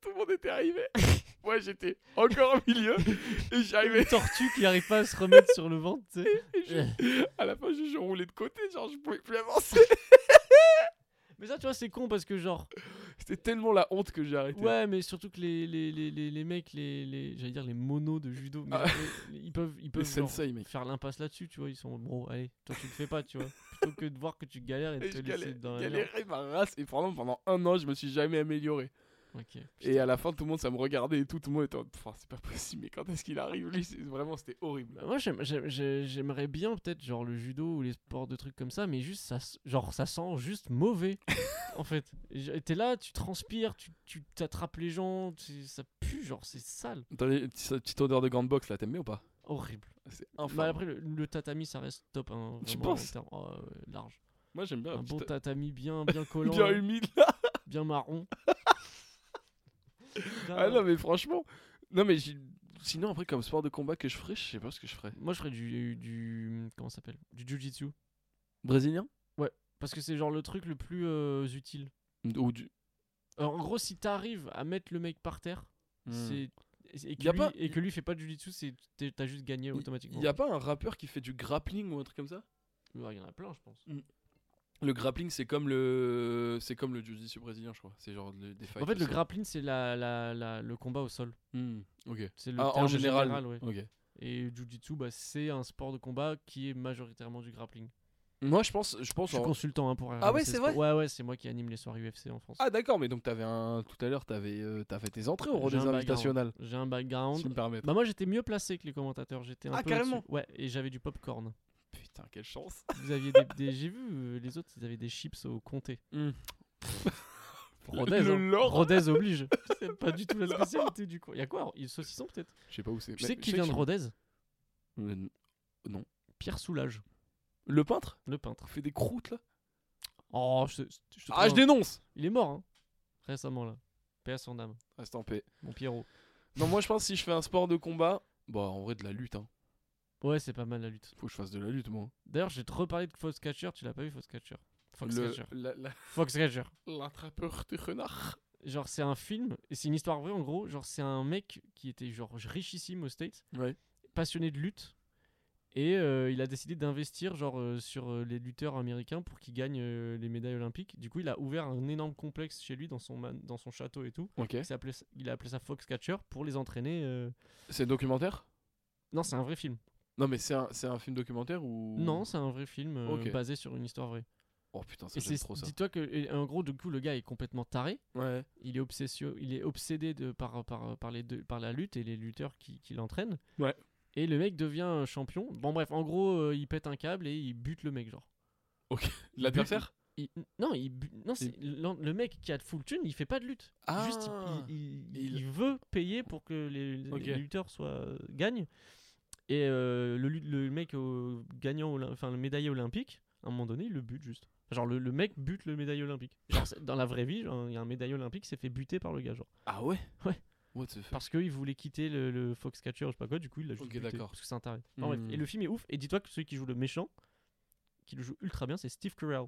Speaker 3: Tout le monde
Speaker 2: <laughs>
Speaker 3: était arrivé. Moi, j'étais encore au milieu, et
Speaker 2: Une
Speaker 3: j'arrivais.
Speaker 2: tortue qui arrive pas à se remettre sur le ventre, tu sais.
Speaker 3: et <laughs> je- À la fin, je, je roulais de côté, genre, je pouvais
Speaker 2: <laughs>
Speaker 3: plus avancer.
Speaker 2: Mais ça, tu vois, c'est con parce que genre.
Speaker 3: C'était tellement la honte que j'ai arrêté.
Speaker 2: Ouais, mais surtout que les, les, les, les, les mecs, les, les, j'allais dire les monos de judo, mais
Speaker 3: Ah.
Speaker 2: les- les- ils peuvent, ils peuvent
Speaker 3: Les
Speaker 2: genre
Speaker 3: sensei, mec.
Speaker 2: faire l'impasse là-dessus, tu vois. Ils sont bro, allez, toi tu le fais pas, tu vois. Plutôt que de voir que tu galères et de
Speaker 3: <laughs> Et
Speaker 2: te
Speaker 3: je
Speaker 2: laisser
Speaker 3: galé-
Speaker 2: dans la merde.
Speaker 3: galérais ma race, et pendant, pendant un an, je me suis jamais amélioré.
Speaker 2: Ok.
Speaker 3: Et à la fin, tout le monde, ça me regardait et tout, tout le monde était en mode, Pfff, c'est pas possible, mais quand est-ce qu'il arrive Lui, c'est- vraiment, c'était horrible.
Speaker 2: Bah, moi j'aime- j'aime- j'ai- j'aimerais bien peut-être genre le judo ou les sports de trucs comme ça, mais juste ça, s- genre ça sent juste
Speaker 3: <laughs>
Speaker 2: mauvais en fait. Et j'- T'es là, tu transpires, tu tu t'attrapes les gens, tu- ça pue, genre c'est sale,
Speaker 3: T'as les- petite petite odeur de grande box là, t'aimes bien ou pas <laughs>
Speaker 2: horrible.
Speaker 3: C'est
Speaker 2: Bah,
Speaker 3: infâme.
Speaker 2: après le, le tatami ça reste top, hein,
Speaker 3: Tu
Speaker 2: vraiment, en
Speaker 3: penses
Speaker 2: termes- oh, ouais, large.
Speaker 3: Moi, j'aime bien. la
Speaker 2: un bon
Speaker 3: petite-
Speaker 2: tatami bien
Speaker 3: <laughs>
Speaker 2: bien collant, <laughs>
Speaker 3: bien
Speaker 2: bien,
Speaker 3: humide là.
Speaker 2: marron. Bien-
Speaker 3: Ah non, mais franchement, Non, mais j'ai- sinon, après, comme sport de combat que je ferais, je sais pas ce que je ferais.
Speaker 2: Moi, je ferais du. du comment ça s'appelle Du jujitsu.
Speaker 3: Brésilien
Speaker 2: Parce que c'est genre le truc le plus euh, utile.
Speaker 3: Ou du.
Speaker 2: Alors, en gros, si t'arrives à mettre le mec par terre, c'est. Et et que,
Speaker 3: Hmm. Y a
Speaker 2: lui,
Speaker 3: pas-
Speaker 2: et que lui fait pas de jujitsu, c'est- t'es- t'as juste gagné automatiquement.
Speaker 3: Y a pas un rappeur qui fait du grappling ou un truc comme ça
Speaker 2: Ouais, y en a plein, je pense.
Speaker 3: Le grappling, c'est comme le. C'est comme le jiu-jitsu brésilien, je crois. C'est genre le- des fights.
Speaker 2: En fait, le grappling, c'est la, la, la- le combat au sol.
Speaker 3: Ok.
Speaker 2: C'est le
Speaker 3: Ah, en
Speaker 2: terme
Speaker 3: général.
Speaker 2: ouais.
Speaker 3: ok.
Speaker 2: Et Jujitsu, bah, c'est un sport de combat qui est majoritairement du grappling.
Speaker 3: Moi, je pense. Je
Speaker 2: Je
Speaker 3: pense
Speaker 2: suis
Speaker 3: en-
Speaker 2: consultant hein, pour
Speaker 3: Ah ouais,
Speaker 2: RMC
Speaker 3: c'est vrai
Speaker 2: Sport. Ouais, ouais, c'est moi qui anime les soirées UFC en France.
Speaker 3: Ah, d'accord, mais donc t'avais un. Tout à l'heure, t'avais euh, t'as fait tes entrées au
Speaker 2: J'ai un
Speaker 3: Rodez
Speaker 2: background.
Speaker 3: Invitational.
Speaker 2: J'ai un
Speaker 3: Si tu
Speaker 2: background.
Speaker 3: me permets.
Speaker 2: Bah, moi, j'étais mieux placé que les commentateurs. J'étais un
Speaker 3: Ah,
Speaker 2: peu
Speaker 3: carrément.
Speaker 2: là-dessus. Ouais, et j'avais du
Speaker 3: <laughs>
Speaker 2: popcorn.
Speaker 3: Putain, quelle chance.
Speaker 2: Vous aviez des. des- J'ai vu euh, les autres, ils avaient des chips au comté. <laughs>
Speaker 3: Hmm.
Speaker 2: Rodez,
Speaker 3: Le
Speaker 2: hein.
Speaker 3: lord.
Speaker 2: Rodez
Speaker 3: <laughs>
Speaker 2: oblige. C'est pas du tout la spécialité du coin. Y a quoi Il y a saucisson peut-être
Speaker 3: Je sais pas où c'est.
Speaker 2: Tu
Speaker 3: mais
Speaker 2: sais
Speaker 3: je
Speaker 2: qui
Speaker 3: que
Speaker 2: vient de
Speaker 3: je-
Speaker 2: Rodez
Speaker 3: Le-
Speaker 2: Pierre Soulage,
Speaker 3: Le peintre
Speaker 2: le peintre.
Speaker 3: Il fait des croûtes là
Speaker 2: Oh, je, te- je te
Speaker 3: Ah, je
Speaker 2: trouve un-
Speaker 3: dénonce
Speaker 2: Il est mort, hein, récemment là. Paix à son âme,
Speaker 3: Reste Ah, en paix.
Speaker 2: mon Pierrot.
Speaker 3: Non, moi je pense que si je fais un sport de combat, bah en vrai de la lutte, hein.
Speaker 2: Ouais, c'est pas mal la lutte.
Speaker 3: Faut que je fasse de la lutte, moi.
Speaker 2: D'ailleurs, j'ai trop parlé de Fox Catcher, tu l'as pas vu Fox Catcher Fox
Speaker 3: Le-
Speaker 2: Catcher.
Speaker 3: la- la-
Speaker 2: Fox Catcher.
Speaker 3: L'attrapeur du renard.
Speaker 2: Genre, c'est un film, et c'est une histoire vraie en gros. Genre, c'est un mec qui était genre richissime aux States,
Speaker 3: Ouais.
Speaker 2: passionné de lutte, et euh, il a décidé d'investir genre euh, sur euh, les lutteurs américains pour qu'ils gagnent euh, les médailles olympiques. Du coup, il a ouvert un énorme complexe chez lui dans son, man- dans son château et tout.
Speaker 3: Ok.
Speaker 2: Il, s'appelait ça- il a appelé ça Fox Catcher pour les entraîner. euh,
Speaker 3: C'est documentaire
Speaker 2: Non, c'est un vrai film.
Speaker 3: Non, mais c'est un, c'est un film documentaire ou.
Speaker 2: Non, c'est un vrai film euh,
Speaker 3: Ok.
Speaker 2: basé sur une histoire vraie.
Speaker 3: Oh putain, ça
Speaker 2: Et
Speaker 3: j'aime
Speaker 2: c'est
Speaker 3: trop ça.
Speaker 2: dis-toi que et en gros du coup le gars est complètement taré,
Speaker 3: Ouais.
Speaker 2: il est obsessio- il est obsédé de par par par les deux, par la lutte et les lutteurs qui, qui l'entraînent.
Speaker 3: Ouais.
Speaker 2: Et le mec devient euh, champion. Bon bref, en gros euh, il pète un câble et il bute le mec genre.
Speaker 3: L'adversaire
Speaker 2: Il- non, il bu- non, c'est l'en- le mec qui a de full thune, il fait pas de lutte.
Speaker 3: Ah.
Speaker 2: Juste il, il- il-
Speaker 3: Il-
Speaker 2: il veut payer pour que les, les
Speaker 3: Ok.
Speaker 2: lutteurs soient euh, gagnent. Et euh, le, lu- le mec au- gagnant olym- enfin le médaillé olympique, à un moment donné, il le bute juste. Genre le, le mec bute le médaillé olympique. Genre, c'est- dans la vraie vie, genre, il y a un médaillé olympique qui s'est fait buter par le gars genre
Speaker 3: Ah ouais
Speaker 2: Ouais.
Speaker 3: What the fuck
Speaker 2: parce qu'il voulait quitter le, le Fox Catcher, je sais pas quoi, du coup il l'a juste
Speaker 3: Ok,
Speaker 2: buté,
Speaker 3: d'accord.
Speaker 2: parce que c'est un taré. Enfin, bref,
Speaker 3: Hmm.
Speaker 2: Et le film est ouf et dis-toi que celui qui joue le méchant qui le joue ultra bien, c'est Steve Carell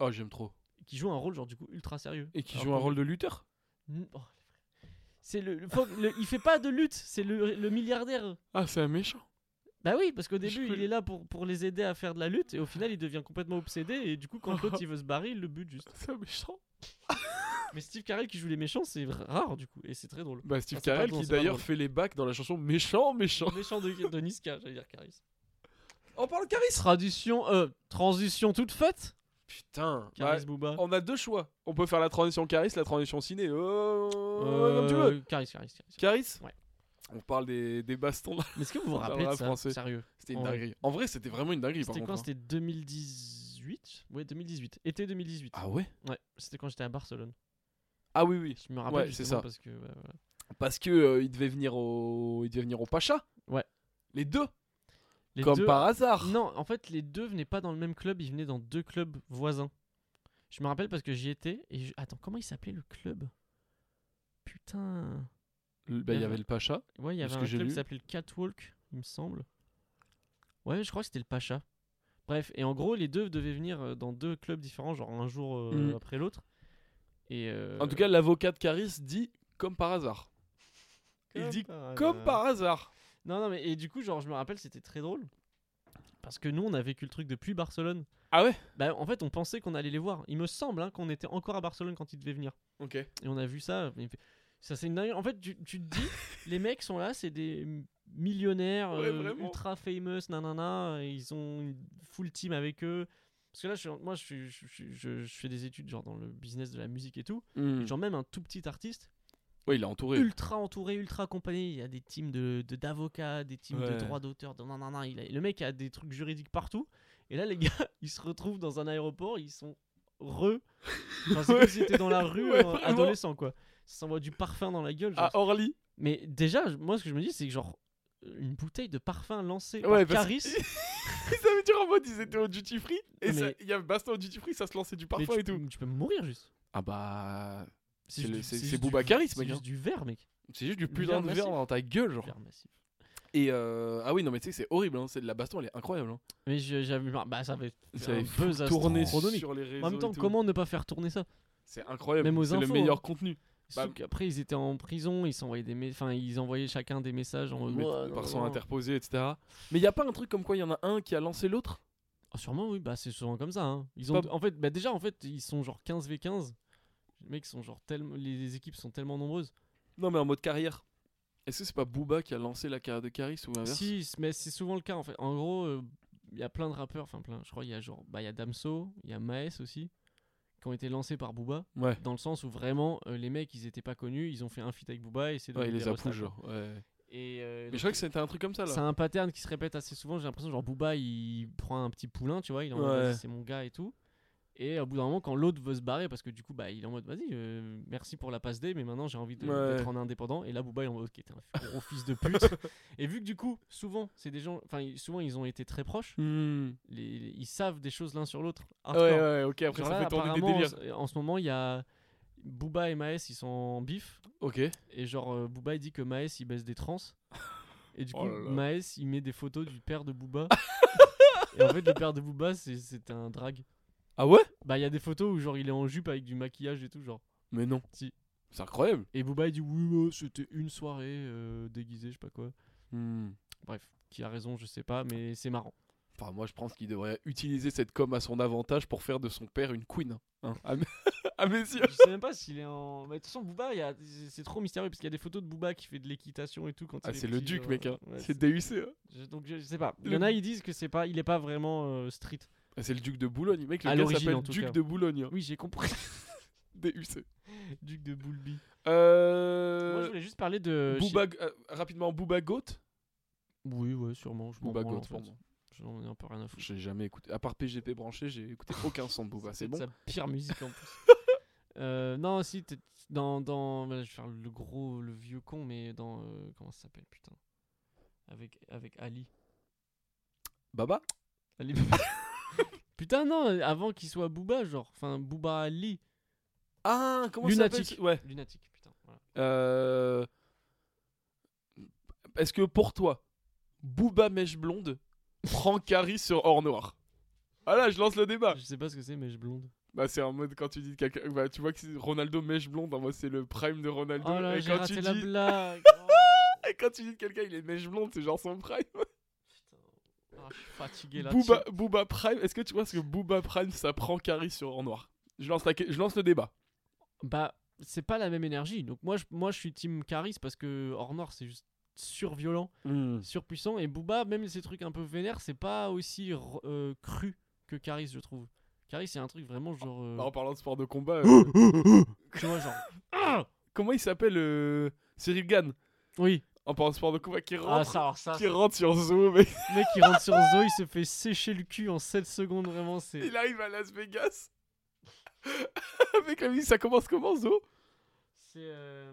Speaker 3: Oh, j'aime trop.
Speaker 2: qui joue un rôle genre du coup ultra sérieux.
Speaker 3: Et qui
Speaker 2: Alors
Speaker 3: joue un
Speaker 2: qu'en-
Speaker 3: rôle de lutteur
Speaker 2: N- oh, les frères. C'est le, le, faut- le- il fait pas de lutte, c'est le, le milliardaire.
Speaker 3: Ah, c'est un méchant.
Speaker 2: Bah oui, parce qu'au
Speaker 3: Je
Speaker 2: début
Speaker 3: peux-
Speaker 2: il est là pour, pour les aider à faire de la lutte et au final il devient complètement obsédé et du coup quand l'autre il veut se barrer il le bute juste.
Speaker 3: C'est un méchant
Speaker 2: <laughs> Mais Steve Carell qui joue les méchants c'est ra- rare du coup et c'est très drôle.
Speaker 3: Bah, Steve
Speaker 2: Ah, c'est pas
Speaker 3: Carell
Speaker 2: drôle,
Speaker 3: qui
Speaker 2: c'est pas
Speaker 3: d'ailleurs
Speaker 2: drôle.
Speaker 3: fait les bacs dans la chanson Méchant, méchant.
Speaker 2: Méchant de, de Niska, j'allais dire Caris.
Speaker 3: On parle Caris
Speaker 2: Tradition, euh, transition toute faite.
Speaker 3: Putain. bah,
Speaker 2: Caris Booba.
Speaker 3: On a deux choix. On peut faire la transition Caris, la transition ciné. Oh, Comme tu
Speaker 2: Euh,
Speaker 3: veux.
Speaker 2: Caris, Caris, Caris.
Speaker 3: Caris
Speaker 2: Ouais.
Speaker 3: On parle des, des bastons là.
Speaker 2: Mais est-ce que vous vous
Speaker 3: On parlera
Speaker 2: rappelez de ça
Speaker 3: français.
Speaker 2: Sérieux.
Speaker 3: C'était une
Speaker 2: Ouais.
Speaker 3: dinguerie. En vrai, c'était vraiment une dinguerie par
Speaker 2: C'était
Speaker 3: contre.
Speaker 2: quand
Speaker 3: hein.
Speaker 2: C'était 2018 Ouais, 2018. Été 2018.
Speaker 3: Ah ouais
Speaker 2: Ouais, c'était quand j'étais à Barcelone.
Speaker 3: Ah oui, oui.
Speaker 2: Je me rappelle
Speaker 3: Ouais, c'est
Speaker 2: justement
Speaker 3: ça.
Speaker 2: parce que euh, ouais, voilà.
Speaker 3: Parce que euh, il devait venir au il devait venir au Pacha.
Speaker 2: Ouais.
Speaker 3: Les deux.
Speaker 2: Les
Speaker 3: comme
Speaker 2: deux-
Speaker 3: par hasard.
Speaker 2: Non, en fait, les deux venaient pas dans le même club, ils venaient dans deux clubs voisins. Je me rappelle parce que j'y étais et je- attends, comment il s'appelait le club Putain.
Speaker 3: Le- bah, il y avait le Pacha.
Speaker 2: Ouais, il y
Speaker 3: Parce
Speaker 2: avait un
Speaker 3: que j'ai
Speaker 2: club
Speaker 3: lu.
Speaker 2: qui s'appelait le Catwalk, il me semble. Ouais, je crois que c'était le Pacha. Bref, et en gros, les deux devaient venir euh, dans deux clubs différents, genre un jour euh,
Speaker 3: Mm.
Speaker 2: après l'autre. Et euh,
Speaker 3: En tout cas, l'avocat de Caris dit comme par hasard. il dit Comme par hasard.
Speaker 2: Non, non, mais et du coup, genre, je me rappelle, c'était très drôle. Parce que nous, on a vécu le truc depuis Barcelone.
Speaker 3: Ah ouais
Speaker 2: Bah, en fait, on pensait qu'on allait les voir. Il me semble hein, qu'on était encore à Barcelone quand ils devaient venir.
Speaker 3: OK.
Speaker 2: Et on a vu ça. et fait- Ça, c'est une dinguerie. En fait, tu, tu te
Speaker 3: <laughs>
Speaker 2: dis, les mecs sont là, c'est des millionnaires
Speaker 3: Ouais,
Speaker 2: euh,
Speaker 3: vraiment.
Speaker 2: ultra famous, nanana. et ils ont une full team avec eux. Parce que là, je, suis en- moi, je, suis- je, suis- je- je fais des études genre dans le business de la musique et tout.
Speaker 3: Hmm.
Speaker 2: Et genre, même un tout petit artiste,
Speaker 3: Ouais, il est entouré.
Speaker 2: ultra entouré, ultra accompagné. Il y a des teams de de- d'avocats, des teams
Speaker 3: Ouais.
Speaker 2: de droits d'auteur. de Non, non, non. Il a- le mec a des trucs juridiques partout. Et là, les gars, <laughs> ils se retrouvent dans un aéroport. Ils sont re. Enfin,
Speaker 3: <laughs>
Speaker 2: c'est comme s'ils étaient dans la rue,
Speaker 3: Ouais,
Speaker 2: euh,
Speaker 3: vraiment.
Speaker 2: adolescent, quoi. Ça s'envoie du parfum dans la gueule. genre.
Speaker 3: À Orly.
Speaker 2: Mais déjà, je- moi, ce que je me dis, c'est que genre. Une bouteille de parfum lancée
Speaker 3: Ouais,
Speaker 2: par
Speaker 3: parce que-
Speaker 2: Caris.
Speaker 3: <laughs> ça veut dire en mode ils étaient au duty free et
Speaker 2: Mais-
Speaker 3: ça- il y a Bastien au duty free, ça se lançait du
Speaker 2: mais
Speaker 3: parfum
Speaker 2: tu,
Speaker 3: et tout.
Speaker 2: tu peux mourir juste.
Speaker 3: Ah bah
Speaker 2: C'est
Speaker 3: C'est
Speaker 2: juste
Speaker 3: le-
Speaker 2: du-
Speaker 3: c'est- c'est
Speaker 2: juste
Speaker 3: Bouba
Speaker 2: du-
Speaker 3: Caris,
Speaker 2: C'est
Speaker 3: mec, hein.
Speaker 2: juste du verre, mec.
Speaker 3: C'est juste du
Speaker 2: Une
Speaker 3: putain
Speaker 2: verre
Speaker 3: de verre
Speaker 2: massif.
Speaker 3: dans ta gueule, genre.
Speaker 2: Hyper massif.
Speaker 3: Et euh, ah oui, non, mais tu sais, c'est horrible, hein, c'est de la baston, elle est incroyable. hein.
Speaker 2: Mais je- j'avais bah ça avait
Speaker 3: Ça
Speaker 2: un
Speaker 3: avait
Speaker 2: buzz
Speaker 3: Tourner
Speaker 2: astronomique.
Speaker 3: sur les réseaux.
Speaker 2: En même
Speaker 3: et
Speaker 2: temps,
Speaker 3: tout.
Speaker 2: comment ne pas faire tourner ça
Speaker 3: C'est incroyable.
Speaker 2: Même aux
Speaker 3: c'est le
Speaker 2: infos,
Speaker 3: meilleur
Speaker 2: hein.
Speaker 3: contenu.
Speaker 2: Sauf
Speaker 3: Bah-
Speaker 2: qu'après ils étaient en prison, ils s'envoyaient des mé- enfin ils envoyaient chacun des messages en mode,
Speaker 3: Mais-
Speaker 2: Ouah, non,
Speaker 3: par
Speaker 2: non,
Speaker 3: son
Speaker 2: non.
Speaker 3: interposé, etc. Mais il y a pas un truc comme quoi il y en a un qui a lancé l'autre
Speaker 2: Ah, sûrement oui, bah c'est souvent comme ça hein. Ils ont
Speaker 3: Pas-
Speaker 2: en fait bah déjà en fait, ils sont genre 15 v15. Les mecs sont genre tellement les les équipes sont tellement nombreuses.
Speaker 3: Non, mais en mode carrière. Est-ce que c'est pas Booba qui a lancé la carrière de Caris ou inverse
Speaker 2: Si, mais c'est souvent le cas en fait. En gros, euh, il y a plein de rappeurs, enfin plein, je crois il y a genre bah il y a Damso, il y a Maes aussi qui ont été lancés par Booba
Speaker 3: Ouais.
Speaker 2: dans le sens où vraiment euh, les mecs ils étaient pas connus, ils ont fait un feat avec Booba et c'est
Speaker 3: Ouais,
Speaker 2: devenu
Speaker 3: il les
Speaker 2: des
Speaker 3: a
Speaker 2: restas,
Speaker 3: poussés,
Speaker 2: quoi.
Speaker 3: genre. ouais.
Speaker 2: Et euh,
Speaker 3: Mais
Speaker 2: donc,
Speaker 3: je crois que c'était un truc comme ça
Speaker 2: c'est
Speaker 3: là.
Speaker 2: un pattern qui se répète assez souvent. J'ai l'impression, genre, Booba, il prend un petit poulain, tu vois, il est en
Speaker 3: Ouais.
Speaker 2: mode, vas-y, c'est mon gars et tout. Et au bout d'un moment, quand l'autre veut se barrer, parce que du coup, bah, il est en mode, vas-y, euh, merci pour la passe D, mais maintenant j'ai envie de-
Speaker 3: Ouais.
Speaker 2: d'être en indépendant. Et là, Booba, il est en mode, ok, t'es un gros fils de pute.
Speaker 3: <laughs>
Speaker 2: et vu que du coup, souvent, c'est des gens, enfin, ils- souvent, ils ont été très proches,
Speaker 3: Hmm.
Speaker 2: les- ils savent des choses l'un sur l'autre.
Speaker 3: Ouais,
Speaker 2: hardcore.
Speaker 3: ouais, ouais, ok, après
Speaker 2: Genre
Speaker 3: ça
Speaker 2: là,
Speaker 3: fait tourner des
Speaker 2: apparemment,
Speaker 3: délires.
Speaker 2: euh, en- En ce moment, il y a Booba et Maes, ils sont en bif.
Speaker 3: Ok.
Speaker 2: Et genre, euh, Booba il dit que Maes il baisse des trans. Et du
Speaker 3: <laughs> Oh
Speaker 2: coup,
Speaker 3: là là.
Speaker 2: Maes il met des photos du père de
Speaker 3: <laughs>
Speaker 2: Booba. et en fait, le père de Booba c'est- c'est un drag.
Speaker 3: Ah ouais
Speaker 2: Bah, il y a des photos où genre il est en jupe avec du maquillage et tout, genre.
Speaker 3: Mais non.
Speaker 2: Si.
Speaker 3: C'est incroyable.
Speaker 2: Et Booba il dit oui, ouais, c'était une soirée euh, déguisée, je sais pas quoi.
Speaker 3: Hmm.
Speaker 2: Bref, qui a raison, je sais pas, mais c'est marrant.
Speaker 3: Enfin, moi, je pense qu'il devrait utiliser cette com à son avantage pour faire de son père une queen.
Speaker 2: <laughs>
Speaker 3: hein, à, mes... <laughs> à mes yeux.
Speaker 2: je sais même pas s'il est en. Mais de toute façon, Booba, il y a- c'est c'est trop mystérieux parce qu'il y a des photos de Booba qui fait de l'équitation et tout quand
Speaker 3: Ah,
Speaker 2: il est
Speaker 3: c'est le
Speaker 2: petit,
Speaker 3: duc,
Speaker 2: genre,
Speaker 3: mec. hein.
Speaker 2: ouais,
Speaker 3: c'est DUC. hein.
Speaker 2: Je- donc je, je sais pas. Il y
Speaker 3: Le-
Speaker 2: en a, ils disent que c'est pas, il est pas vraiment euh, street.
Speaker 3: Ah, C'est le duc de Boulogne, mec.
Speaker 2: À
Speaker 3: Le gars
Speaker 2: l'origine,
Speaker 3: s'appelle
Speaker 2: en tout
Speaker 3: duc
Speaker 2: cas.
Speaker 3: de Boulogne. hein.
Speaker 2: Oui, j'ai compris. <laughs>
Speaker 3: DUC.
Speaker 2: Duc de Boulby. Moi, je
Speaker 3: Euh...
Speaker 2: voulais juste parler de.
Speaker 3: Booba... euh, rapidement, Booba Goat
Speaker 2: Oui, ouais, sûrement. Je m'en
Speaker 3: Booba
Speaker 2: branle, en
Speaker 3: Goat,
Speaker 2: fait.
Speaker 3: pour moi.
Speaker 2: J'en ai un peu rien à foutre.
Speaker 3: J'ai jamais écouté. À part PGP branché, j'ai
Speaker 2: <laughs>
Speaker 3: écouté aucun son de Booba. C'est bon.
Speaker 2: sa pire musique en
Speaker 3: <laughs>
Speaker 2: plus. Euh, non, si, t'es- dans, dans. bah, Je vais faire le gros, le vieux con, mais dans. euh, comment ça s'appelle, putain avec, avec Ali.
Speaker 3: Baba
Speaker 2: Ali. <laughs> putain, non, avant qu'il soit Booba, genre. Enfin, Booba Ali.
Speaker 3: Ah, comment ça
Speaker 2: Lunatique.
Speaker 3: s'appelle Ouais.
Speaker 2: Lunatique, putain. voilà.
Speaker 3: Euh, Est-ce que pour toi, Booba mèche blonde prend Carrie sur or noir Ah là, je lance le débat.
Speaker 2: Je sais pas ce que c'est, mais je blonde.
Speaker 3: Bah c'est en mode quand tu dis que quelqu'un, bah, tu vois que c'est Ronaldo mèche blonde, hein, moi c'est le prime de Ronaldo.
Speaker 2: Oh là,
Speaker 3: et,
Speaker 2: j'ai
Speaker 3: quand tu
Speaker 2: raté la
Speaker 3: dis... <laughs>
Speaker 2: blague.
Speaker 3: et quand tu dis que quelqu'un il est mèche blonde, c'est genre son prime.
Speaker 2: Oh, ah, je suis fatigué là.
Speaker 3: Booba, Booba prime. Est-ce que tu vois ce que Booba prime ça prend Carrie sur or noir je lance, la que- je lance le débat.
Speaker 2: Bah, c'est pas la même énergie. Donc moi, je, moi, je suis team Caris parce que Ornor, c'est juste surviolent,
Speaker 3: Hmm.
Speaker 2: surpuissant. Et Booba, même ces trucs un peu vénères, c'est pas aussi r- euh, cru que Caris, je trouve. Caris, c'est un truc vraiment genre... euh,
Speaker 3: En parlant de sport de combat, euh,
Speaker 2: tu vois, genre...
Speaker 3: <coughs> comment il s'appelle euh, Cyril Gann
Speaker 2: Oui.
Speaker 3: En parlant de sport de combat qui rentre
Speaker 2: Ah, ça, alors ça.
Speaker 3: qui rentre sur Zoom et
Speaker 2: <laughs> Le mec, qui rentre sur Zoe, il se fait sécher le cul en 7 secondes, vraiment. C'est...
Speaker 3: il arrive à Las Vegas. <laughs> Avec la musique, ça commence comment Zo
Speaker 2: c'est euh,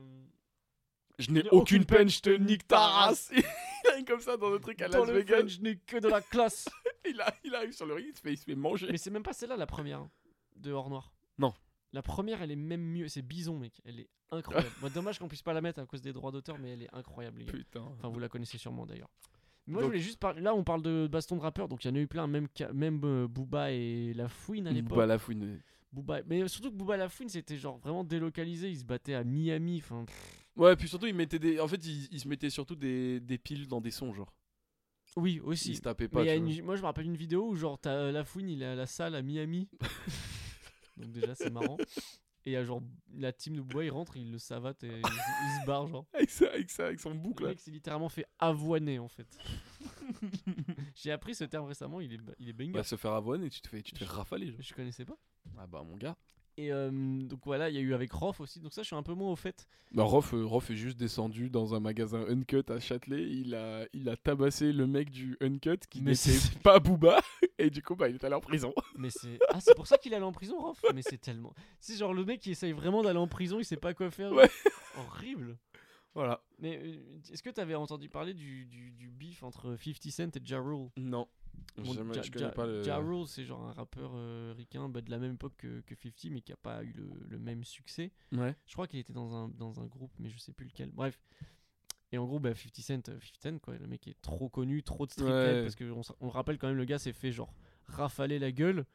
Speaker 3: Je n'ai
Speaker 2: Il y a
Speaker 3: aucune,
Speaker 2: aucune
Speaker 3: peine,
Speaker 2: peine,
Speaker 3: je te nique ta race. <laughs> il arrive comme ça dans le truc à
Speaker 2: Dans
Speaker 3: Las
Speaker 2: le
Speaker 3: Vegas.
Speaker 2: French, je n'ai que de la classe.
Speaker 3: Il, a- il arrive sur le ring, il se fait, il se fait manger.
Speaker 2: Mais c'est même pas celle-là la première hein, de Hors Noir.
Speaker 3: Non.
Speaker 2: La première, elle est même mieux. C'est Bison, mec. Elle est
Speaker 3: <laughs>
Speaker 2: incroyable. Moi, dommage qu'on puisse pas la mettre à cause des droits d'auteur, mais elle est incroyable, les gars.
Speaker 3: Putain.
Speaker 2: Enfin, vous la connaissez sûrement d'ailleurs. Moi, je
Speaker 3: Donc-
Speaker 2: voulais juste parler. Là, on parle de baston de rappeur, donc il y en a eu plein, même, Ka- même euh, Booba et La Fouine à l'époque.
Speaker 3: Bah la fouine.
Speaker 2: Booba... Mais surtout que Booba et La Fouine, c'était genre vraiment délocalisé. Ils se battaient à Miami. Enfin, pff,
Speaker 3: Ouais, puis surtout, il mettait des. En fait, il, il se mettait surtout des, des piles dans des sons, genre.
Speaker 2: oui,
Speaker 3: Il
Speaker 2: aussi.
Speaker 3: se tapait
Speaker 2: Mm. Mais
Speaker 3: pas.
Speaker 2: il y a
Speaker 3: tu vois.
Speaker 2: une- Moi, je me rappelle une vidéo où, genre, t'as euh, La Fouine, il est à la salle à Miami. <laughs> Donc, déjà, c'est marrant. Et il y a, genre, la team de Bois, il rentre, il le savate et il, se- il se barre, genre.
Speaker 3: Avec, ça, avec, ça, avec son boucle.
Speaker 2: Le
Speaker 3: là.
Speaker 2: mec s'est littéralement fait avoiner, en
Speaker 3: <laughs>
Speaker 2: fait. J'ai appris ce terme récemment, il est, ba- il est banger.
Speaker 3: Bah, se faire avoine et tu te fais, tu te fais rafaler, genre.
Speaker 2: Je connaissais pas.
Speaker 3: Ah bah, mon gars.
Speaker 2: Et euh, donc, voilà, il y a eu avec Rof aussi. Donc, ça, je suis un peu moins au fait.
Speaker 3: Bah, Rof, euh, Rof est juste descendu dans un magasin Uncut à Châtelet. Il a, il a tabassé le mec du Uncut qui
Speaker 2: Mais
Speaker 3: n'était
Speaker 2: c'est-
Speaker 3: pas Booba. <laughs> Et du coup, bah, il est allé en prison.
Speaker 2: Mais c'est. Ah, c'est pour ça qu'il allait en prison, Rof Mais c'est tellement. C'est genre le mec qui essaye vraiment d'aller en prison, il sait pas quoi faire.
Speaker 3: Ouais.
Speaker 2: Horrible.
Speaker 3: Voilà.
Speaker 2: Mais euh, est-ce que t'avais entendu parler du, du, du beef entre 50 Cent et Ja Rule
Speaker 3: Non.
Speaker 2: Bon,
Speaker 3: Jamais-
Speaker 2: Ja-
Speaker 3: je connais
Speaker 2: Ja-
Speaker 3: pas le-
Speaker 2: Ja Rule, c'est genre un rappeur euh, ricain bah, de la même époque que, que 50, mais qui a pas eu le, le même succès.
Speaker 7: Ouais.
Speaker 2: Je crois qu'il était dans un, dans un groupe, mais je sais plus lequel. Bref. Et en gros, bah, 50 Cent, euh, 50 Cent, quoi, le mec est trop connu, trop de street cred,
Speaker 3: Ouais.
Speaker 2: parce qu'on on le rappelle quand même, le gars s'est fait genre rafaler la
Speaker 3: <laughs>
Speaker 2: gueule,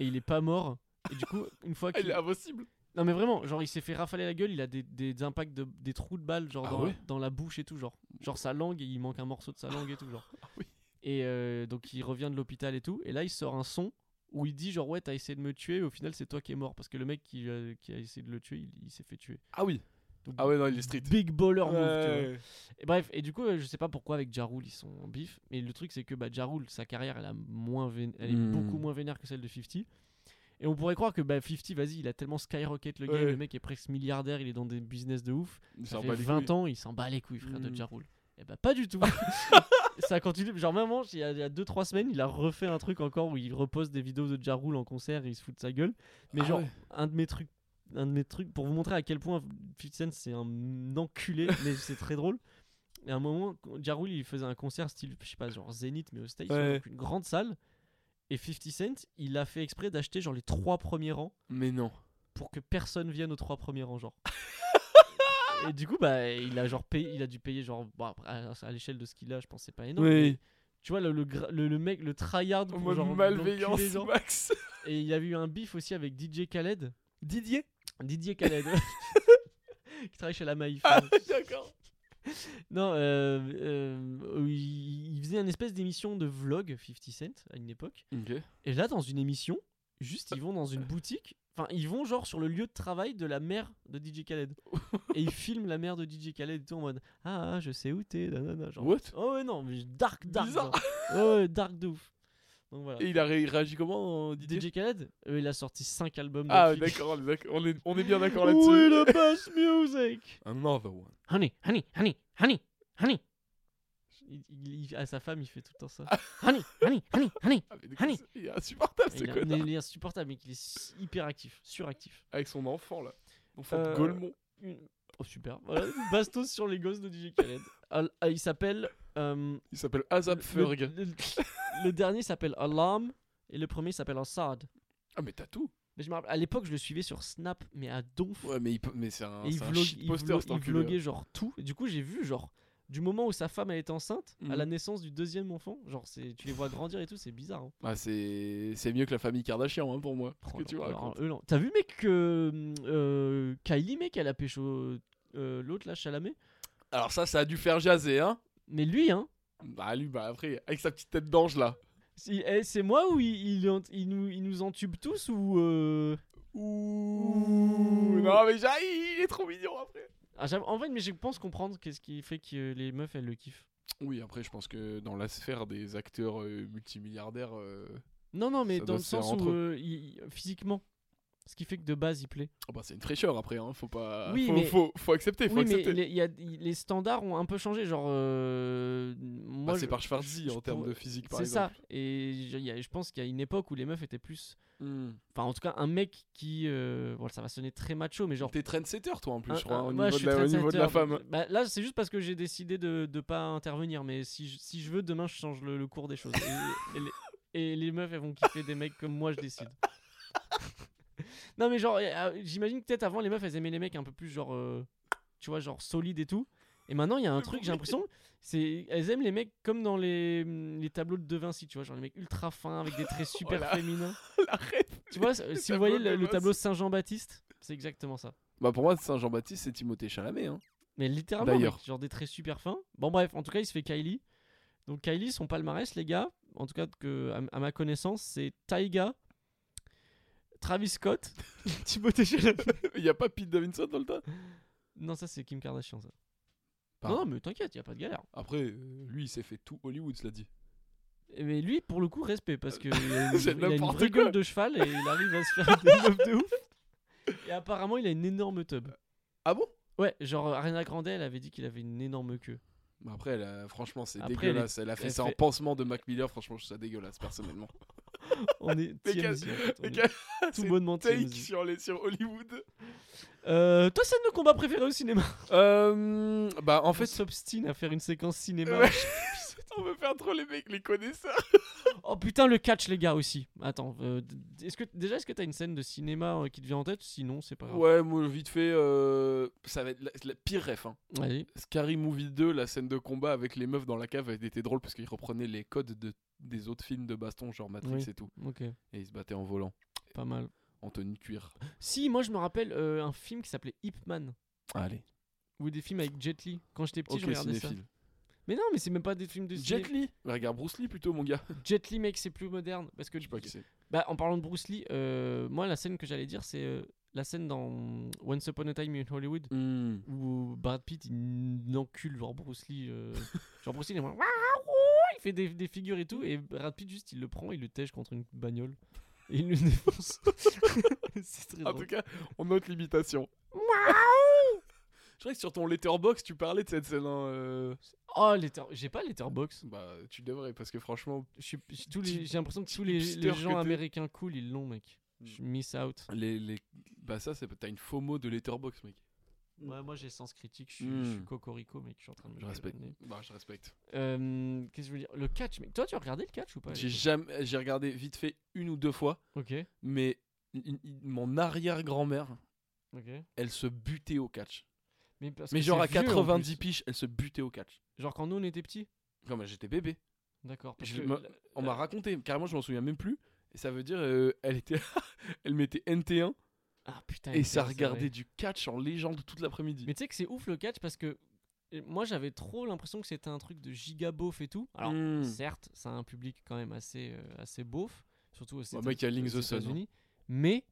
Speaker 2: et il est pas mort. Et du coup, une fois
Speaker 3: Ah, il
Speaker 2: qu'il...
Speaker 3: est impossible.
Speaker 2: Non mais vraiment, genre il s'est fait rafaler la gueule, il a des, des impacts de des trous de balles genre
Speaker 3: Ah
Speaker 2: dans,
Speaker 3: ouais
Speaker 2: dans la bouche et tout genre. Genre sa langue, il manque un morceau de sa langue et tout genre.
Speaker 3: Ah oui.
Speaker 2: Et euh, donc il revient de l'hôpital et tout et là il sort un son où il dit genre ouais t'as essayé de me tuer et au final c'est toi qui es mort parce que le mec qui, euh, qui a essayé de le tuer il, il s'est fait tuer.
Speaker 3: Ah oui.
Speaker 2: Donc,
Speaker 3: Ah ouais, non, il est street.
Speaker 2: Big baller move, tu vois.
Speaker 3: Ouais.
Speaker 2: Et bref, et du coup, euh, je sais pas pourquoi avec Jarul ils sont en bif, mais le truc c'est que bah, Jarul, sa carrière, elle, a moins vén- elle est
Speaker 7: Hmm.
Speaker 2: beaucoup moins vénère que celle de 50. Et on pourrait croire que bah, 50, vas-y, il a tellement skyrocket le game,
Speaker 3: Ouais.
Speaker 2: le mec est presque milliardaire, il est dans des business de ouf.
Speaker 3: Il
Speaker 2: Ça
Speaker 3: s'en
Speaker 2: fait
Speaker 3: bat les
Speaker 2: 20
Speaker 3: couilles.
Speaker 2: ans, il s'en bat les couilles, frère de
Speaker 3: Hmm.
Speaker 2: Jarul. Et bah pas du tout. <laughs> ça continue. Genre même il y a 2-3 semaines, il a refait un truc encore où il repose des vidéos de Jarul en concert et il se fout de sa gueule. Mais
Speaker 3: Ah
Speaker 2: genre,
Speaker 3: ouais.
Speaker 2: un de mes trucs un de mes trucs pour vous montrer à quel point 50 Cent c'est un
Speaker 3: <laughs>
Speaker 2: enculé mais c'est très drôle et à un moment Jarul il faisait un concert style je sais pas genre Zénith mais au States
Speaker 3: Ouais.
Speaker 2: donc une grande salle et 50 Cent il a fait exprès d'acheter genre les trois premiers rangs
Speaker 3: Mais non.
Speaker 2: pour que personne vienne aux trois premiers rangs
Speaker 3: <laughs>
Speaker 2: genre et du coup bah il a genre payé il a dû payer genre bon, après, à, à l'échelle de ce qu'il a je pense que c'est pas énorme mais
Speaker 3: Oui.
Speaker 2: tu vois le, le, gra- le- le mec le tryhard
Speaker 3: En
Speaker 2: pour
Speaker 3: mode
Speaker 2: genre
Speaker 3: malveillance,
Speaker 2: l'enculer, genre.
Speaker 3: Max.
Speaker 2: et il y avait eu un bif aussi avec DJ Khaled
Speaker 3: Didier
Speaker 2: Didier
Speaker 3: <laughs>
Speaker 2: Khaled. qui travaille chez la Maïf.
Speaker 3: Ah, D'accord.
Speaker 2: Non, euh, euh, il, il faisait une espèce d'émission de vlog 50 Cent à une époque.
Speaker 3: Ok.
Speaker 2: Et là, dans une émission, juste ils vont dans
Speaker 3: <laughs>
Speaker 2: une boutique. Enfin, ils vont genre sur le lieu de travail de la mère de DJ
Speaker 3: <laughs>
Speaker 2: Khaled. et ils filment la mère de DJ Khaled et tout en mode Ah, ah, je sais où t'es. nanana, Genre,
Speaker 3: What
Speaker 2: oh ouais, non, mais dark, dark.
Speaker 3: Bizarre.
Speaker 2: genre. Ouais, ouais, dark de ouf. Donc voilà.
Speaker 3: Et il a ré- réagi comment, euh, Didier
Speaker 2: DJ Khaled, euh, il a sorti 5 albums.
Speaker 3: Ah,
Speaker 2: Netflix.
Speaker 3: d'accord, on est d'accord- on est, on est <laughs> bien d'accord
Speaker 2: Oui,
Speaker 3: là-dessus.
Speaker 2: le best music.
Speaker 3: <laughs> Another one.
Speaker 2: Honey, honey, honey, honey, honey. Il, il- il- à sa femme, il fait tout le temps
Speaker 3: <laughs>
Speaker 2: ça. honey, honey, honey, honey.
Speaker 3: Ah, mais
Speaker 2: Honey.
Speaker 3: d'accord, c'est- il est insupportable ce
Speaker 2: Il, a-
Speaker 3: connard.
Speaker 2: il est insupportable, mais qu'il est hyper actif, suractif.
Speaker 3: Avec son enfant là. Enfant
Speaker 2: Euh,
Speaker 3: de Golemont.
Speaker 2: Une- Oh, super. Voilà, une bastos sur les gosses de DJ Khaled. Al- ah, il s'appelle. euh,
Speaker 3: Il s'appelle Azab
Speaker 2: le,
Speaker 3: Ferg.
Speaker 2: le- le dernier s'appelle Alarm et le premier s'appelle Assad.
Speaker 3: Ah, mais t'as tout.
Speaker 2: Mais je me rappelle, à l'époque, je le suivais sur Snap, mais à donf.
Speaker 3: Ouais, mais, il peut- mais c'est un,
Speaker 2: et il,
Speaker 3: Ah, c'est un
Speaker 2: vlog-
Speaker 3: shit
Speaker 2: il
Speaker 3: poster
Speaker 2: vlog-
Speaker 3: cet
Speaker 2: il
Speaker 3: enculé. hein.
Speaker 2: vloguait genre tout. Et du coup, j'ai vu genre du moment où sa femme elle est enceinte à
Speaker 3: Mhm.
Speaker 2: la naissance du deuxième enfant, genre c'est tu les vois grandir et tout, c'est bizarre. hein.
Speaker 3: Ah, c'est c'est mieux que la famille Kardashian hein, pour moi. Ce
Speaker 2: Oh
Speaker 3: que
Speaker 2: là
Speaker 3: tu
Speaker 2: là,
Speaker 3: racontes.
Speaker 2: eux, là. T'as vu mec que euh, Kylie mec elle a pécho euh, l'autre là Chalamet,
Speaker 3: Alors ça, ça a dû faire jaser, hein.
Speaker 2: mais lui hein,
Speaker 3: Bah lui, bah après, avec sa petite tête d'ange là.
Speaker 2: si- eh, c'est moi ou il, il, en- il nous il nous entube tous ou euh,
Speaker 3: Ouh. Non mais j'ai- il est trop mignon après.
Speaker 2: ah, j'aime- en fait mais je pense comprendre qu'est-ce qui fait que euh, les meufs elles le kiffent.
Speaker 3: Oui, après je pense que dans la sphère des acteurs euh, multimilliardaires, euh,
Speaker 2: Non non mais
Speaker 3: Ça
Speaker 2: dans
Speaker 3: doit
Speaker 2: le
Speaker 3: se faire
Speaker 2: sens
Speaker 3: entre
Speaker 2: où
Speaker 3: eux.
Speaker 2: euh, il- il- physiquement, ce qui fait que de base il plaît.
Speaker 3: ah bah, c'est une fraîcheur après, hein. Faut pas,
Speaker 2: Oui,
Speaker 3: faut,
Speaker 2: mais-
Speaker 3: faut, faut accepter, faut
Speaker 2: Oui, mais
Speaker 3: accepter.
Speaker 2: les, il y a- il- les standards ont un peu changé. Genre, euh, moi,
Speaker 3: Passé
Speaker 2: je-
Speaker 3: Bah, par Schwarzy
Speaker 2: je
Speaker 3: en termes
Speaker 2: pourrais-
Speaker 3: de physique par
Speaker 2: c'est ça.
Speaker 3: exemple.
Speaker 2: Et je, il y a- je pense qu'il y a une époque où les meufs étaient plus.
Speaker 3: Hmm.
Speaker 2: Enfin, en tout cas, un mec qui. euh, bon, ça va sonner très macho, mais genre.
Speaker 3: T'es trendsetter toi en plus,
Speaker 2: un-
Speaker 3: je crois,
Speaker 2: un- moi,
Speaker 3: au, niveau,
Speaker 2: Ah, je
Speaker 3: de
Speaker 2: suis
Speaker 3: la, au
Speaker 2: trendsetter,
Speaker 3: niveau de la
Speaker 2: donc-
Speaker 3: femme.
Speaker 2: bah, là, c'est juste parce que j'ai décidé de ne pas intervenir. Mais si je, si je veux, demain, je change le, le cours des choses. Et, et les, et les meufs, elles vont kiffer des mecs comme moi, je décide. <laughs> non, mais genre, euh, j'imagine que peut-être avant, les meufs, elles aimaient les mecs un peu plus, genre, euh, tu vois, genre solide et tout. Et maintenant, il y a un truc, j'ai l'impression, c'est elles aiment les mecs comme dans les, les tableaux de De Vinci, tu vois, genre les mecs ultra fins avec des traits super
Speaker 3: là.
Speaker 2: féminins.
Speaker 3: <laughs> La reine.
Speaker 2: Tu vois, si vous
Speaker 3: tableaux
Speaker 2: voyez
Speaker 3: de
Speaker 2: le,
Speaker 3: De
Speaker 2: le
Speaker 3: Vinci.
Speaker 2: tableau Saint-Jean-Baptiste, c'est exactement ça.
Speaker 3: Bah pour moi, Saint-Jean-Baptiste, c'est Timothée Chalamet. Hein.
Speaker 2: Mais littéralement,
Speaker 3: D'ailleurs.
Speaker 2: mec, genre des traits super fins. Bon, bref, en tout cas, il se fait Kylie. Donc, Kylie, son palmarès, les gars, en tout cas, que, à, à ma connaissance, c'est Taiga, Travis
Speaker 3: <laughs>
Speaker 2: Scott, Timothée <laughs> Chalamet.
Speaker 3: Il y a pas Pete Davidson dans le tas
Speaker 2: Non, ça, c'est Kim Kardashian, ça.
Speaker 3: Pardon.
Speaker 2: Non, non, mais t'inquiète, y a pas de galère.
Speaker 3: Après, euh, lui, il s'est fait tout Hollywood, cela dit.
Speaker 2: Et Mais lui, pour le coup, respect, parce que il a une,
Speaker 3: <laughs> <laughs> C'est
Speaker 2: il a une
Speaker 3: n'importe
Speaker 2: vraie
Speaker 3: quoi.
Speaker 2: gueule de cheval et il arrive à se faire des meufs de ouf. Et apparemment, il a une énorme tub.
Speaker 3: Ah bon
Speaker 2: Ouais, genre Ariana Grande, elle avait dit qu'il avait une énorme queue.
Speaker 3: Mais Bah, Après, elle a- franchement, c'est
Speaker 2: Après,
Speaker 3: dégueulasse. Elle a fait
Speaker 2: elle
Speaker 3: ça en
Speaker 2: fait-
Speaker 3: pansement de Mac Miller. Franchement, je trouve ça dégueulasse, personnellement.
Speaker 2: <laughs> On est
Speaker 3: Mais quel-
Speaker 2: TMZ, en fait, on
Speaker 3: Les
Speaker 2: est
Speaker 3: <laughs> gars,
Speaker 2: tout
Speaker 3: c'est
Speaker 2: bonnement
Speaker 3: take
Speaker 2: TMZ.
Speaker 3: sur, les, sur Hollywood.
Speaker 2: Euh, toi, c'est un de nos combats préférés au cinéma.
Speaker 3: Euh, bah, en
Speaker 2: En fait,
Speaker 3: fait,
Speaker 2: s'obstine à faire une séquence cinéma.
Speaker 3: Ouais. <laughs> On veut faire trop les mecs, les connaisseurs.
Speaker 2: <laughs> Oh putain, le catch, les gars, aussi. Attends, euh, d- est-ce que, déjà, est-ce que t'as une scène de cinéma euh, qui te vient en tête Sinon, c'est pas grave.
Speaker 3: Ouais, moi, vite fait, euh, ça va être la, la pire ref. Hein.
Speaker 2: Allez.
Speaker 3: Scary Movie 2, la scène de combat avec les meufs dans la cave, elle était drôle parce qu'ils reprenaient les codes de, des autres films de baston, genre Matrix
Speaker 2: Oui.
Speaker 3: et tout.
Speaker 2: Ok,
Speaker 3: Et ils se battaient en volant,
Speaker 2: pas mal. Ah,
Speaker 3: en tenue de cuir.
Speaker 2: Si, moi, je me rappelle euh, un film qui s'appelait Hip Man.
Speaker 3: Allez,
Speaker 2: Ou des films avec Jet Li. Quand j'étais petit,
Speaker 3: ok,
Speaker 2: je regardais ça.
Speaker 3: cinéphile.
Speaker 2: Mais non, mais c'est même pas des films de
Speaker 3: Jet
Speaker 2: ciné-
Speaker 3: Li Mais Regarde Bruce Lee plutôt, mon gars.
Speaker 2: Jet Li, mec, c'est plus moderne. Parce que
Speaker 3: Je sais pas qui c'est.
Speaker 2: Bah, en parlant de Bruce Lee, euh, moi, la scène que j'allais dire, c'est euh, la scène dans Once Upon a Time in Hollywood
Speaker 3: Hmm.
Speaker 2: où Brad Pitt il encule genre Bruce Lee.
Speaker 3: <laughs>
Speaker 2: euh, genre Bruce Lee, il, est vraiment, il fait des, des figures et tout, et Brad Pitt juste il le prend, il le tèche contre une bagnole et il le <laughs>
Speaker 3: <laughs>
Speaker 2: défonce. c'est très
Speaker 3: En tout
Speaker 2: drôle.
Speaker 3: cas, on note l'imitation. Je crois que sur ton letterbox, tu parlais de cette scène. hein, euh,
Speaker 2: Oh, letter... j'ai pas Letterbox.
Speaker 3: Bah, tu devrais, parce que franchement,
Speaker 2: Je suis- je suis tous les- J'ai l'impression que tous les,
Speaker 3: hipster Hmm.
Speaker 2: les
Speaker 3: que
Speaker 2: gens
Speaker 3: t'es.
Speaker 2: américains cool ils l'ont, mec. Je miss out.
Speaker 3: les, les... Bah, ça, c'est... t'as une FOMO de letterbox, mec.
Speaker 2: Ouais, moi j'ai sens critique, je suis,
Speaker 3: Hmm.
Speaker 2: je suis cocorico, mec. Je suis en train de me
Speaker 3: Je respecte.
Speaker 2: calmer.
Speaker 3: Bah, je respecte.
Speaker 2: Euh, Qu'est-ce que je veux dire Le catch, mec. Toi, tu as regardé le catch ou pas
Speaker 3: J'ai, jamais... J'ai regardé vite fait une ou deux fois,
Speaker 2: Ok,
Speaker 3: mais i- i- mon arrière-grand-mère,
Speaker 2: ok.
Speaker 3: elle se butait au catch.
Speaker 2: Mais, parce
Speaker 3: mais
Speaker 2: que
Speaker 3: genre
Speaker 2: c'est
Speaker 3: à
Speaker 2: vieux, en plus.
Speaker 3: 90 piges, elle se butait au catch.
Speaker 2: Genre quand nous on était petits
Speaker 3: Quand bah, j'étais bébé.
Speaker 2: D'accord. parce
Speaker 3: Je-
Speaker 2: que
Speaker 3: moi-
Speaker 2: la-
Speaker 3: On m'a raconté, carrément, je m'en souviens même plus. Et ça veut dire, euh, elle était, <laughs> elle mettait NT1
Speaker 2: Ah putain.
Speaker 3: et
Speaker 2: mais
Speaker 3: ça
Speaker 2: c'est vrai.
Speaker 3: regardait du catch en légende toute l'après-midi.
Speaker 2: Mais tu sais que c'est ouf le catch parce que euh, moi j'avais trop l'impression que c'était un truc de giga beauf et tout. Alors
Speaker 3: Hmm.
Speaker 2: certes, ça a un public quand même assez, euh, assez beauf, surtout aux,
Speaker 3: mec, il y a Link
Speaker 2: aux
Speaker 3: the Sun, hein.
Speaker 2: États-Unis. Mais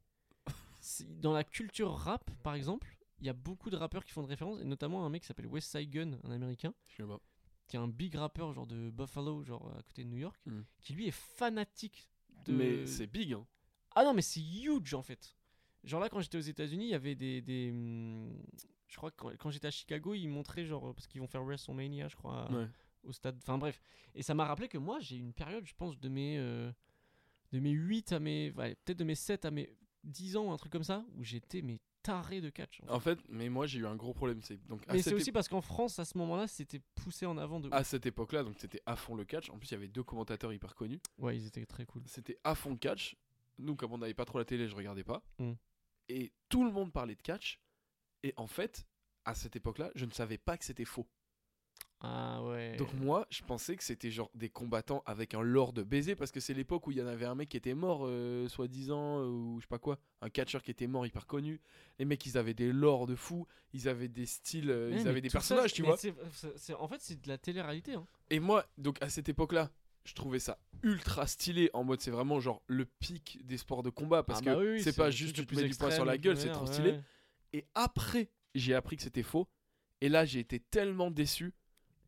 Speaker 2: c'est- dans la culture rap, par exemple, il y a beaucoup de rappeurs qui font de référence, et notamment un mec qui s'appelle West Side Gun, un américain,
Speaker 3: Je sais pas.
Speaker 2: qui est un big rappeur genre de Buffalo, genre à côté de New York,
Speaker 3: Hmm.
Speaker 2: qui lui est fanatique de.
Speaker 3: Mais c'est big, hein.
Speaker 2: Ah non, mais c'est huge en fait. Genre là, quand j'étais aux États-Unis, il y avait des. des, hum, je crois que quand, quand j'étais à Chicago, ils montraient genre. euh, Parce qu'ils vont faire WrestleMania, je crois, à-
Speaker 3: Ouais.
Speaker 2: au stade. Enfin bref. Et ça m'a rappelé que moi, j'ai une période, je pense, de mes. euh, de mes 8 à mes. ouais, peut-être de mes 7 à mes 10 ans, un truc comme ça, où j'étais mais taré de catch. en fait.
Speaker 3: En fait, mais moi j'ai eu un gros problème. C'est donc à
Speaker 2: mais c'est
Speaker 3: cette,
Speaker 2: aussi
Speaker 3: ép-
Speaker 2: parce qu'en France, à ce moment-là, c'était poussé en avant de. ouf.
Speaker 3: à cette époque-là, donc c'était à fond le catch. En plus, il y avait deux commentateurs hyper connus.
Speaker 2: Ouais, ils étaient très cool.
Speaker 3: C'était à fond le catch. Nous, comme on n'avait pas trop la télé, je regardais pas.
Speaker 2: Mm.
Speaker 3: Et tout le monde parlait de catch. Et en fait, à cette époque-là, je ne savais pas que c'était faux.
Speaker 2: Ah ouais.
Speaker 3: Donc moi, je pensais que c'était genre des combattants avec un lore de baiser parce que c'est l'époque où il y en avait un mec qui était mort, euh, soi-disant, euh, ou je sais pas quoi, un catcheur qui était mort hyper connu. Les mecs, ils avaient des lores de fous, ils avaient des styles, euh,
Speaker 2: Ouais,
Speaker 3: ils
Speaker 2: mais
Speaker 3: avaient des
Speaker 2: tout ça,
Speaker 3: personnages, tu
Speaker 2: mais
Speaker 3: vois.
Speaker 2: c'est- c'est- c'est- en fait, c'est de la télé-réalité. hein.
Speaker 3: Et moi, donc à cette époque-là, je trouvais ça ultra stylé en mode c'est vraiment genre le pic des sports de combat parce
Speaker 2: Ah bah
Speaker 3: que
Speaker 2: oui, oui,
Speaker 3: c'est pas
Speaker 2: le truc
Speaker 3: juste tu
Speaker 2: le
Speaker 3: te
Speaker 2: plus
Speaker 3: mets du poing sur
Speaker 2: extrême,
Speaker 3: la
Speaker 2: le
Speaker 3: gueule,
Speaker 2: plus
Speaker 3: c'est
Speaker 2: vénère,
Speaker 3: trop
Speaker 2: ouais,
Speaker 3: stylé.
Speaker 2: ouais.
Speaker 3: Et après, j'ai appris que c'était faux. Et là, j'ai été tellement déçu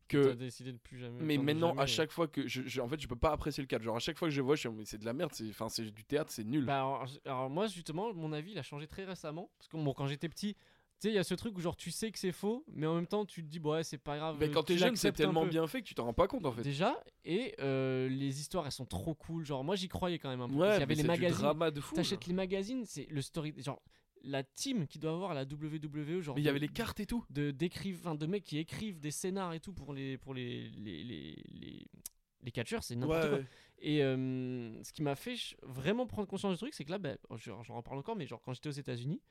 Speaker 2: T'as
Speaker 3: que.
Speaker 2: décidé de plus jamais.
Speaker 3: Mais
Speaker 2: enfin, de
Speaker 3: maintenant,
Speaker 2: jamais,
Speaker 3: à
Speaker 2: ouais.
Speaker 3: chaque fois que. Je, je- en fait, je peux pas apprécier le cadre. Genre, à chaque fois que je vois, je suis en mode, mais c'est de la merde, c'est enfin, c'est du théâtre, c'est nul.
Speaker 2: Bah, alors, alors moi justement, mon avis il a changé très récemment parce que bon, quand j'étais petit, tu sais, il y a ce truc où genre tu sais que c'est faux, mais en même temps tu te dis bon ouais c'est pas grave.
Speaker 3: mais
Speaker 2: euh,
Speaker 3: quand
Speaker 2: tu
Speaker 3: t'es jeune, c'est
Speaker 2: l'acceptes un
Speaker 3: tellement
Speaker 2: peu.
Speaker 3: bien fait que tu t'en rends pas compte en fait.
Speaker 2: Déjà et euh, les histoires elles sont trop cool. Genre moi j'y croyais quand même. un peu, parce
Speaker 3: Ouais,
Speaker 2: qu'il y
Speaker 3: mais
Speaker 2: avait les
Speaker 3: c'est du
Speaker 2: magazines.
Speaker 3: drama de fou. genre.
Speaker 2: T'achètes les magazines, c'est le story genre la team qui doit avoir à la WWE genre.
Speaker 3: Mais il y
Speaker 2: de-
Speaker 3: avait les cartes et tout.
Speaker 2: de d'écrivains de mecs qui écrivent des scénars et tout pour les pour les les les, les, les catcheurs, c'est n'importe quoi. Et euh, ce qui m'a fait ch- vraiment prendre conscience du truc, c'est que là, bah, je- j'en reparle encore, mais genre quand j'étais aux États-Unis,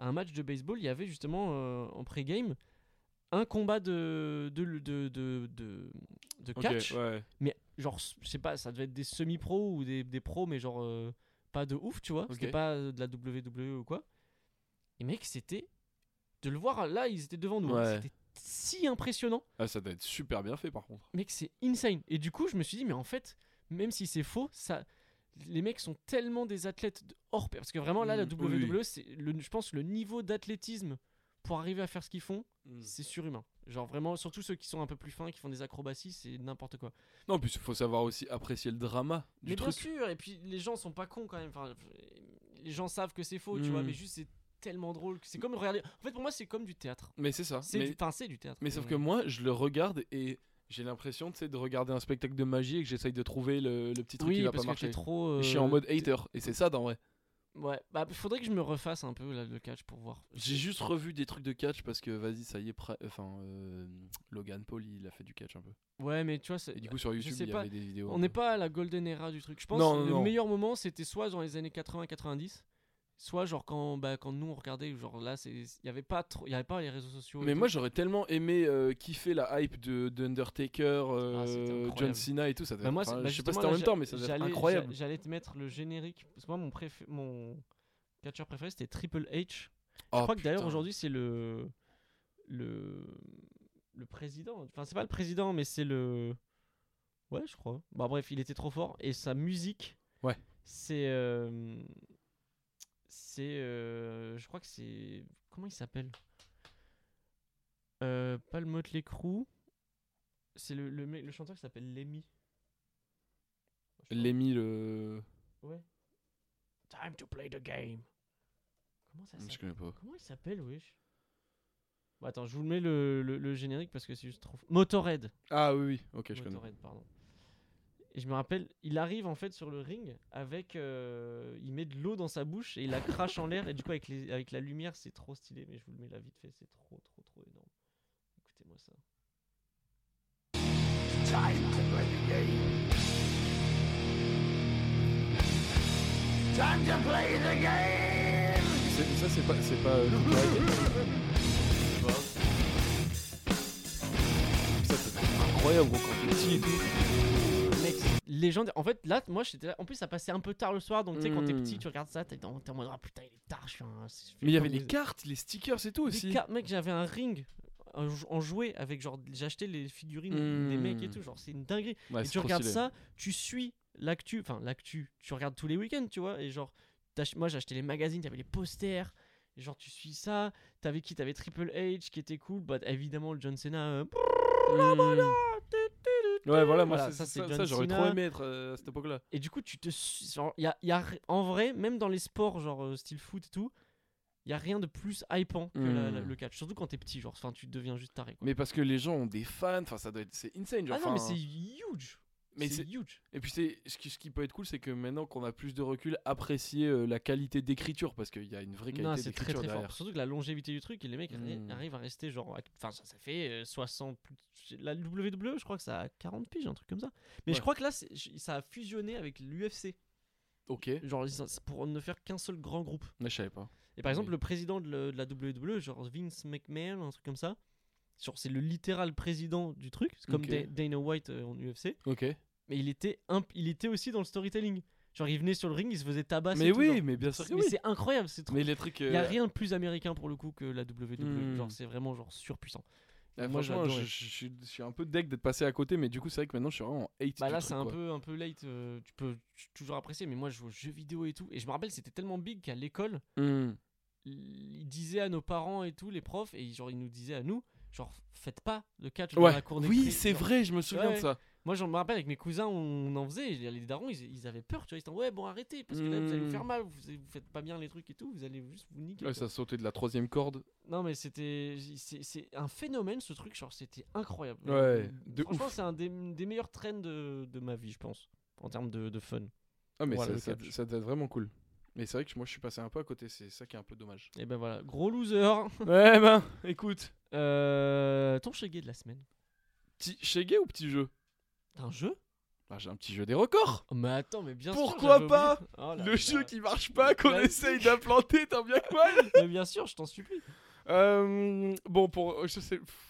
Speaker 2: à un match de baseball, il y avait justement euh, en pré-game un combat de de de de, de- de
Speaker 3: Ok,
Speaker 2: catch,
Speaker 3: ouais.
Speaker 2: mais genre je sais pas, ça devait être des semi-pros ou des, des pros, mais genre euh, pas de ouf, tu vois,
Speaker 3: Ok.
Speaker 2: c'était pas euh, de la WWE ou quoi. Et mec, c'était de le voir là, ils étaient devant nous, hein,
Speaker 3: Ouais.
Speaker 2: c'était si impressionnant.
Speaker 3: Ah, ça doit être super bien fait par contre.
Speaker 2: Mec, c'est insane. Et du coup, je me suis dit, mais en fait, même si c'est faux, ça, les mecs sont tellement des athlètes de- hors pair. Parce que vraiment, là, la
Speaker 3: Mm, oui,
Speaker 2: WWE, c'est le, je pense, le niveau d'athlétisme pour arriver à faire ce qu'ils font,
Speaker 3: Mm.
Speaker 2: c'est surhumain. Genre vraiment, surtout ceux qui sont un peu plus fins, qui font des acrobaties, c'est n'importe quoi.
Speaker 3: Non, puis il faut savoir aussi apprécier le drama du
Speaker 2: mais bien
Speaker 3: truc.
Speaker 2: sûr, et puis les gens sont pas cons quand même. Enfin, les gens savent que c'est faux, tu
Speaker 3: Mm.
Speaker 2: vois, mais juste c'est tellement drôle. que C'est comme regarder. En fait, pour moi, c'est comme du théâtre.
Speaker 3: Mais c'est ça.
Speaker 2: C'est
Speaker 3: Mais,
Speaker 2: du, enfin, c'est du théâtre. euh,
Speaker 3: mais sauf que moi, je le regarde et j'ai l'impression tu sais, de regarder un spectacle de magie et que j'essaye de trouver le, le petit truc
Speaker 2: oui,
Speaker 3: qui va
Speaker 2: parce
Speaker 3: pas
Speaker 2: que t'es
Speaker 3: marcher.
Speaker 2: trop.
Speaker 3: Et Je suis
Speaker 2: euh,
Speaker 3: en mode
Speaker 2: t'es-
Speaker 3: hater et c'est ça dans vrai.
Speaker 2: Ouais, bah faudrait que je me refasse un peu là, le catch pour voir.
Speaker 3: J'ai juste revu des trucs de catch parce que vas-y, ça y est, pra- enfin, euh, Logan Paul il a fait du catch un peu.
Speaker 2: Ouais, mais tu vois, c'est-
Speaker 3: Et du coup, sur
Speaker 2: je
Speaker 3: YouTube,
Speaker 2: sais
Speaker 3: il y
Speaker 2: pas.
Speaker 3: avait des vidéos.
Speaker 2: on n'est pas à la golden era du truc. Je pense
Speaker 3: Non,
Speaker 2: que
Speaker 3: non,
Speaker 2: le
Speaker 3: non.
Speaker 2: meilleur moment c'était soit dans les années 80-90, soit genre quand, bah, quand nous on regardait, genre là, c'est- il y avait pas trop, il y avait pas les réseaux sociaux. et
Speaker 3: Mais
Speaker 2: tout.
Speaker 3: moi, j'aurais tellement aimé euh, kiffer la hype de d'Undertaker, euh,
Speaker 2: Ah, c'était incroyable.
Speaker 3: John Cena et tout. Ça devait
Speaker 2: Bah, moi,
Speaker 3: être-
Speaker 2: c'est-
Speaker 3: enfin,
Speaker 2: bah,
Speaker 3: je sais pas si
Speaker 2: justement,
Speaker 3: c'était en
Speaker 2: là,
Speaker 3: même temps, mais ça devait être
Speaker 2: j'allais-
Speaker 3: incroyable.
Speaker 2: j'a- J'allais te mettre le générique. Parce que moi, mon, préf... mon catcheur préféré, c'était Triple H.
Speaker 3: Oh,
Speaker 2: je crois que d'ailleurs, aujourd'hui, c'est le... le. Le président. Enfin, c'est pas le président, mais c'est le. Ouais, je crois. Bah, bref, il était trop fort. Et sa musique.
Speaker 3: Ouais.
Speaker 2: C'est. euh, C'est. euh, Je crois que c'est. Comment il s'appelle euh, Pas le Motley Crue. C'est le, le, mec- le chanteur qui s'appelle Lemmy.
Speaker 3: Lemmy, le.
Speaker 2: Ouais. Time to play the game. Comment ça
Speaker 3: Je
Speaker 2: s'appelle
Speaker 3: connais pas.
Speaker 2: Comment il s'appelle, wesh Bon, Attends, je vous mets le, le, le générique parce que c'est juste trop. Motorhead.
Speaker 3: Ah oui, oui, ok, je connais.
Speaker 2: Motorhead, pardon. Et je me rappelle, il arrive en fait sur le ring avec. euh, il met de l'eau dans sa bouche et il la crache en l'air. Et du coup, avec, les, avec la lumière, c'est trop stylé. Mais je vous le mets là vite fait, c'est trop, trop, trop énorme. Écoutez-moi ça.
Speaker 3: C'est- Ça, c'est pas. C'est pas.
Speaker 2: <laughs>
Speaker 3: euh, Triple H. Ça, c'était incroyable, gros, quand t'es petit et tout.
Speaker 2: Mec, légendaire. En fait, là, moi, j'étais là. En plus, ça passait un peu tard le soir. Donc, tu sais, quand t'es
Speaker 3: Mm.
Speaker 2: petit, tu regardes ça, t'es dans- t'es en mode, ah putain, il est tard, je suis un. je fais
Speaker 3: Mais il y
Speaker 2: comme
Speaker 3: avait les
Speaker 2: les-
Speaker 3: cartes, les stickers et tout
Speaker 2: Des
Speaker 3: aussi.
Speaker 2: cartes, mec, j'avais un ring en jou- en jouet avec genre j'achetais les figurines des
Speaker 3: Hmm.
Speaker 2: mecs et tout genre c'est une dinguerie
Speaker 3: Ouais,
Speaker 2: et
Speaker 3: c'est
Speaker 2: tu
Speaker 3: trop
Speaker 2: regardes
Speaker 3: stylé.
Speaker 2: ça tu suis l'actu enfin l'actu tu regardes tous les week-ends tu vois et genre t'ach- moi j'achetais les magazines t'avais les posters et genre tu suis ça t'avais qui t'avais Triple H qui était cool bah évidemment le John Cena euh,
Speaker 3: Hmm. Ouais, voilà, moi,
Speaker 2: Voilà,
Speaker 3: c'est-
Speaker 2: ça, c'est
Speaker 3: ça,
Speaker 2: John
Speaker 3: ça, j'aurais trop
Speaker 2: Cena.
Speaker 3: aimé être euh, à cette époque-là.
Speaker 2: Et du coup, tu te. su- genre, y a, y a, ri- en vrai, même dans les sports, genre euh, style foot et tout, il y a rien de plus hypant que la- la-
Speaker 3: Mm.
Speaker 2: le catch. Surtout quand t'es petit, genre, enfin, tu deviens juste taré. Quoi.
Speaker 3: Mais parce que les gens ont des fans, enfin, ça doit être. C'est insane, genre.
Speaker 2: ah non, mais
Speaker 3: enfin,
Speaker 2: c'est huge!
Speaker 3: mais
Speaker 2: c'est
Speaker 3: c'est-
Speaker 2: huge!
Speaker 3: Et puis, c'est ce qui, ce qui peut être cool, c'est que maintenant qu'on a plus de recul, apprécier euh, la qualité d'écriture, parce qu'il y a une vraie
Speaker 2: Non,
Speaker 3: qualité
Speaker 2: c'est très
Speaker 3: d'écriture
Speaker 2: très fort.
Speaker 3: derrière.
Speaker 2: Surtout que la longévité du truc, et les mecs arri-
Speaker 3: Mm.
Speaker 2: arrivent à rester genre. act- Enfin, ça, ça fait euh, 60. plus- La WWE, je crois que ça a 40 piges, un truc comme ça. Mais je
Speaker 3: Ouais.
Speaker 2: crois que là, c'est- j- ça a fusionné avec l'UFC.
Speaker 3: Ok,
Speaker 2: Genre, ils- c'est pour ne faire qu'un seul grand groupe.
Speaker 3: mais je savais pas.
Speaker 2: Et par exemple,
Speaker 3: Oui.
Speaker 2: le président de, le- de la WWE, genre Vince McMahon, un truc comme ça, genre c'est le littéral président du truc, c'est comme
Speaker 3: Ok.
Speaker 2: Da- Dana White euh, en UFC,
Speaker 3: Ok.
Speaker 2: mais il était, imp- il était aussi dans le storytelling. Genre, il venait sur le ring, il se faisait tabasser.
Speaker 3: Mais
Speaker 2: et tout,
Speaker 3: oui,
Speaker 2: genre.
Speaker 3: mais bien sûr que
Speaker 2: Mais
Speaker 3: oui.
Speaker 2: c'est incroyable, c'est trop.
Speaker 3: Mais les trucs.
Speaker 2: Il y a
Speaker 3: euh,
Speaker 2: rien de plus américain pour le coup que la WWE.
Speaker 3: Hmm.
Speaker 2: Genre, c'est vraiment genre surpuissant.
Speaker 3: Ah,
Speaker 2: Moi,
Speaker 3: franchement, je,
Speaker 2: j'adorais.
Speaker 3: je- je suis- je suis un peu deck d'être passé à côté, mais du coup, c'est vrai que maintenant, je suis vraiment en hate.
Speaker 2: Bah
Speaker 3: du
Speaker 2: là,
Speaker 3: truc,
Speaker 2: c'est un
Speaker 3: quoi.
Speaker 2: peu, un peu late. euh, tu peux t- toujours apprécier, mais moi, je joue aux jeux vidéo et tout. Et je me rappelle, c'était tellement big qu'à l'école, Mmh.
Speaker 3: Mm.
Speaker 2: il disait à nos parents et tout, les profs, et genre, il nous disait à nous, genre, faites pas le catch dans
Speaker 3: Ouais.
Speaker 2: la cour des
Speaker 3: Oui,
Speaker 2: cré-
Speaker 3: c'est
Speaker 2: genre.
Speaker 3: vrai, je me souviens
Speaker 2: Ouais.
Speaker 3: de ça.
Speaker 2: Moi, je me rappelle avec mes cousins, on en faisait, et les darons, ils, ils avaient peur, tu vois, ils étaient en, ouais, bon, arrêtez, parce que là, vous allez vous
Speaker 3: Mm.
Speaker 2: faire mal, vous, vous faites pas bien les trucs et tout, vous allez juste vous niquer.
Speaker 3: Ouais,
Speaker 2: quoi.
Speaker 3: ça sautait de la troisième corde.
Speaker 2: Non, mais c'était. C'est c'est un phénomène, ce truc, genre, c'était incroyable.
Speaker 3: Ouais, de
Speaker 2: Franchement,
Speaker 3: ouf.
Speaker 2: c'est un des, des meilleurs trends de, de ma vie, je pense, en termes de, de fun.
Speaker 3: Ah, mais
Speaker 2: Voilà,
Speaker 3: ça-
Speaker 2: le
Speaker 3: ça,
Speaker 2: catch.
Speaker 3: ça doit être vraiment cool. Mais c'est vrai que moi, je suis passé un peu à côté, c'est ça qui est un peu dommage.
Speaker 2: Et ben voilà, gros loser.
Speaker 3: <laughs> ouais, ben, écoute.
Speaker 2: Euh, ton cheguet de la semaine.
Speaker 3: Petit Shege ou petit jeu
Speaker 2: T'as un jeu
Speaker 3: Ah, J'ai un petit jeu des records.
Speaker 2: Oh, Mais attends, mais bien
Speaker 3: Pourquoi
Speaker 2: sûr. j'avais
Speaker 3: pas
Speaker 2: oublié. Oh là
Speaker 3: Le
Speaker 2: là.
Speaker 3: jeu qui marche pas, qu'on
Speaker 2: Vas-y.
Speaker 3: essaye d'implanter, tant bien
Speaker 2: <laughs>
Speaker 3: que mal.
Speaker 2: Mais bien sûr, je t'en supplie.
Speaker 3: Euh, bon, pour. Je sais. pff,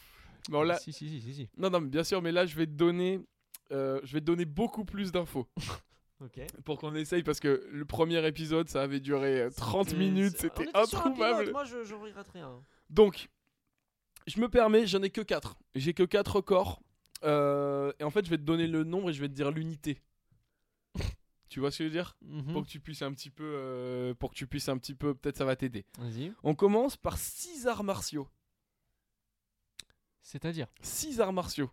Speaker 3: Bon, là.
Speaker 2: Si, si, si, si. si.
Speaker 3: Non, non, mais bien sûr, mais là, je vais te donner. euh, je vais te donner beaucoup plus d'infos
Speaker 2: <laughs> Ok.
Speaker 3: pour qu'on essaye parce que le premier épisode ça avait duré euh, 30 minutes,
Speaker 2: c'est- on
Speaker 3: c'était
Speaker 2: était sur un pilote,
Speaker 3: introuvable.
Speaker 2: Moi, je, je regrette rien.
Speaker 3: Donc, je me permets, j'en ai que 4. J'ai que 4 records. Euh, et en fait, je vais te donner le nombre et je vais te
Speaker 2: <laughs>
Speaker 3: dire l'unité. tu vois ce que je veux dire
Speaker 2: Mhm.
Speaker 3: Pour que tu puisses un petit peu. euh, pour que tu puisses un petit peu. Peut-être ça va t'aider.
Speaker 2: Vas-y.
Speaker 3: On commence par 6 arts martiaux.
Speaker 2: C'est-à-dire
Speaker 3: 6 arts martiaux.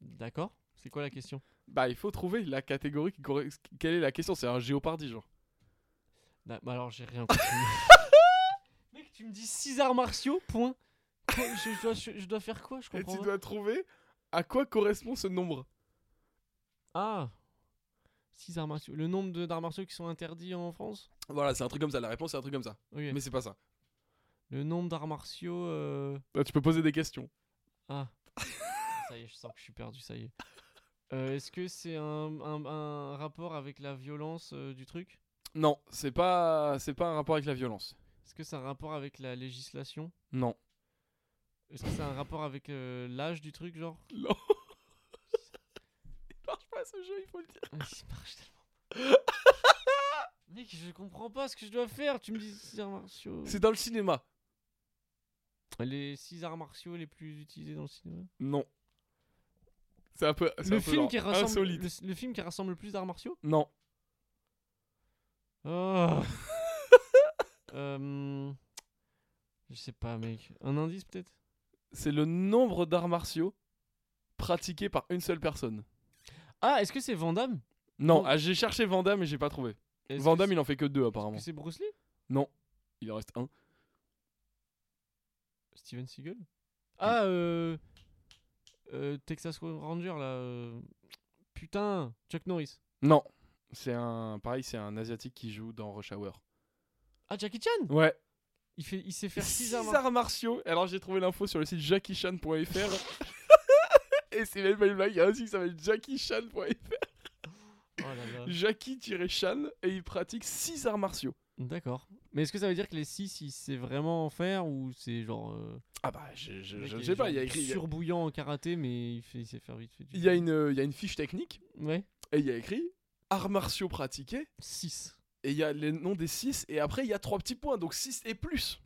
Speaker 2: D'accord. C'est quoi la question
Speaker 3: Bah, il faut trouver la catégorie qui corre- Quelle est la question C'est un géopardie, genre.
Speaker 2: Bah, bah alors, j'ai rien compris. Mec, tu me dis 6 arts martiaux, point. <laughs> Quoi, Je, je dois, je- je dois faire quoi Je
Speaker 3: Et
Speaker 2: comprends
Speaker 3: tu
Speaker 2: pas.
Speaker 3: dois trouver à quoi correspond ce nombre.
Speaker 2: Ah 6 arts martiaux. Le nombre de- d'arts martiaux qui sont interdits en France
Speaker 3: <laughs> Voilà, c'est un truc comme ça. La réponse, c'est un truc comme ça.
Speaker 2: Ok.
Speaker 3: Mais c'est pas ça.
Speaker 2: Le nombre d'arts martiaux. euh,
Speaker 3: Là, Bah, tu peux poser des questions. <laughs>
Speaker 2: Ah. ça y est, je sens que je suis perdu, ça y est. Euh, Est-ce que c'est un, un- un rapport avec la violence euh, du truc
Speaker 3: Non, c'est pas, c'est pas un rapport avec la violence.
Speaker 2: Est-ce que c'est un rapport avec la législation
Speaker 3: Non.
Speaker 2: Est-ce que c'est un rapport avec euh, l'âge du truc, genre
Speaker 3: <laughs> Non. Il marche pas ce jeu, il faut le dire.
Speaker 2: Ah, Il marche tellement. <laughs> Mec, je comprends pas ce que je dois faire. Tu me dis six arts martiaux.
Speaker 3: C'est dans le cinéma.
Speaker 2: Les six arts martiaux les plus utilisés dans le cinéma.
Speaker 3: Non. C'est un peu. c'est
Speaker 2: Le
Speaker 3: un peu
Speaker 2: film,
Speaker 3: genre
Speaker 2: qui rassemble,
Speaker 3: insolite.
Speaker 2: le, le film qui rassemble le plus d'arts martiaux
Speaker 3: Non.
Speaker 2: Oh. <laughs> Euh, Je sais pas, mec. Un indice peut-être
Speaker 3: C'est le nombre d'arts martiaux pratiqués par une seule personne.
Speaker 2: Ah, est-ce que c'est Van Damme
Speaker 3: Non,
Speaker 2: Non.
Speaker 3: ah, j'ai cherché Van Damme et j'ai pas trouvé.
Speaker 2: Est-ce que
Speaker 3: Van Damme,
Speaker 2: c'est-
Speaker 3: il en fait que deux
Speaker 2: est-ce
Speaker 3: apparemment.
Speaker 2: que c'est Bruce Lee
Speaker 3: Non. Il en reste un.
Speaker 2: Steven Seagal Ah, euh... euh, Texas Ranger, là. euh, Putain, Chuck Norris.
Speaker 3: Non. C'est un. Pareil, c'est un asiatique qui joue dans Rush Hour.
Speaker 2: Ah, Jackie Chan
Speaker 3: Ouais.
Speaker 2: Il, fait... il sait faire 6
Speaker 3: 6
Speaker 2: arts
Speaker 3: arts,
Speaker 2: martiaux.
Speaker 3: martiaux. Alors j'ai trouvé l'info sur le
Speaker 2: <laughs>
Speaker 3: site jackiechan.fr. Et c'est même pas une blague, il y a un site qui s'appelle jackiechan.fr.
Speaker 2: Oh là là.
Speaker 3: Jackie-chan et il pratique 6 arts martiaux.
Speaker 2: D'accord. Mais est-ce que ça veut dire que les 6, il sait vraiment en faire ou c'est genre. euh,
Speaker 3: Ah bah je, je-
Speaker 2: le
Speaker 3: je
Speaker 2: mec est
Speaker 3: sais pas,
Speaker 2: genre
Speaker 3: il y a écrit. il y a-
Speaker 2: Surbouillant en karaté, mais il, fait... il sait faire vite fait. du-
Speaker 3: Il y a une, euh, il y a une fiche technique
Speaker 2: Ouais.
Speaker 3: et il y a écrit arts martiaux pratiqués
Speaker 2: 6.
Speaker 3: et il y a les noms des 6 et après il y a 3 petits points donc 6 et plus.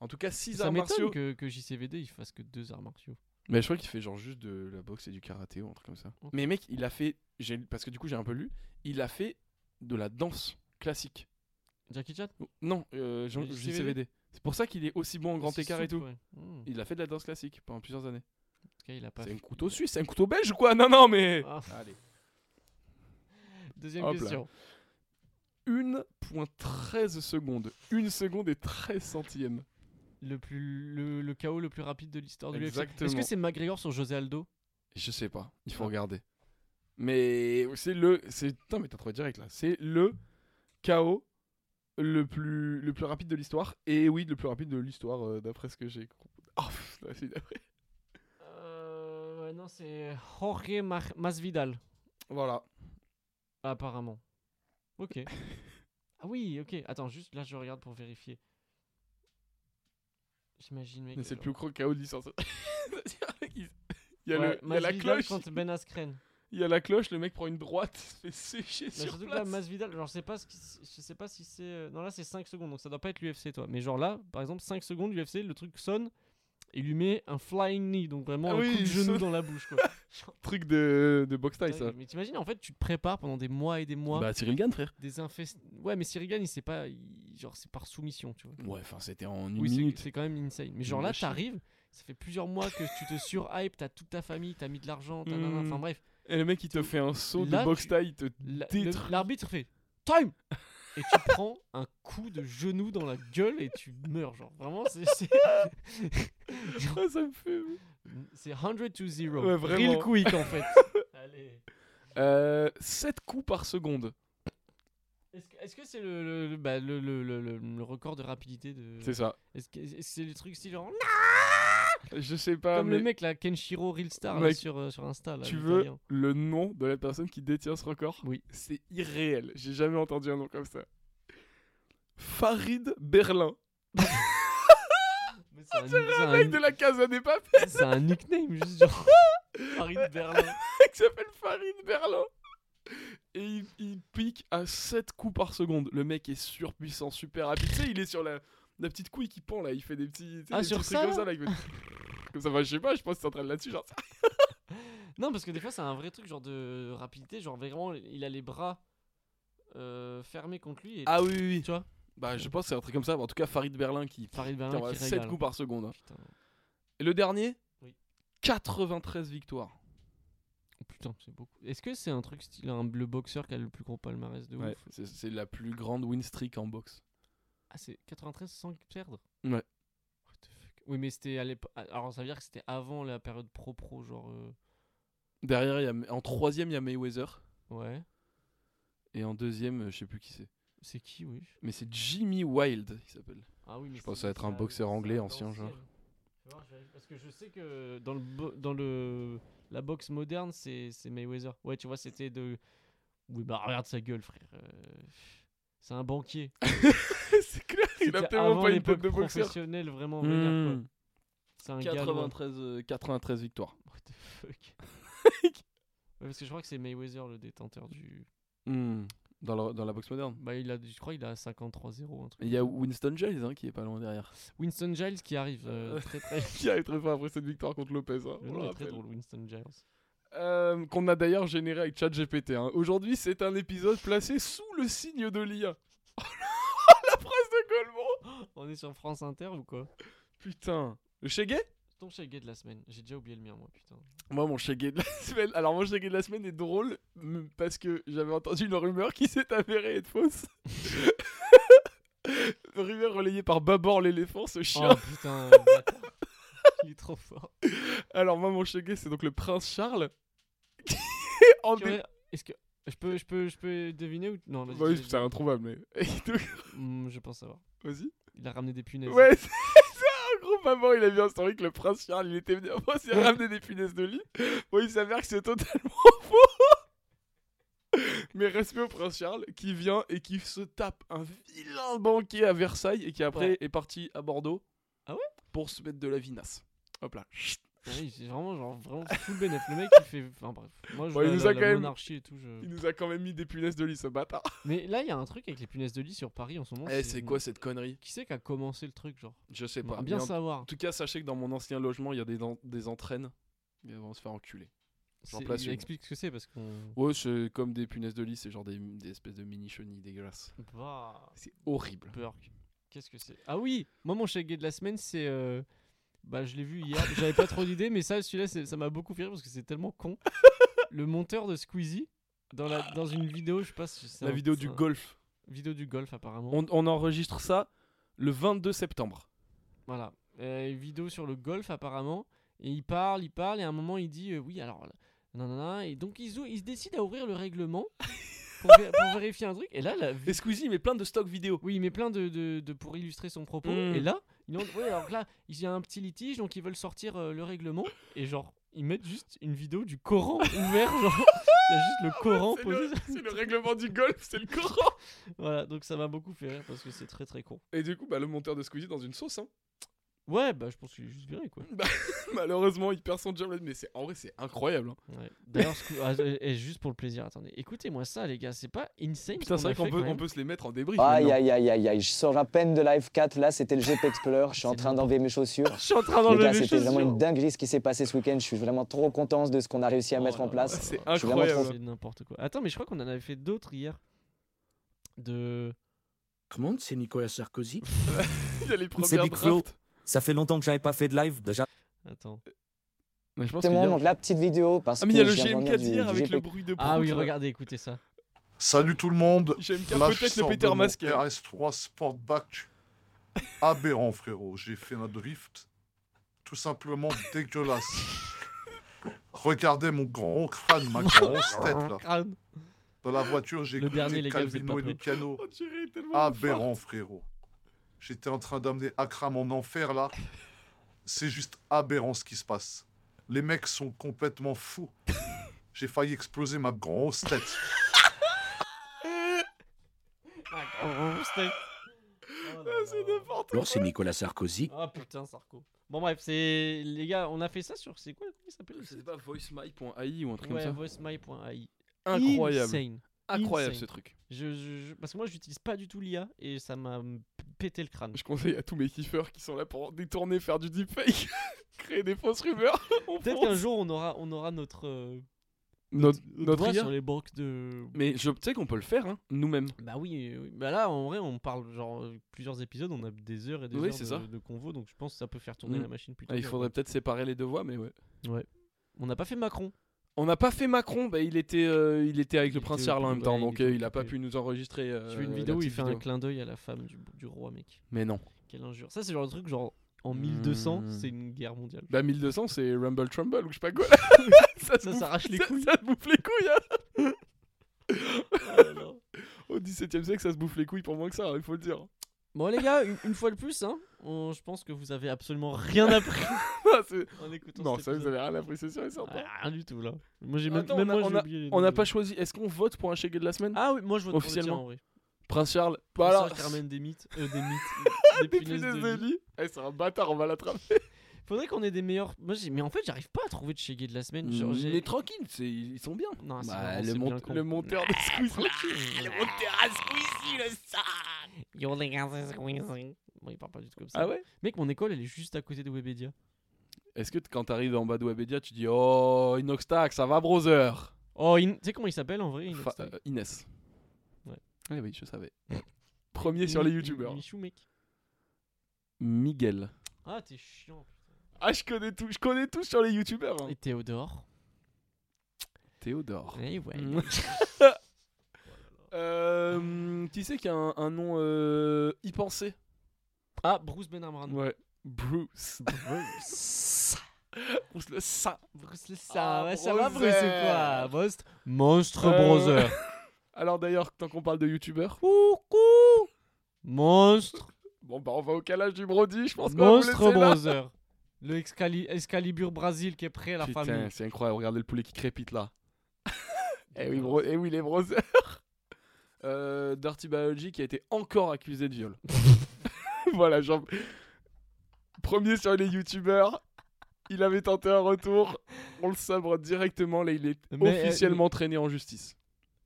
Speaker 3: En tout cas 6
Speaker 2: Ça
Speaker 3: arts
Speaker 2: m'étonne
Speaker 3: martiaux.
Speaker 2: que, que JCVD il fasse que 2 arts martiaux.
Speaker 3: Mais je crois qu'il fait genre juste de la boxe et du karaté ou un truc comme ça.
Speaker 2: Ok.
Speaker 3: Mais mec, il a fait j'ai parce que du coup j'ai un peu lu, il a fait de la danse classique.
Speaker 2: Jackie Chan
Speaker 3: Non, euh, Jean-
Speaker 2: Le JCVD.
Speaker 3: JCVD. C'est pour ça qu'il est aussi bon en grand
Speaker 2: C'est
Speaker 3: écart et
Speaker 2: souple,
Speaker 3: tout.
Speaker 2: ouais. Hmm.
Speaker 3: Il a fait de la danse classique pendant plusieurs années.
Speaker 2: En tout cas, il a pas
Speaker 3: C'est
Speaker 2: fait-
Speaker 3: un couteau suisse, c'est un couteau belge ou quoi Non, non, mais.
Speaker 2: Ah.
Speaker 3: Allez.
Speaker 2: Deuxième
Speaker 3: Hop là.
Speaker 2: question.
Speaker 3: 1.13 secondes. 1 seconde et 13 centièmes.
Speaker 2: Le plus le, le KO le plus rapide de l'histoire de l'UFC. Est-ce
Speaker 3: Exactement.
Speaker 2: que c'est McGregor sur José Aldo
Speaker 3: Je sais pas, il faut
Speaker 2: Ah.
Speaker 3: regarder. Mais c'est le. c'est- Putain, mais t'as trouvé direct là. C'est le KO le plus, le plus rapide de l'histoire. Et oui, le plus rapide de l'histoire, euh, d'après ce que j'ai compris. Oh, pff, là, c'est d'après.
Speaker 2: euh, non, c'est Jorge Mas- Masvidal
Speaker 3: Voilà.
Speaker 2: apparemment. OK.
Speaker 3: <laughs>
Speaker 2: ah oui, OK. Attends, juste là je regarde pour vérifier. J'imagine mec. euh,
Speaker 3: Mais c'est
Speaker 2: alors.
Speaker 3: le plus gros KO de l'histoire. <laughs>
Speaker 2: Ouais,
Speaker 3: il y a, le, il y a la
Speaker 2: Masvidal
Speaker 3: cloche.
Speaker 2: contre Ben Askren.
Speaker 3: Il y a la cloche, le mec prend une droite, <laughs> il se fait sécher
Speaker 2: Bah,
Speaker 3: sur
Speaker 2: surtout que là,
Speaker 3: place.
Speaker 2: Masvidal, genre, je sais pas, ce qui- je sais pas si c'est. euh, Non, là, c'est 5 secondes, donc ça doit pas être l'UFC, toi. Mais genre là, par exemple, 5 secondes, l'UFC, le truc sonne et il lui met un flying knee, donc vraiment
Speaker 3: Ah
Speaker 2: un
Speaker 3: oui,
Speaker 2: coup de
Speaker 3: il
Speaker 2: genou
Speaker 3: saute.
Speaker 2: dans la
Speaker 3: <laughs>
Speaker 2: bouche, quoi. Genre,
Speaker 3: Truc de, de boxe taille, ça.
Speaker 2: dingue. mais t'imagines, en fait, tu te prépares pendant des mois et des mois,
Speaker 3: Bah, Cyril Gann, frère.
Speaker 2: des infest. Ouais, mais Sirigan, il sait pas. il- Genre, c'est par soumission, tu vois.
Speaker 3: Ouais, enfin, c'était en une
Speaker 2: Oui, c'est-
Speaker 3: minute.
Speaker 2: c'est quand même insane. Mais genre
Speaker 3: Une
Speaker 2: là,
Speaker 3: machine.
Speaker 2: t'arrives, ça fait plusieurs mois que tu te surhype, t'as toute ta famille, t'as mis de l'argent, t'as nanana,
Speaker 3: Hmm.
Speaker 2: enfin bref.
Speaker 3: Et le mec, il te fait un saut
Speaker 2: Là,
Speaker 3: de boxe
Speaker 2: tu-
Speaker 3: taille, il te
Speaker 2: La- le-
Speaker 3: Titre.
Speaker 2: L'arbitre fait
Speaker 3: <laughs>
Speaker 2: time et tu prends un coup de genou dans la gueule et tu meurs genre vraiment c'est
Speaker 3: <laughs>
Speaker 2: c'est
Speaker 3: Ah, ça me fait.
Speaker 2: c'est 100 to 0
Speaker 3: Ouais, vraiment.
Speaker 2: real quick en
Speaker 3: <laughs>
Speaker 2: fait. Allez.
Speaker 3: Euh, 7 coups par seconde.
Speaker 2: Est-ce que est-ce que c'est le le, le- bah, le, le, le- le- le record de rapidité de
Speaker 3: C'est ça.
Speaker 2: Est-ce que est-ce que c'est le truc style genre
Speaker 3: Je sais pas,
Speaker 2: comme
Speaker 3: mais
Speaker 2: le mec là Kenshiro Real Star
Speaker 3: Mec,
Speaker 2: là, sur euh, sur Insta là,
Speaker 3: tu veux
Speaker 2: l'italien.
Speaker 3: le nom de la personne qui détient ce record
Speaker 2: Oui.
Speaker 3: C'est irréel. J'ai jamais entendu un nom comme ça. Farid Berlin.
Speaker 2: <laughs>
Speaker 3: Ah,
Speaker 2: Mais C'est un, c'est un-
Speaker 3: Mec de la Casa des Papes
Speaker 2: <laughs> c'est un nickname juste genre
Speaker 3: <laughs>
Speaker 2: Paris de Berlin.
Speaker 3: qui s'appelle Farid Berlin. Et il, il pique à 7 coups par seconde. Le mec est surpuissant, super rapide. Tu sais, il est sur la, la petite couille qui pend là. Il fait des petits, tu sais,
Speaker 2: Ah,
Speaker 3: des
Speaker 2: sur
Speaker 3: petits
Speaker 2: ça,
Speaker 3: trucs comme
Speaker 2: là
Speaker 3: ça. Là, qui fait- <laughs> comme ça, Enfin, je sais pas, je pense qu'il s'entraîne là-dessus. Genre,
Speaker 2: Non, parce que des fois, c'est un vrai truc, genre de rapidité. Genre, vraiment, il a les bras euh, fermés contre lui. Et
Speaker 3: Ah oui, oui, oui.
Speaker 2: Tu vois
Speaker 3: Bah, je pense que c'est un truc comme ça. En tout cas, Farid Berlin qui.
Speaker 2: Farid Berlin
Speaker 3: Putain, ouais,
Speaker 2: qui
Speaker 3: 7
Speaker 2: régale.
Speaker 3: coups par seconde. hein.
Speaker 2: Putain,
Speaker 3: Et le dernier
Speaker 2: Oui.
Speaker 3: 93 victoires.
Speaker 2: Oh, putain, c'est beaucoup. Est-ce que c'est un truc style un, le boxeur qui a le plus gros palmarès de
Speaker 3: Ouais,
Speaker 2: ouf
Speaker 3: c'est- c'est la plus grande win streak en boxe.
Speaker 2: Ah, c'est 93 sans perdre
Speaker 3: Ouais.
Speaker 2: What the fuck Oui, mais c'était à l'époque. Alors, ça veut dire que c'était avant la période pro-pro, genre. euh,
Speaker 3: Derrière, il y a- en troisième, il y a Mayweather.
Speaker 2: Ouais.
Speaker 3: Et en deuxième, euh, je sais plus qui c'est.
Speaker 2: C'est qui, oui
Speaker 3: Mais c'est Jimmy Wild, il s'appelle.
Speaker 2: Ah oui, mais
Speaker 3: Je
Speaker 2: c'est-
Speaker 3: pense que ça va être un
Speaker 2: c'est
Speaker 3: boxeur anglais,
Speaker 2: c'est
Speaker 3: ancien joueur.
Speaker 2: Fais voir, j'arrive- Parce que je sais que dans, le bo- dans le, la boxe moderne, c'est c'est Mayweather. Ouais, tu vois, c'était de. Oui, bah regarde sa gueule, frère. Euh, C'est un banquier.
Speaker 3: <laughs> c'est clair, il a
Speaker 2: C'était
Speaker 3: tellement
Speaker 2: avant
Speaker 3: pas une
Speaker 2: l'époque
Speaker 3: tête de boxeur.
Speaker 2: professionnelle, vraiment. vénère, quoi. C'est un gars. loin.
Speaker 3: 93, Hmm. euh, 93 victoires.
Speaker 2: What the fuck Ouais, Parce que je crois que c'est Mayweather le détenteur du.
Speaker 3: Hmm. Dans, la, dans la boxe moderne.
Speaker 2: Bah, il a, je crois qu'il a 53-0, un truc.
Speaker 3: Il y a Winston Giles hein, qui est pas loin derrière.
Speaker 2: Winston Giles qui arrive. euh, très très.
Speaker 3: <laughs> qui arrive très fort après cette victoire contre Lopez. hein,
Speaker 2: Le
Speaker 3: on le
Speaker 2: nom est
Speaker 3: rappelle.
Speaker 2: très drôle, Winston Giles.
Speaker 3: Euh, Qu'on a d'ailleurs généré avec ChatGPT. hein. Aujourd'hui, c'est un épisode placé sous le signe de <laughs> l'IA. la phrase de Golemont
Speaker 2: On est sur France Inter ou quoi
Speaker 3: Putain. Le Cheguet
Speaker 2: Ton gay de la semaine. J'ai déjà oublié le mien, moi, putain.
Speaker 3: Moi, mon Cheguet de la <laughs> semaine. Alors, mon Cheguet de la semaine est drôle mm, parce que j'avais entendu une rumeur qui s'est avérée
Speaker 2: <laughs>
Speaker 3: être fausse. rumeur relayée par Babor l'éléphant, ce chien.
Speaker 2: Oh putain, le bâtard. il est trop fort.
Speaker 3: <laughs> Alors, moi, mon Cheguet, c'est donc le prince Charles. <laughs> en dé-
Speaker 2: Curé, Est-ce que je peux, je peux, je peux deviner ou non vas-y,
Speaker 3: Bah oui,
Speaker 2: vas-y.
Speaker 3: c'est introuvable, mais. <laughs> Et donc,
Speaker 2: Hmm, Je pense savoir.
Speaker 3: Vas-y.
Speaker 2: Il a ramené des punaises.
Speaker 3: Ouais, <laughs> c'est ça, gros maman, il a bien story que le prince Charles, il était venu en France, il a ramené des punaises de lit. Bon, il s'avère que c'est totalement <laughs> faux. <laughs> Mais respect au prince Charles, qui vient et qui se tape un vilain banquet à Versailles et qui après
Speaker 2: Ouais.
Speaker 3: est parti à Bordeaux.
Speaker 2: Ah ouais
Speaker 3: Pour se mettre de la vinasse. Hop là. Chut.
Speaker 2: Ouais, c'est vraiment genre
Speaker 3: <laughs>
Speaker 2: vraiment full bénéf. Le mec, il fait. Enfin bref. Moi, je
Speaker 3: Bon, Bah, il
Speaker 2: la-
Speaker 3: nous
Speaker 2: la-
Speaker 3: a
Speaker 2: la
Speaker 3: quand même-
Speaker 2: monarchie et tout. je-
Speaker 3: Il nous a quand même mis des punaises de lit, ce bâtard. <laughs>
Speaker 2: Mais là, il y a un truc avec les punaises de lit sur Paris en ce moment.
Speaker 3: Eh, c'est quoi cette connerie
Speaker 2: Qui c'est qui a commencé le truc, genre
Speaker 3: Je sais
Speaker 2: On
Speaker 3: pas.
Speaker 2: va bien
Speaker 3: mais en-
Speaker 2: savoir.
Speaker 3: en tout cas, sachez que dans mon ancien logement, il y a des, en- des entraînes. Mais on va se faire enculer. j'en
Speaker 2: C'est-
Speaker 3: place une.
Speaker 2: Explique ce que c'est parce qu'on.
Speaker 3: Ouais, c'est comme des punaises de lit, c'est genre des, des espèces de mini chenilles dégueulasses.
Speaker 2: Bah.
Speaker 3: C'est horrible.
Speaker 2: Burke. Qu'est-ce que c'est Ah oui, moi mon chèque gay de la semaine c'est euh, bah je l'ai vu hier, j'avais pas trop d'idées mais ça celui-là c'est- ça m'a beaucoup fait rire parce que c'est tellement con.
Speaker 3: <laughs>
Speaker 2: Le monteur de Squeezie dans la dans une vidéo, je sais pas si c'est
Speaker 3: La
Speaker 2: un-
Speaker 3: vidéo
Speaker 2: c'est
Speaker 3: du
Speaker 2: un-
Speaker 3: golf.
Speaker 2: vidéo du golf apparemment.
Speaker 3: On, on enregistre ça le 22 septembre.
Speaker 2: Voilà. Euh, une vidéo sur le golf apparemment. Et il parle, il parle, et à un moment il dit euh, oui alors là, nanana, et donc ils, ou- ils se décident à ouvrir le
Speaker 3: <laughs>
Speaker 2: règlement pour, vé- pour vérifier un truc. Et là la,
Speaker 3: Et Squeezie, il met plein de stocks vidéo.
Speaker 2: Oui, mais plein de, de- de- pour illustrer son propos.
Speaker 3: Mm.
Speaker 2: Et là, ils ont, ouais, alors que là, il y a un petit litige, donc ils veulent sortir euh, le règlement. Et genre, ils mettent juste une vidéo du Coran
Speaker 3: <laughs>
Speaker 2: ouvert. Genre, il y a juste le Coran
Speaker 3: Ah, C'est
Speaker 2: posé.
Speaker 3: le, c'est le règlement du golf, c'est le Coran.
Speaker 2: <laughs> Voilà, donc ça m'a beaucoup fait rire parce que c'est très très con.
Speaker 3: Et du coup, bah, le monteur de Squeezie dans une sauce. Hein. Bah,
Speaker 2: Ouais, bah je pense qu'il est juste viré
Speaker 3: <laughs>
Speaker 2: quoi.
Speaker 3: Malheureusement, il perd son job. là, Mais c'est en vrai, c'est incroyable. hein.
Speaker 2: Ouais. D'ailleurs, ce que- ah, euh, eh, juste pour le plaisir, attendez. Écoutez-moi ça, les gars, c'est pas insane.
Speaker 3: Putain,
Speaker 2: ce qu'on a
Speaker 3: c'est vrai qu'on
Speaker 2: fait,
Speaker 3: peut,
Speaker 2: quand même
Speaker 3: on peut se les mettre en débrief.
Speaker 6: Aïe,
Speaker 3: maintenant.
Speaker 6: aïe, aïe, aïe, aïe, je sors à peine de Live 4, là c'était le GP Explorer, je suis en train d'enlever
Speaker 3: <laughs>
Speaker 6: mes chaussures.
Speaker 2: Je suis en train
Speaker 6: Les
Speaker 2: d'enlever
Speaker 6: gars,
Speaker 2: mes
Speaker 6: c'était
Speaker 2: choses.
Speaker 6: vraiment une dinguerie ce qui s'est passé ce week-end, je suis vraiment trop contente de ce qu'on a réussi à mettre en place.
Speaker 3: Oh C'est
Speaker 6: Je suis vraiment
Speaker 3: incroyable.
Speaker 6: trop-
Speaker 2: C'est n'importe quoi. Attends, mais je crois qu'on en avait fait d'autres hier. De.
Speaker 1: Comment c'est Nicolas Sarkozy
Speaker 3: <laughs> Il y a les
Speaker 8: C'est
Speaker 3: premières
Speaker 8: Big Flo.
Speaker 3: drafts.
Speaker 8: Ça fait longtemps que j'avais pas fait de live. Déjà,
Speaker 2: Attends.
Speaker 1: Euh,
Speaker 3: Mais je pense
Speaker 6: Exactement, donc la petite vidéo, parce
Speaker 3: Ah,
Speaker 6: que
Speaker 3: mais il y a le
Speaker 6: je viens de
Speaker 3: GMK
Speaker 6: revenir du-
Speaker 3: d'hier
Speaker 6: du
Speaker 3: avec
Speaker 6: GP
Speaker 3: le bruit de
Speaker 2: Ah
Speaker 3: prout,
Speaker 2: oui,
Speaker 3: là.
Speaker 2: regardez, écoutez ça.
Speaker 4: Salut tout le monde.
Speaker 3: GMK,
Speaker 4: Là, je
Speaker 3: peut-être le
Speaker 4: sors de
Speaker 3: Peter
Speaker 4: mon
Speaker 3: Masque.
Speaker 4: RS3 Sportback. Aberrant, frérot. J'ai fait un drift tout simplement <laughs> dégueulasse. Regardez mon grand crâne,
Speaker 2: <laughs>
Speaker 4: ma grosse tête, là.
Speaker 2: Crâne.
Speaker 4: Dans la voiture, j'ai
Speaker 2: Le dernier,
Speaker 4: écouté
Speaker 2: les gars, vous êtes
Speaker 4: Calvino
Speaker 2: pas
Speaker 4: et Luciano.
Speaker 2: Oh, prêts.
Speaker 3: On dirait tellement le
Speaker 4: aberrant, frérot. J'étais en train d'amener Akram en enfer, là. C'est juste aberrant ce qui se passe. Les mecs sont complètement fous. J'ai failli exploser ma grosse tête.
Speaker 2: Ah,
Speaker 3: Ah, C'est n'importe quoi.
Speaker 1: Alors c'est Nicolas Sarkozy.
Speaker 2: Ah putain, Sarko. Bon bref, c'est les gars, on a fait ça sur c'est quoi Comment il s'appelle le
Speaker 3: C'était
Speaker 2: site
Speaker 3: pas voicemy.ai ou un truc
Speaker 2: Ouais,
Speaker 3: comme ça
Speaker 2: voicemy.ai.
Speaker 3: Incroyable.
Speaker 2: Insane.
Speaker 3: Incroyable
Speaker 2: Insane.
Speaker 3: ce truc.
Speaker 2: Je, je- je- parce que moi j'utilise pas du tout l'IA et ça m'a m- pété le crâne.
Speaker 3: Je conseille à tous mes kiffeurs qui sont là pour détourner, faire du deepfake, <laughs> créer des fausses rumeurs. <laughs> On
Speaker 2: Peut-être
Speaker 3: fonce.
Speaker 2: qu'un jour on aura on aura notre euh,
Speaker 3: Notre, notre
Speaker 2: doigt
Speaker 3: IA.
Speaker 2: sur les banques de euh,
Speaker 3: Mais je tu sais qu'on peut le faire, hein, nous-mêmes.
Speaker 2: Bah oui, oui. bah là en vrai on parle genre euh, plusieurs épisodes, on a des heures et des
Speaker 3: Oui,
Speaker 2: heures
Speaker 3: c'est
Speaker 2: de,
Speaker 3: ça.
Speaker 2: de convo donc je pense que ça peut faire tourner
Speaker 3: Mm.
Speaker 2: la machine plutôt.
Speaker 3: Ah, il
Speaker 2: bien,
Speaker 3: faudrait peut-être séparer les deux voix, mais ouais.
Speaker 2: quoi. Ouais. On n'a pas fait Macron.
Speaker 3: On n'a pas fait Macron, bah, il, était, euh, il était avec
Speaker 2: Il
Speaker 3: le prince
Speaker 2: était
Speaker 3: Charles en
Speaker 2: occupé,
Speaker 3: même temps,
Speaker 2: ouais, il
Speaker 3: donc
Speaker 2: était
Speaker 3: euh, il a pas
Speaker 2: occupé.
Speaker 3: pu nous enregistrer.
Speaker 2: Je
Speaker 3: euh,
Speaker 2: fais une
Speaker 3: la
Speaker 2: vidéo où il
Speaker 3: petite
Speaker 2: fait un
Speaker 3: vidéo.
Speaker 2: clin d'œil à la femme du, du roi mec.
Speaker 3: Mais non.
Speaker 2: Quelle injure. Ça, c'est genre le truc, genre, en 1200,
Speaker 3: Hmm. <laughs>
Speaker 2: c'est une guerre mondiale.
Speaker 3: Bah 1200, c'est Rumble Trumble ou je
Speaker 2: <laughs>
Speaker 3: sais pas quoi. ça, se
Speaker 2: Ça s'arrache les
Speaker 3: ça-
Speaker 2: couilles.
Speaker 3: Ça, te bouffe les couilles, hein.
Speaker 2: Oh là là.
Speaker 3: On Au 17 e siècle, ça se bouffe les couilles pour moins que ça, hein, il faut le dire.
Speaker 2: Bon, les gars, une, une fois de plus, hein, on- je pense que vous avez absolument rien appris
Speaker 3: Ah, c'est-
Speaker 2: en écoutant
Speaker 3: <laughs> non,
Speaker 2: cet
Speaker 3: ça, vous
Speaker 2: épisode.
Speaker 3: avez rien appris, c'est sûr et certain. Ah,
Speaker 2: Ah, Rien du tout, là. Moi, j'ai même,
Speaker 3: Attends,
Speaker 2: même
Speaker 3: on a-
Speaker 2: moi, j'ai
Speaker 3: on a-
Speaker 2: oublié les
Speaker 3: On
Speaker 2: noms
Speaker 3: n'a
Speaker 2: des-
Speaker 3: pas choisi. Est-ce qu'on vote pour un Shaggy de la semaine
Speaker 2: Ah oui, moi, je vote
Speaker 3: Officiellement.
Speaker 2: pour le tien, en vrai.
Speaker 3: Prince Charles.
Speaker 2: Bah
Speaker 3: Bah alors.
Speaker 2: ramène des mythes, euh,
Speaker 3: <laughs>
Speaker 2: des mythes, des,
Speaker 3: Des
Speaker 2: punaises de lit.
Speaker 3: lit. Eh, c'est un bâtard, on va l'attraper.
Speaker 2: <laughs> Faudrait qu'on ait des meilleurs. Moi, j'ai- mais en fait, j'arrive pas à trouver de chégué de la semaine. genre, j'ai-
Speaker 3: Mm, Mais tranquille, c'est- ils sont bien.
Speaker 2: Non, c'est
Speaker 3: Bah,
Speaker 2: vraiment,
Speaker 3: le,
Speaker 2: c'est
Speaker 3: mont-
Speaker 2: bien con.
Speaker 3: le monteur de Squeezie.
Speaker 2: Ah, Le monteur à Squeezie, le sale Yo, les gars, c'est Squeezie. Bon, il parle pas du tout comme ça.
Speaker 3: Ah ouais
Speaker 2: Mec, mon école, elle est juste à côté de Webedia.
Speaker 3: Est-ce que t- quand t'arrives en bas de Webedia, tu dis Oh, Inoxtag, ça va, brother
Speaker 2: Oh, In- tu sais comment il s'appelle en vrai Inox
Speaker 3: Fa-
Speaker 2: Tag
Speaker 3: euh, Inès.
Speaker 2: Ouais.
Speaker 3: Eh oui, je savais. Premier sur les
Speaker 2: Mi-
Speaker 3: youtubeurs.
Speaker 2: Michou, mec.
Speaker 3: Miguel.
Speaker 2: Ah, t'es chiant.
Speaker 3: Ah, je connais tout, je connais tout sur les youtubeurs. hein.
Speaker 2: Et Théodore.
Speaker 3: Théodore.
Speaker 2: Eh ouais.
Speaker 3: Mm. <laughs> Euh, qui c'est qui a un, un nom euh, y penser
Speaker 2: Ah, Bruce Ben Amran.
Speaker 3: Ouais. Bruce.
Speaker 2: <laughs> Bruce.
Speaker 3: Bruce le ça.
Speaker 2: Bruce le ça,
Speaker 3: Ah,
Speaker 2: ouais, ça va
Speaker 3: Bruce.
Speaker 2: Bruce ou quoi Most... <laughs> Monstre
Speaker 3: Euh.
Speaker 2: Brother.
Speaker 3: <laughs> Alors d'ailleurs, tant qu'on parle de youtubeurs,
Speaker 2: Coucou Monstre,
Speaker 3: bon bah on va au calage du Brody, je pense qu'on va vous
Speaker 2: Monstre
Speaker 3: laisser là.
Speaker 2: Brother. Le Excali- Excalibur Brasil qui est prêt, la
Speaker 3: Putain,
Speaker 2: famille.
Speaker 3: c'est incroyable, regardez le poulet qui crépite là. eh, oui, bro- eh oui, les brothers. <laughs> Euh, Dirty Biology qui a été encore accusé de viol. <laughs> voilà, genre. Premier sur les youtubeurs, il avait tenté un retour, on le sabre directement, là il est
Speaker 2: Mais, euh,
Speaker 3: officiellement traîné en justice.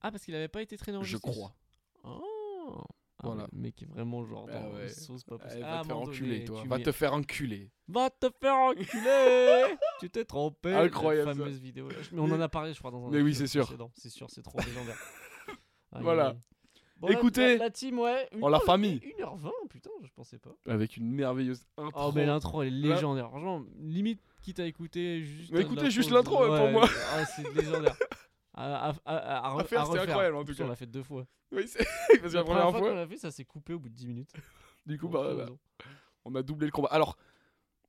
Speaker 2: Ah, parce qu'il avait pas été traîné en
Speaker 3: Je
Speaker 2: justice.
Speaker 3: crois.
Speaker 2: Oh
Speaker 3: Voilà.
Speaker 2: voilà. mais qui est vraiment genre
Speaker 3: Ah
Speaker 2: dans
Speaker 3: ouais.
Speaker 2: la sauce pas
Speaker 3: Eh,
Speaker 2: possible.
Speaker 3: va
Speaker 2: Ah,
Speaker 3: te
Speaker 2: à
Speaker 3: faire
Speaker 2: un moment
Speaker 3: enculer,
Speaker 2: donné,
Speaker 3: toi.
Speaker 2: tu
Speaker 3: Va
Speaker 2: mets-
Speaker 3: te faire enculer.
Speaker 2: Va te faire enculer Tu t'es trompé.
Speaker 3: Incroyable,
Speaker 2: La
Speaker 3: ça.
Speaker 2: fameuse vidéo. là. Mais on en a parlé, je crois, dans un
Speaker 3: Mais oui,
Speaker 2: épisode
Speaker 3: c'est sûr.
Speaker 2: précédent. C'est sûr, c'est trop
Speaker 3: <laughs>
Speaker 2: légendaire. Aïe,
Speaker 3: Voilà.
Speaker 2: aïe, aïe. Bon, la-
Speaker 3: Écoutez.
Speaker 2: La, la team, ouais. une-
Speaker 3: On la
Speaker 2: oh,
Speaker 3: famille.
Speaker 2: 1h20, putain, je pensais pas.
Speaker 3: Avec une merveilleuse intro.
Speaker 2: Oh, mais l'intro, elle est
Speaker 3: Là-
Speaker 2: légendaire. Franchement, limite, quitte à écouter juste.
Speaker 3: Mais écoutez
Speaker 2: l'intro,
Speaker 3: juste
Speaker 2: je-
Speaker 3: l'intro, ouais, pour
Speaker 2: ouais,
Speaker 3: moi.
Speaker 2: Ah, c'est
Speaker 3: <laughs>
Speaker 2: légendaire. À, à- à- à- à re-
Speaker 3: À faire,
Speaker 2: à
Speaker 3: c'est
Speaker 2: refaire.
Speaker 3: incroyable, en tout
Speaker 2: Parce qu'on
Speaker 3: cas.
Speaker 2: l'a fait deux fois.
Speaker 3: Oui,
Speaker 2: <laughs>
Speaker 3: c'est <laughs> parce que la
Speaker 2: première
Speaker 3: première
Speaker 2: fois qu'on
Speaker 3: fois,
Speaker 2: l'a fait, ça s'est coupé au bout de 10 minutes.
Speaker 3: du coup,
Speaker 2: Pour
Speaker 3: bah,
Speaker 2: aucune
Speaker 3: bah,
Speaker 2: raison.
Speaker 3: on a doublé le combat. Alors,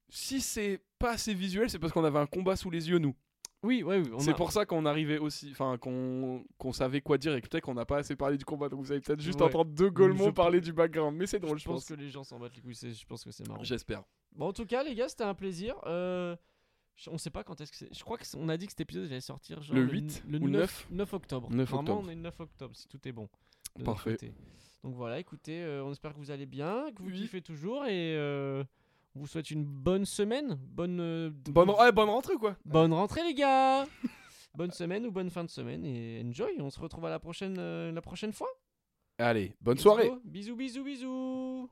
Speaker 3: si c'est pas assez visuel, c'est parce qu'on avait un combat sous les yeux, nous.
Speaker 2: Oui, ouais, oui. on
Speaker 3: C'est
Speaker 2: a-
Speaker 3: pour ça qu'on arrivait aussi, enfin, qu'on qu'on savait quoi dire et que peut-être qu'on n'a pas assez parlé du combat. Donc vous avez peut-être juste
Speaker 2: Ouais.
Speaker 3: entendre deux <laughs> Gaulmont
Speaker 2: Je-
Speaker 3: parler du background, mais c'est drôle,
Speaker 2: Je pense
Speaker 3: que-
Speaker 2: que les gens s'en battent les couilles, c'est- je pense que c'est marrant.
Speaker 3: J'espère.
Speaker 2: Bon, en tout cas, les gars, c'était un plaisir. Euh, je- on sait pas quand est-ce que c'est. Je crois que c'est- on a dit que cet épisode allait sortir genre
Speaker 3: Le 8
Speaker 2: le
Speaker 3: ou
Speaker 2: 9, 9 octobre.
Speaker 3: 9
Speaker 2: Normalement,
Speaker 3: octobre.
Speaker 2: on est le 9 octobre si tout est bon. de notre
Speaker 3: Parfait.
Speaker 2: côté. Donc voilà, écoutez, euh, on espère que vous allez bien, que vous
Speaker 3: Oui.
Speaker 2: kiffez toujours et euh, on vous souhaite une bonne semaine, bonne euh, d-
Speaker 3: Bonne, ouais, bonne rentrée, quoi.
Speaker 2: bonne rentrée les gars. <laughs> bonne semaine ou bonne fin de semaine et enjoy, on se retrouve à la prochaine euh, la prochaine fois.
Speaker 3: Allez, bonne
Speaker 2: Let's
Speaker 3: soirée.
Speaker 2: go. Bisous bisous bisous.